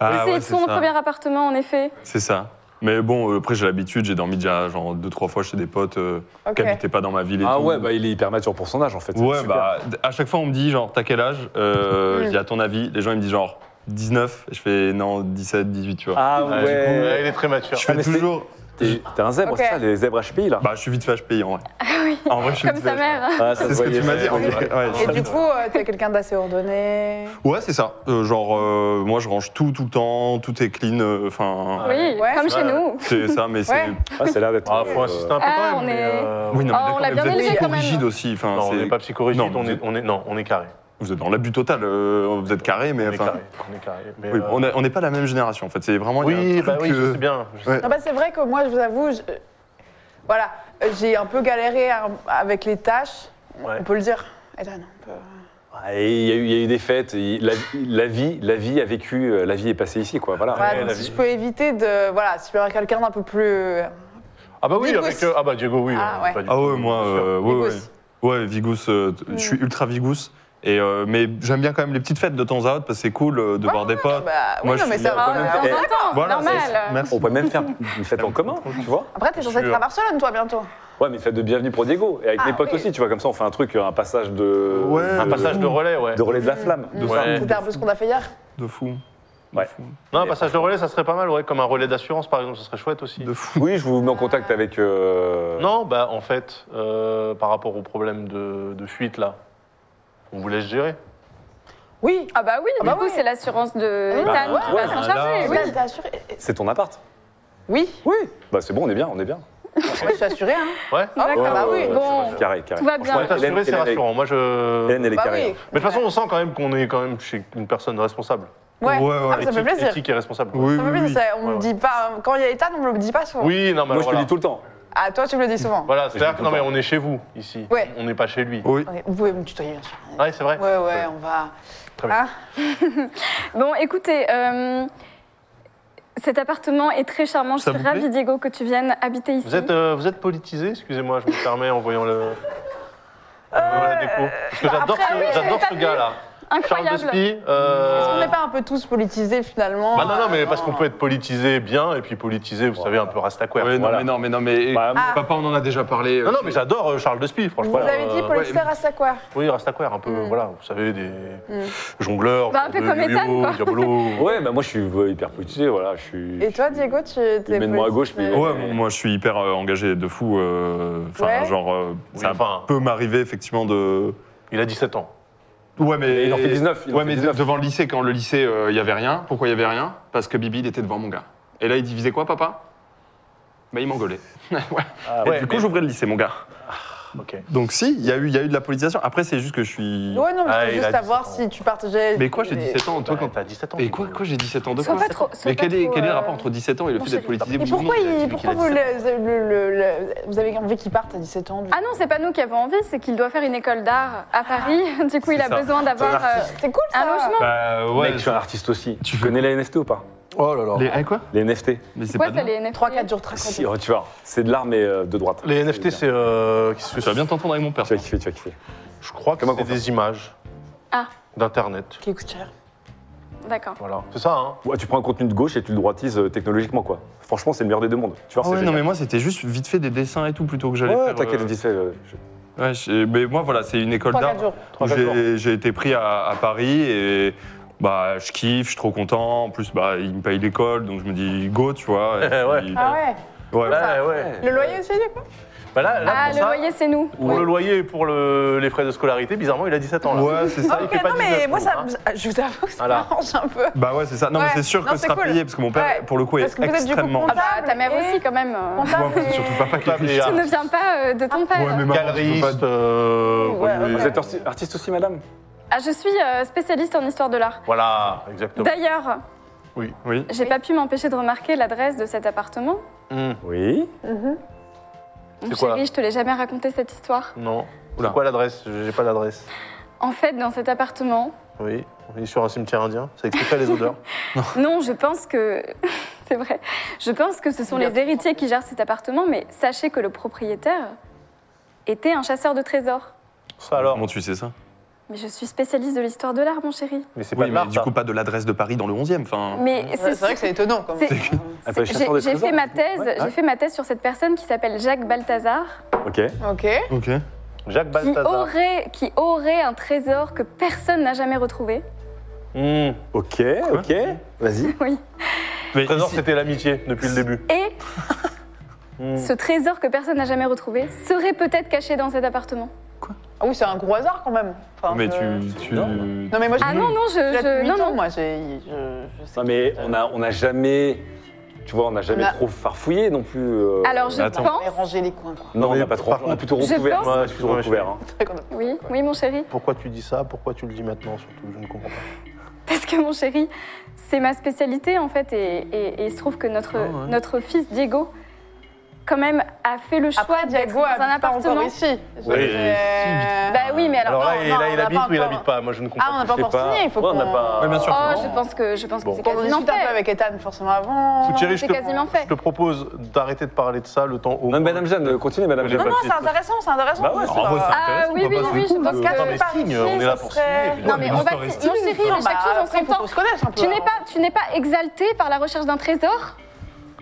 Speaker 7: Ah,
Speaker 4: c'est
Speaker 7: ouais,
Speaker 4: son
Speaker 7: ça.
Speaker 4: premier appartement, en effet.
Speaker 7: C'est ça. Mais bon, euh, après j'ai l'habitude, j'ai dormi déjà genre deux trois fois chez des potes euh,
Speaker 5: Ok.
Speaker 7: qui habitaient pas dans ma ville et
Speaker 6: Ah
Speaker 7: tout.
Speaker 6: ouais, bah il est hyper mature pour son âge en fait.
Speaker 7: ouais,
Speaker 6: Super.
Speaker 7: bah d- à chaque fois on me dit genre t'as quel âge Euh,
Speaker 4: Mm.
Speaker 7: Je dis à ton avis, les gens ils me disent genre 19, et je fais non 17, 18, tu vois.
Speaker 6: Ah
Speaker 8: Ouais,
Speaker 6: ouais.
Speaker 8: il est très mature.
Speaker 7: je
Speaker 6: ah,
Speaker 7: fais
Speaker 6: mais c'est-
Speaker 7: toujours.
Speaker 6: T'es t'es un zèbre,
Speaker 5: Ok.
Speaker 6: c'est ça, les zèbres HPI là.
Speaker 7: Bah je suis vite fait payant en vrai. En vrai je suis
Speaker 4: Ah Comme
Speaker 7: vite
Speaker 4: sa
Speaker 7: fait
Speaker 4: mère.
Speaker 6: Ah, ça
Speaker 7: C'est
Speaker 6: se
Speaker 7: ce que
Speaker 6: voyait,
Speaker 7: tu m'as dit.
Speaker 6: ça
Speaker 7: en
Speaker 6: se voyait.
Speaker 7: vrai. Ouais, je suis
Speaker 5: Et du
Speaker 7: vite-
Speaker 5: coup, euh, t'es quelqu'un d'assez ordonné.
Speaker 7: Ouais, c'est ça. Euh, genre euh, moi je range tout tout le temps, tout est clean. euh, Enfin.
Speaker 4: *laughs* Oui,
Speaker 5: Ouais.
Speaker 4: comme chez
Speaker 8: Ouais.
Speaker 4: nous.
Speaker 7: C'est ça, mais c'est.
Speaker 5: Ouais.
Speaker 6: Ah, c'est l'air d'être.
Speaker 8: Ah, faut insister un peu
Speaker 4: Ah,
Speaker 8: quand
Speaker 4: on
Speaker 8: même. mais,
Speaker 4: est-
Speaker 8: euh,
Speaker 7: Oui, non, mais
Speaker 4: Oh, on
Speaker 7: d'accord,
Speaker 4: l'a
Speaker 7: mais
Speaker 4: bien
Speaker 7: vous
Speaker 4: élevé,
Speaker 7: êtes
Speaker 4: quand même.
Speaker 7: rigide aussi. Enfin,
Speaker 8: Non, on
Speaker 7: c'est-
Speaker 8: n'est pas psychorigide,
Speaker 7: Non,
Speaker 8: on,
Speaker 7: vous
Speaker 8: est,
Speaker 7: êtes-
Speaker 8: on est, non, on est carré.
Speaker 7: vous êtes dans l'abus total. euh, vous êtes carré, mais
Speaker 8: on est
Speaker 7: enfin.
Speaker 8: carré. On est carré. Mais,
Speaker 7: Oui,
Speaker 8: euh,
Speaker 7: on est- on n'est pas la même génération en fait. C'est vraiment. il y a un
Speaker 8: oui,
Speaker 7: truc,
Speaker 8: bah oui, je
Speaker 7: euh,
Speaker 8: sais bien. Je sais
Speaker 7: ouais.
Speaker 4: Ah
Speaker 5: Non, bah c'est vrai que moi, je vous avoue, je- euh, voilà, euh, j'ai un peu galéré à- avec les tâches.
Speaker 8: Ouais.
Speaker 5: On peut le dire. Ethan, on peut-
Speaker 6: Ah, et Il y, a eu- il y a eu des fêtes. et La, la vie, la vie a vécu, euh, la vie est passée ici, quoi. Voilà.
Speaker 5: Voilà,
Speaker 3: Ouais,
Speaker 5: donc
Speaker 3: la
Speaker 5: si
Speaker 3: vie.
Speaker 5: je peux éviter de. Voilà, si je peux avoir quelqu'un d'un peu plus. euh,
Speaker 3: Ah bah oui,
Speaker 5: Diego
Speaker 3: avec.
Speaker 5: aussi.
Speaker 3: euh, ah bah Diego, oui.
Speaker 5: Ah
Speaker 3: euh,
Speaker 5: ouais.
Speaker 3: pas du
Speaker 7: Ah
Speaker 3: tout,
Speaker 7: ouais, moi,
Speaker 3: bien sûr.
Speaker 7: euh, ouais, ouais.
Speaker 5: Vigousse.
Speaker 7: Ouais, Vigousse, euh, t-
Speaker 4: Mm.
Speaker 7: je suis ultra Vigousse. Et, euh, mais j'aime bien quand même les petites fêtes de temps à autre parce que c'est cool euh, de voir des potes.
Speaker 5: Bah, oui,
Speaker 7: Moi,
Speaker 5: non,
Speaker 7: je
Speaker 5: mais
Speaker 7: suis
Speaker 5: ça
Speaker 7: là,
Speaker 5: va.
Speaker 7: quand même.
Speaker 4: de temps en
Speaker 6: Eh,
Speaker 4: temps, c'est
Speaker 7: Voilà,
Speaker 4: normal.
Speaker 7: c'est- merci.
Speaker 6: On peut même faire une fête en commun, tu vois.
Speaker 5: Après, t'es censé
Speaker 3: Je-
Speaker 5: être à Barcelone, toi, bientôt.
Speaker 6: Ouais, mais fête de bienvenue pour Diego et avec
Speaker 5: Ah,
Speaker 6: les potes
Speaker 5: oui.
Speaker 6: aussi, tu vois. Comme ça, on fait un truc, euh, un passage de,
Speaker 7: Ouais.
Speaker 6: de-
Speaker 3: Un passage de relais, ouais.
Speaker 6: de relais de la flamme.
Speaker 7: De
Speaker 3: Ouais.
Speaker 7: fou.
Speaker 5: C'était un peu ce qu'on a fait hier.
Speaker 7: De fou.
Speaker 6: Ouais.
Speaker 7: De fou.
Speaker 3: Non, un passage de relais, ça serait pas mal, ouais. Comme un relais d'assurance, par exemple, ça serait chouette aussi.
Speaker 7: De fou.
Speaker 6: Oui, je vous mets en contact avec. euh,
Speaker 3: Non, bah en fait, euh, par rapport au problème de, de fuite là, on vous laisse gérer.
Speaker 5: Oui.
Speaker 4: Ah bah oui,
Speaker 5: Ah bah
Speaker 4: du coup
Speaker 5: oui.
Speaker 4: c'est l'assurance de
Speaker 5: Bah
Speaker 4: Ethan qui
Speaker 6: ouais,
Speaker 4: va s'en
Speaker 7: voilà.
Speaker 4: charger. oui.
Speaker 5: Ethan, t'es assuré
Speaker 6: C'est ton appart.
Speaker 5: Oui.
Speaker 6: Oui. Bah c'est bon, on est bien, on est bien. Euh,
Speaker 5: Ouais, je suis assurée, hein.
Speaker 3: Ouais.
Speaker 4: D'accord.
Speaker 5: Ah bah oui.
Speaker 4: Bon.
Speaker 6: Carré, carré.
Speaker 4: Tout va
Speaker 3: Franchement,
Speaker 4: bien.
Speaker 3: être assuré,
Speaker 6: Hélène,
Speaker 3: c'est
Speaker 6: Hélène,
Speaker 3: rassurant. Moi, je.
Speaker 6: Hélène, elle est
Speaker 5: Bah
Speaker 6: carrée.
Speaker 5: oui.
Speaker 6: hein.
Speaker 3: Mais de toute façon, on sent quand même qu'on est quand même chez une personne responsable.
Speaker 5: Ouais.
Speaker 7: Ouais, ouais.
Speaker 5: Ah, ça me fait
Speaker 3: Éthique-
Speaker 5: plaisir.
Speaker 3: Éthique et responsable.
Speaker 7: Oui,
Speaker 5: Ça me
Speaker 7: oui,
Speaker 5: fait
Speaker 7: oui.
Speaker 5: plaisir, ça, On
Speaker 3: Ouais,
Speaker 5: me
Speaker 3: ouais.
Speaker 5: dit pas. hein. Quand il y a Ethan, on me le dit pas souvent.
Speaker 3: Oui, non, mais
Speaker 6: Moi, je te
Speaker 3: voilà.
Speaker 6: le dis tout le temps.
Speaker 5: Ah, toi, tu me le dis souvent.
Speaker 3: Voilà, c'est-à-dire
Speaker 6: Je
Speaker 3: que
Speaker 6: dis
Speaker 3: non,
Speaker 6: tout le
Speaker 3: mais
Speaker 6: temps.
Speaker 3: on est chez vous ici.
Speaker 5: Ouais.
Speaker 3: On n'est pas chez lui.
Speaker 7: Oui.
Speaker 5: Ouais, Vous pouvez me tutoyer, bien sûr.
Speaker 3: Ouais, c'est vrai.
Speaker 5: Ouais, ouais, on va.
Speaker 3: Très bien.
Speaker 5: Hein
Speaker 4: Bon, écoutez, euh, cet appartement est très charmant. Je
Speaker 7: Ça
Speaker 4: suis
Speaker 7: vous plaît
Speaker 4: ravie, Diego, que tu viennes habiter ici.
Speaker 3: Vous êtes, euh, vous êtes politisé, excusez-moi, je me permets en voyant
Speaker 5: Euh,
Speaker 3: le. en voyant la déco. Parce que j'adore
Speaker 4: après, oui,
Speaker 3: ce, j'adore
Speaker 4: j'avais
Speaker 3: ce
Speaker 4: pas
Speaker 3: gars-là. Charles
Speaker 4: Incroyable.
Speaker 3: Despie.
Speaker 5: Est-ce qu'on
Speaker 3: Euh...
Speaker 5: n'est pas un peu tous politisés, finalement
Speaker 3: Bah non, non, mais
Speaker 5: euh,
Speaker 3: parce qu'on peut être politisé bien et puis politisé, vous savez, un peu rastaquaire.
Speaker 7: Ouais, non,
Speaker 6: Voilà.
Speaker 7: mais non, mais non, mais
Speaker 6: Bah,
Speaker 5: Ah.
Speaker 7: papa, on en a déjà parlé. euh,
Speaker 3: Non, non, mais j'adore euh, Charles Despie,
Speaker 5: Vous
Speaker 3: franchement.
Speaker 5: avez dit
Speaker 3: euh,
Speaker 5: politisé
Speaker 7: ouais.
Speaker 5: à ça quoi
Speaker 3: Oui, Rastaquaire, un peu,
Speaker 5: Mm.
Speaker 3: voilà, vous savez, des oh,
Speaker 5: Mm.
Speaker 7: euh,
Speaker 3: jongleurs,
Speaker 4: Bah, un peu
Speaker 3: de
Speaker 4: comme
Speaker 3: yo-yo,
Speaker 4: Ethan, quoi.
Speaker 7: *laughs*
Speaker 3: Diabolo.
Speaker 6: Ouais, bah moi je suis euh, hyper politisé, voilà, je suis.
Speaker 5: Et toi, Diego, tu t'es
Speaker 6: Humainement à gauche,
Speaker 5: politisé
Speaker 6: mais-
Speaker 7: Ouais, bon, moi je suis hyper euh, engagé de fou. euh, Enfin,
Speaker 5: Ouais.
Speaker 7: genre, euh,
Speaker 3: Oui,
Speaker 7: ça
Speaker 3: enfin,
Speaker 7: peut m'arriver effectivement de.
Speaker 3: il a 17 ans.
Speaker 7: Ouais, mais.
Speaker 6: Il en fait 19. il en
Speaker 7: Ouais,
Speaker 6: fait
Speaker 7: mais
Speaker 6: 19.
Speaker 7: devant le lycée, quand le lycée, il y avait rien. Pourquoi il y avait rien Parce que Bibi, il était devant mon gars. Et là, il divisait quoi, papa Bah, il m'engueulait. *laughs* ouais.
Speaker 6: Ah,
Speaker 7: Et
Speaker 6: ouais.
Speaker 7: du coup, j'ouvrais le lycée, mon gars.
Speaker 3: Ok.
Speaker 7: Donc, si, il y, a eu- il y a eu de la politisation. Après, c'est juste que je suis.
Speaker 5: Ouais, non, mais
Speaker 3: Ah,
Speaker 5: je voulais
Speaker 3: il
Speaker 5: juste
Speaker 3: a
Speaker 5: savoir
Speaker 3: 17 ans.
Speaker 5: si tu partageais.
Speaker 7: Mais quoi, j'ai
Speaker 5: les-
Speaker 7: 17 ans, toi, quand.
Speaker 3: T'as 17 ans.
Speaker 7: Et
Speaker 3: tu
Speaker 7: quoi,
Speaker 3: dis.
Speaker 7: quoi j'ai 17 ans de
Speaker 4: Sois
Speaker 7: quoi
Speaker 4: pas trop. sois
Speaker 7: Mais
Speaker 4: pas
Speaker 7: quel est,
Speaker 4: trop,
Speaker 7: quel est le
Speaker 4: euh,
Speaker 7: rapport entre 17 ans et le
Speaker 4: bon,
Speaker 7: fait
Speaker 4: c'est-
Speaker 7: d'être politisé
Speaker 5: Et
Speaker 7: ou non
Speaker 5: pourquoi,
Speaker 7: J'ai dit
Speaker 5: il,
Speaker 7: qu'il
Speaker 5: pourquoi
Speaker 7: a
Speaker 5: vous,
Speaker 7: 17 ans.
Speaker 5: le, le- le- le- vous avez envie qu'il parte à 17 ans du coup
Speaker 4: Ah non, c'est pas nous qui avons envie, c'est qu'il doit faire une école d'art à Paris. *laughs*
Speaker 7: Ah,
Speaker 4: Du coup, il a
Speaker 6: ça.
Speaker 4: besoin d'avoir euh,
Speaker 5: C'est cool ça
Speaker 4: un logement.
Speaker 3: Euh,
Speaker 7: Bah, ouais.
Speaker 6: Mec, je suis un artiste aussi.
Speaker 7: Tu
Speaker 6: Tu
Speaker 7: fais
Speaker 6: connais les NFT ou pas
Speaker 3: Oh là là.
Speaker 7: Les- hein, quoi
Speaker 6: Les NFT
Speaker 7: Mais c'est
Speaker 4: C'est quoi E
Speaker 7: pas.
Speaker 4: ça,
Speaker 7: dingue.
Speaker 4: les NFT
Speaker 5: 3-4 jours, 3
Speaker 6: Si, oh, tu vois, c'est de l'art mais euh, de droite.
Speaker 3: Les NFT, c'est. euh, qu'est-ce que
Speaker 7: Tu vas
Speaker 3: c'est
Speaker 7: bien t'entendre avec mon père.
Speaker 6: Tu vas kiffer, tu vas kiffer.
Speaker 3: Je crois que
Speaker 6: Comment
Speaker 3: c'est
Speaker 6: qu'on fait
Speaker 3: des images
Speaker 4: Ah.
Speaker 3: d'internet.
Speaker 5: Qui coûte cher.
Speaker 4: D'accord.
Speaker 3: Voilà. C'est ça, hein
Speaker 6: Ouais, Bah, tu prends un contenu de gauche et tu le droitises euh, technologiquement, quoi. Franchement, c'est le meilleur des deux mondes. Tu vois,
Speaker 7: Ah ouais,
Speaker 6: c'est
Speaker 7: non, mais
Speaker 6: génial.
Speaker 7: moi, c'était juste vite fait des dessins et tout plutôt que j'allais.
Speaker 6: Ouais,
Speaker 7: faire,
Speaker 6: t'inquiète,
Speaker 7: euh,
Speaker 6: vite fait. euh, je-
Speaker 7: Ouais, je- mais moi, voilà, c'est une école
Speaker 5: 3-4
Speaker 7: d'art.
Speaker 5: jours.
Speaker 7: où
Speaker 3: Trois, quatre jours.
Speaker 7: J'ai j'ai été pris à, à Paris et bah, je kiffe, je suis trop content. En plus, bah, ils me payent l'école, donc je me dis go, tu
Speaker 3: *laughs*
Speaker 7: vois. et
Speaker 3: Ouais.
Speaker 7: puis-
Speaker 5: Ah ouais
Speaker 7: ouais.
Speaker 3: Bah, ouais.
Speaker 5: Le loyer aussi du coup
Speaker 3: Bah là, là,
Speaker 4: Ah,
Speaker 3: pour
Speaker 4: le
Speaker 3: ça,
Speaker 4: loyer, c'est nous.
Speaker 3: pour le loyer et pour le- les frais de scolarité, bizarrement, il a 17 ans. Là.
Speaker 7: Ouais,
Speaker 5: *laughs*
Speaker 7: c'est ça.
Speaker 3: il
Speaker 5: Ok,
Speaker 3: fait pas
Speaker 5: non mais
Speaker 3: 19,
Speaker 5: moi ça.
Speaker 3: hein.
Speaker 5: me- Je vous avoue, ça
Speaker 3: Voilà.
Speaker 5: m'arrange un peu.
Speaker 7: Bah ouais, c'est ça. Non,
Speaker 5: Ouais.
Speaker 7: mais c'est sûr
Speaker 5: Non,
Speaker 7: que
Speaker 5: c'est
Speaker 7: ce sera
Speaker 5: cool.
Speaker 7: payé parce que mon père,
Speaker 5: Ouais.
Speaker 7: pour le coup,
Speaker 5: Parce
Speaker 7: est
Speaker 5: que vous êtes du coup
Speaker 7: extrêmement.
Speaker 4: Ah bah, ta mère
Speaker 5: Et-
Speaker 4: aussi, quand même. euh,
Speaker 7: Ouais, enfin, c'est surtout papa qui est
Speaker 3: Comptable et
Speaker 7: riche.
Speaker 4: Tu ne viens pas euh, de ton père.
Speaker 7: Ah, Ouais, mais maman, tu peux
Speaker 3: Galeriste.
Speaker 7: pas-
Speaker 3: euh,
Speaker 5: Ouais, ouais.
Speaker 3: relié-
Speaker 6: Vous êtes arti- artiste aussi, madame
Speaker 4: Ah, je suis euh, spécialiste en histoire de l'art.
Speaker 3: Voilà, exactement.
Speaker 4: D'ailleurs,
Speaker 7: Oui.
Speaker 4: j'ai pas pu m'empêcher de remarquer l'adresse de cet appartement.
Speaker 3: Hmm,
Speaker 6: Oui.
Speaker 5: Mhm.
Speaker 4: Mon
Speaker 3: C'est quoi
Speaker 4: chéri, je te l'ai jamais raconté cette histoire.
Speaker 3: Non.
Speaker 7: Oula.
Speaker 3: C'est quoi l'adresse J'ai pas l'adresse.
Speaker 4: En fait, dans cet appartement,
Speaker 3: Oui, on est sur un cimetière indien. Ça expliquerait les odeurs.
Speaker 4: non, je pense que *laughs* c'est vrai. Je pense que ce sont les héritiers qui gèrent cet appartement, mais sachez que le propriétaire était un chasseur de trésors.
Speaker 3: *laughs* Ça alors.
Speaker 7: Comment tu sais ça
Speaker 4: Mais je suis spécialiste de l'histoire de l'art, mon chéri.
Speaker 3: Mais c'est
Speaker 7: Oui,
Speaker 3: pas
Speaker 7: mais
Speaker 3: marre,
Speaker 7: du coup, pas de l'adresse de Paris dans le 11e. Enfin,
Speaker 4: Mais
Speaker 5: Ouais, C'est vrai que c'est étonnant quand même.
Speaker 6: Ah, t'as
Speaker 4: c'est-
Speaker 6: les chasseurs
Speaker 4: j'ai
Speaker 6: des
Speaker 4: j'ai
Speaker 6: trésors,
Speaker 4: fait ma
Speaker 6: du coup.
Speaker 4: thèse,
Speaker 6: Ouais.
Speaker 4: j'ai fait ma thèse sur cette personne qui s'appelle Jacques Balthazar.
Speaker 6: Ok.
Speaker 5: *laughs* Ok.
Speaker 7: ok.
Speaker 3: Jacques
Speaker 4: qui
Speaker 3: Balthazar.
Speaker 4: aurait, qui aurait un trésor que personne n'a jamais retrouvé. oh.
Speaker 3: Hmm,
Speaker 6: Ok, ok. Vas-y.
Speaker 4: Oui.
Speaker 7: Mais
Speaker 3: Le trésor,
Speaker 7: ici-
Speaker 3: c'était l'amitié depuis le début.
Speaker 4: Et
Speaker 6: Mm.
Speaker 3: Hmm.
Speaker 4: ce trésor que personne n'a jamais retrouvé serait peut-être caché dans cet appartement.
Speaker 5: Ah oui, c'est un gros hasard quand même. Enfin,
Speaker 7: mais
Speaker 3: euh,
Speaker 5: je-
Speaker 7: tu, tu-
Speaker 6: Non.
Speaker 5: Non mais moi je.
Speaker 4: Ah non, non, je...
Speaker 5: J'ai
Speaker 4: je-
Speaker 5: huit
Speaker 4: non,
Speaker 5: ans,
Speaker 4: non.
Speaker 5: moi, j'ai. Je, je sais
Speaker 6: Non, mais on n'a on a jamais. Tu vois, on n'a jamais
Speaker 5: On a-
Speaker 6: trop farfouillé non plus. euh,
Speaker 4: Alors je
Speaker 7: Mais attends.
Speaker 5: Mais
Speaker 4: pense...
Speaker 5: ranger les coins, quoi.
Speaker 6: Non,
Speaker 3: Non,
Speaker 6: on n'a
Speaker 3: mais
Speaker 6: pas trop.
Speaker 3: par
Speaker 6: On a
Speaker 3: contre-
Speaker 6: plutôt
Speaker 4: Je
Speaker 6: recouvert.
Speaker 4: pense-
Speaker 6: On a plutôt
Speaker 3: Ouais,
Speaker 6: recouvert. hein.
Speaker 4: Oui, oui, mon chéri. *laughs*
Speaker 3: Pourquoi tu dis ça Pourquoi tu le dis maintenant surtout Je ne comprends pas.
Speaker 4: Parce que mon chéri, c'est ma spécialité en fait. Et, et- et il se trouve que notre,
Speaker 7: Ah ouais.
Speaker 4: notre fils Diego quand même, a fait le choix
Speaker 5: Après,
Speaker 4: d'être
Speaker 5: Diago
Speaker 4: dans un
Speaker 5: habite pas encore
Speaker 4: appartement.
Speaker 5: ici.
Speaker 6: Oui,
Speaker 5: Euh,
Speaker 4: Bah oui, mais alors.
Speaker 8: Alors là,
Speaker 5: non,
Speaker 8: il,
Speaker 5: non,
Speaker 8: là,
Speaker 5: on
Speaker 8: il
Speaker 5: n'a
Speaker 8: habite
Speaker 5: pas
Speaker 8: ou il
Speaker 5: encore-
Speaker 8: habite pas Moi, je ne comprends
Speaker 5: Ah, on n'a pas
Speaker 8: je sais
Speaker 5: encore signé, il faut
Speaker 6: Ouais, on n'a
Speaker 5: qu'on-
Speaker 6: pas-
Speaker 7: Oui, bien sûr.
Speaker 4: Oh, je pense que je pense
Speaker 8: Bon.
Speaker 4: que c'est
Speaker 5: Qu'on
Speaker 4: quasiment
Speaker 5: discute un peu
Speaker 4: fait.
Speaker 5: avec Ethan, forcément, avant.
Speaker 8: Thierry, je
Speaker 4: Ah, c'est
Speaker 8: te,
Speaker 4: quasiment fait.
Speaker 8: je te propose d'arrêter de parler de ça le temps au
Speaker 6: Non,
Speaker 8: moins.
Speaker 6: mais Madame Jeanne, euh, continuez, Madame
Speaker 8: Non,
Speaker 6: Jeanne.
Speaker 5: Non, non, c'est intéressant, c'est intéressant.
Speaker 6: Bah ouais,
Speaker 5: Ça-
Speaker 6: c'est
Speaker 7: Ah, ouais, c'est
Speaker 4: Ah
Speaker 7: intéressant,
Speaker 4: oui,
Speaker 7: on
Speaker 4: oui,
Speaker 7: va
Speaker 4: oui,
Speaker 7: passer
Speaker 4: je pense
Speaker 7: tout, euh,
Speaker 5: Parce
Speaker 8: Non,
Speaker 5: que
Speaker 8: mais
Speaker 5: par
Speaker 8: signe,
Speaker 5: ici,
Speaker 8: on est là
Speaker 5: ça
Speaker 8: pour
Speaker 5: serait-
Speaker 8: signer,
Speaker 4: Non mais on va si-
Speaker 7: Histoire
Speaker 4: mon chéri, mais
Speaker 5: Bah,
Speaker 4: chacune en
Speaker 5: après,
Speaker 4: son
Speaker 5: faut
Speaker 4: temps.
Speaker 5: qu'on se connaisse un peu hein.
Speaker 4: Tu n'es
Speaker 5: avant.
Speaker 4: pas tu n'es pas exalté par la recherche d'un trésor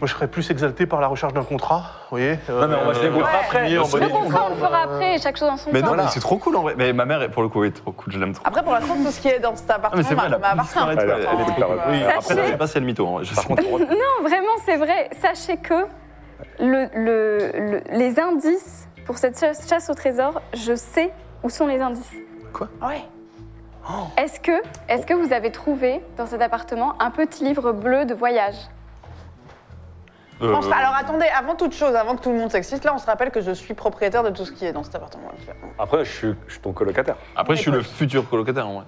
Speaker 8: Moi, je serais plus exalté par la recherche d'un contrat, vous voyez euh,
Speaker 6: Non, mais on va se dégoûter après.
Speaker 8: Signé en
Speaker 6: Le
Speaker 8: bonne
Speaker 4: Le
Speaker 8: et due
Speaker 4: contrat on le
Speaker 8: forme.
Speaker 4: fera après, chaque chose en son
Speaker 7: bah, Mais
Speaker 4: temps.
Speaker 7: non, mais c'est trop cool en vrai. Mais ma mère, pour le coup, est trop cool, je l'aime trop.
Speaker 5: Après, pour l'instant, tout ce qui est dans cet
Speaker 7: Ah, mais c'est
Speaker 5: appartement
Speaker 7: vrai, la
Speaker 5: Ah, m'a- m'appartient.
Speaker 7: histoire est-
Speaker 6: Elle, elle est
Speaker 5: Attends,
Speaker 6: déclarée.
Speaker 5: euh,
Speaker 6: Oui, après,
Speaker 7: Après, je
Speaker 6: là,
Speaker 7: sais pas si c'est le mytho. hein, je
Speaker 6: par
Speaker 7: sais.
Speaker 6: contre, on-
Speaker 4: Non, *laughs* vraiment, c'est vrai. Sachez que le, le- le- les indices pour cette chasse chasse au trésor, je sais où sont les indices.
Speaker 5: Ouais.
Speaker 4: Est-ce que, est que vous avez trouvé dans cet appartement un petit livre bleu de voyage
Speaker 7: Euh,
Speaker 5: Pense- Alors attendez, avant toute chose, avant que tout le monde s'excite, là on se rappelle que je suis propriétaire de tout ce qui est dans cet appartement.
Speaker 6: après, je suis, je suis ton colocataire.
Speaker 7: Après, je suis le futur colocataire en vrai.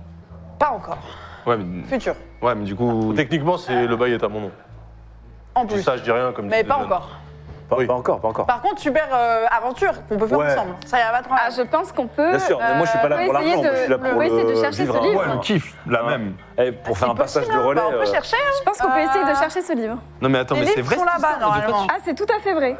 Speaker 5: Pas encore,
Speaker 7: Ouais, mais,
Speaker 5: futur,
Speaker 7: ouais, mais du coup.
Speaker 8: Techniquement, c'est le bail est à mon nom.
Speaker 5: en
Speaker 8: Je dis
Speaker 5: plus.
Speaker 8: ça, je dis rien comme
Speaker 5: Mais
Speaker 8: disent
Speaker 5: pas
Speaker 8: les jeunes.
Speaker 5: encore.
Speaker 6: Pas,
Speaker 8: Oui.
Speaker 6: pas encore, pas encore.
Speaker 5: Par contre, super euh, aventure qu'on peut faire
Speaker 6: Ouais.
Speaker 5: ensemble. Ça y a pas de
Speaker 4: Ah,
Speaker 5: problème.
Speaker 4: je pense qu'on peut. euh,
Speaker 6: Bien sûr, mais moi je suis pas là
Speaker 4: on peut
Speaker 6: pour
Speaker 4: essayer
Speaker 6: l'argent,
Speaker 4: de-
Speaker 6: moi, je suis là
Speaker 4: on
Speaker 6: pour
Speaker 4: peut essayer de
Speaker 6: le
Speaker 4: chercher ce
Speaker 6: vivre, hein.
Speaker 4: livre. Ah,
Speaker 7: Ouais, le kiff, la même.
Speaker 6: Eh, pour faire un passage de relais.
Speaker 5: Bah, on peut
Speaker 6: euh,
Speaker 5: chercher. hein.
Speaker 4: Je pense qu'on peut
Speaker 5: Euh,
Speaker 4: essayer de chercher ce livre.
Speaker 7: Non, mais attends,
Speaker 5: Les
Speaker 7: mais c'est
Speaker 5: livres
Speaker 7: vrai.
Speaker 5: sont
Speaker 7: cette
Speaker 5: là-bas
Speaker 7: histoire, j'ai pas
Speaker 5: normalement.
Speaker 4: Ah, c'est tout à fait vrai.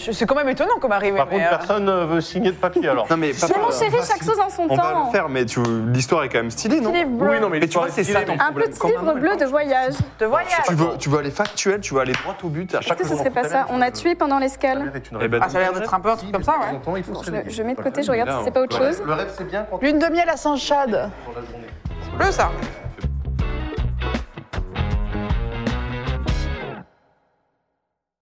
Speaker 5: Je- C'est quand même étonnant comme arrivée.
Speaker 8: Par
Speaker 5: mais,
Speaker 8: contre,
Speaker 5: euh,
Speaker 8: personne ne veut signer de papier alors.
Speaker 7: Non,
Speaker 4: Mais
Speaker 7: mais papa,
Speaker 4: mon chéri,
Speaker 7: on va-
Speaker 4: chaque chose en son
Speaker 7: On va
Speaker 4: temps.
Speaker 7: le faire, mais tu... l'histoire est quand même stylée, non
Speaker 5: Petit livre bleu
Speaker 7: Oui, non, mais, tu vois, c'est ça ton
Speaker 4: Un
Speaker 7: problème.
Speaker 4: petit
Speaker 7: Quand
Speaker 4: livre
Speaker 7: même,
Speaker 4: bleu de voyage.
Speaker 5: de voyage.
Speaker 7: Tu veux, tu veux aller factuel, tu veux aller droit au but à
Speaker 4: Est-ce
Speaker 7: chaque
Speaker 4: que ce
Speaker 7: moment.
Speaker 4: serait pas ça On a tué pendant l'escale.
Speaker 7: Eh ben,
Speaker 9: Ah, ça a l'air d'être un peu un truc comme ça, ouais.
Speaker 7: Ah,
Speaker 4: Je, je mets de côté, je
Speaker 7: mais
Speaker 4: regarde
Speaker 7: là,
Speaker 4: si c'est pas autre
Speaker 7: on-
Speaker 4: chose.
Speaker 8: Le rêve, c'est bien quand
Speaker 5: Lune de miel à Saint-Chad.
Speaker 9: Bleu, ça.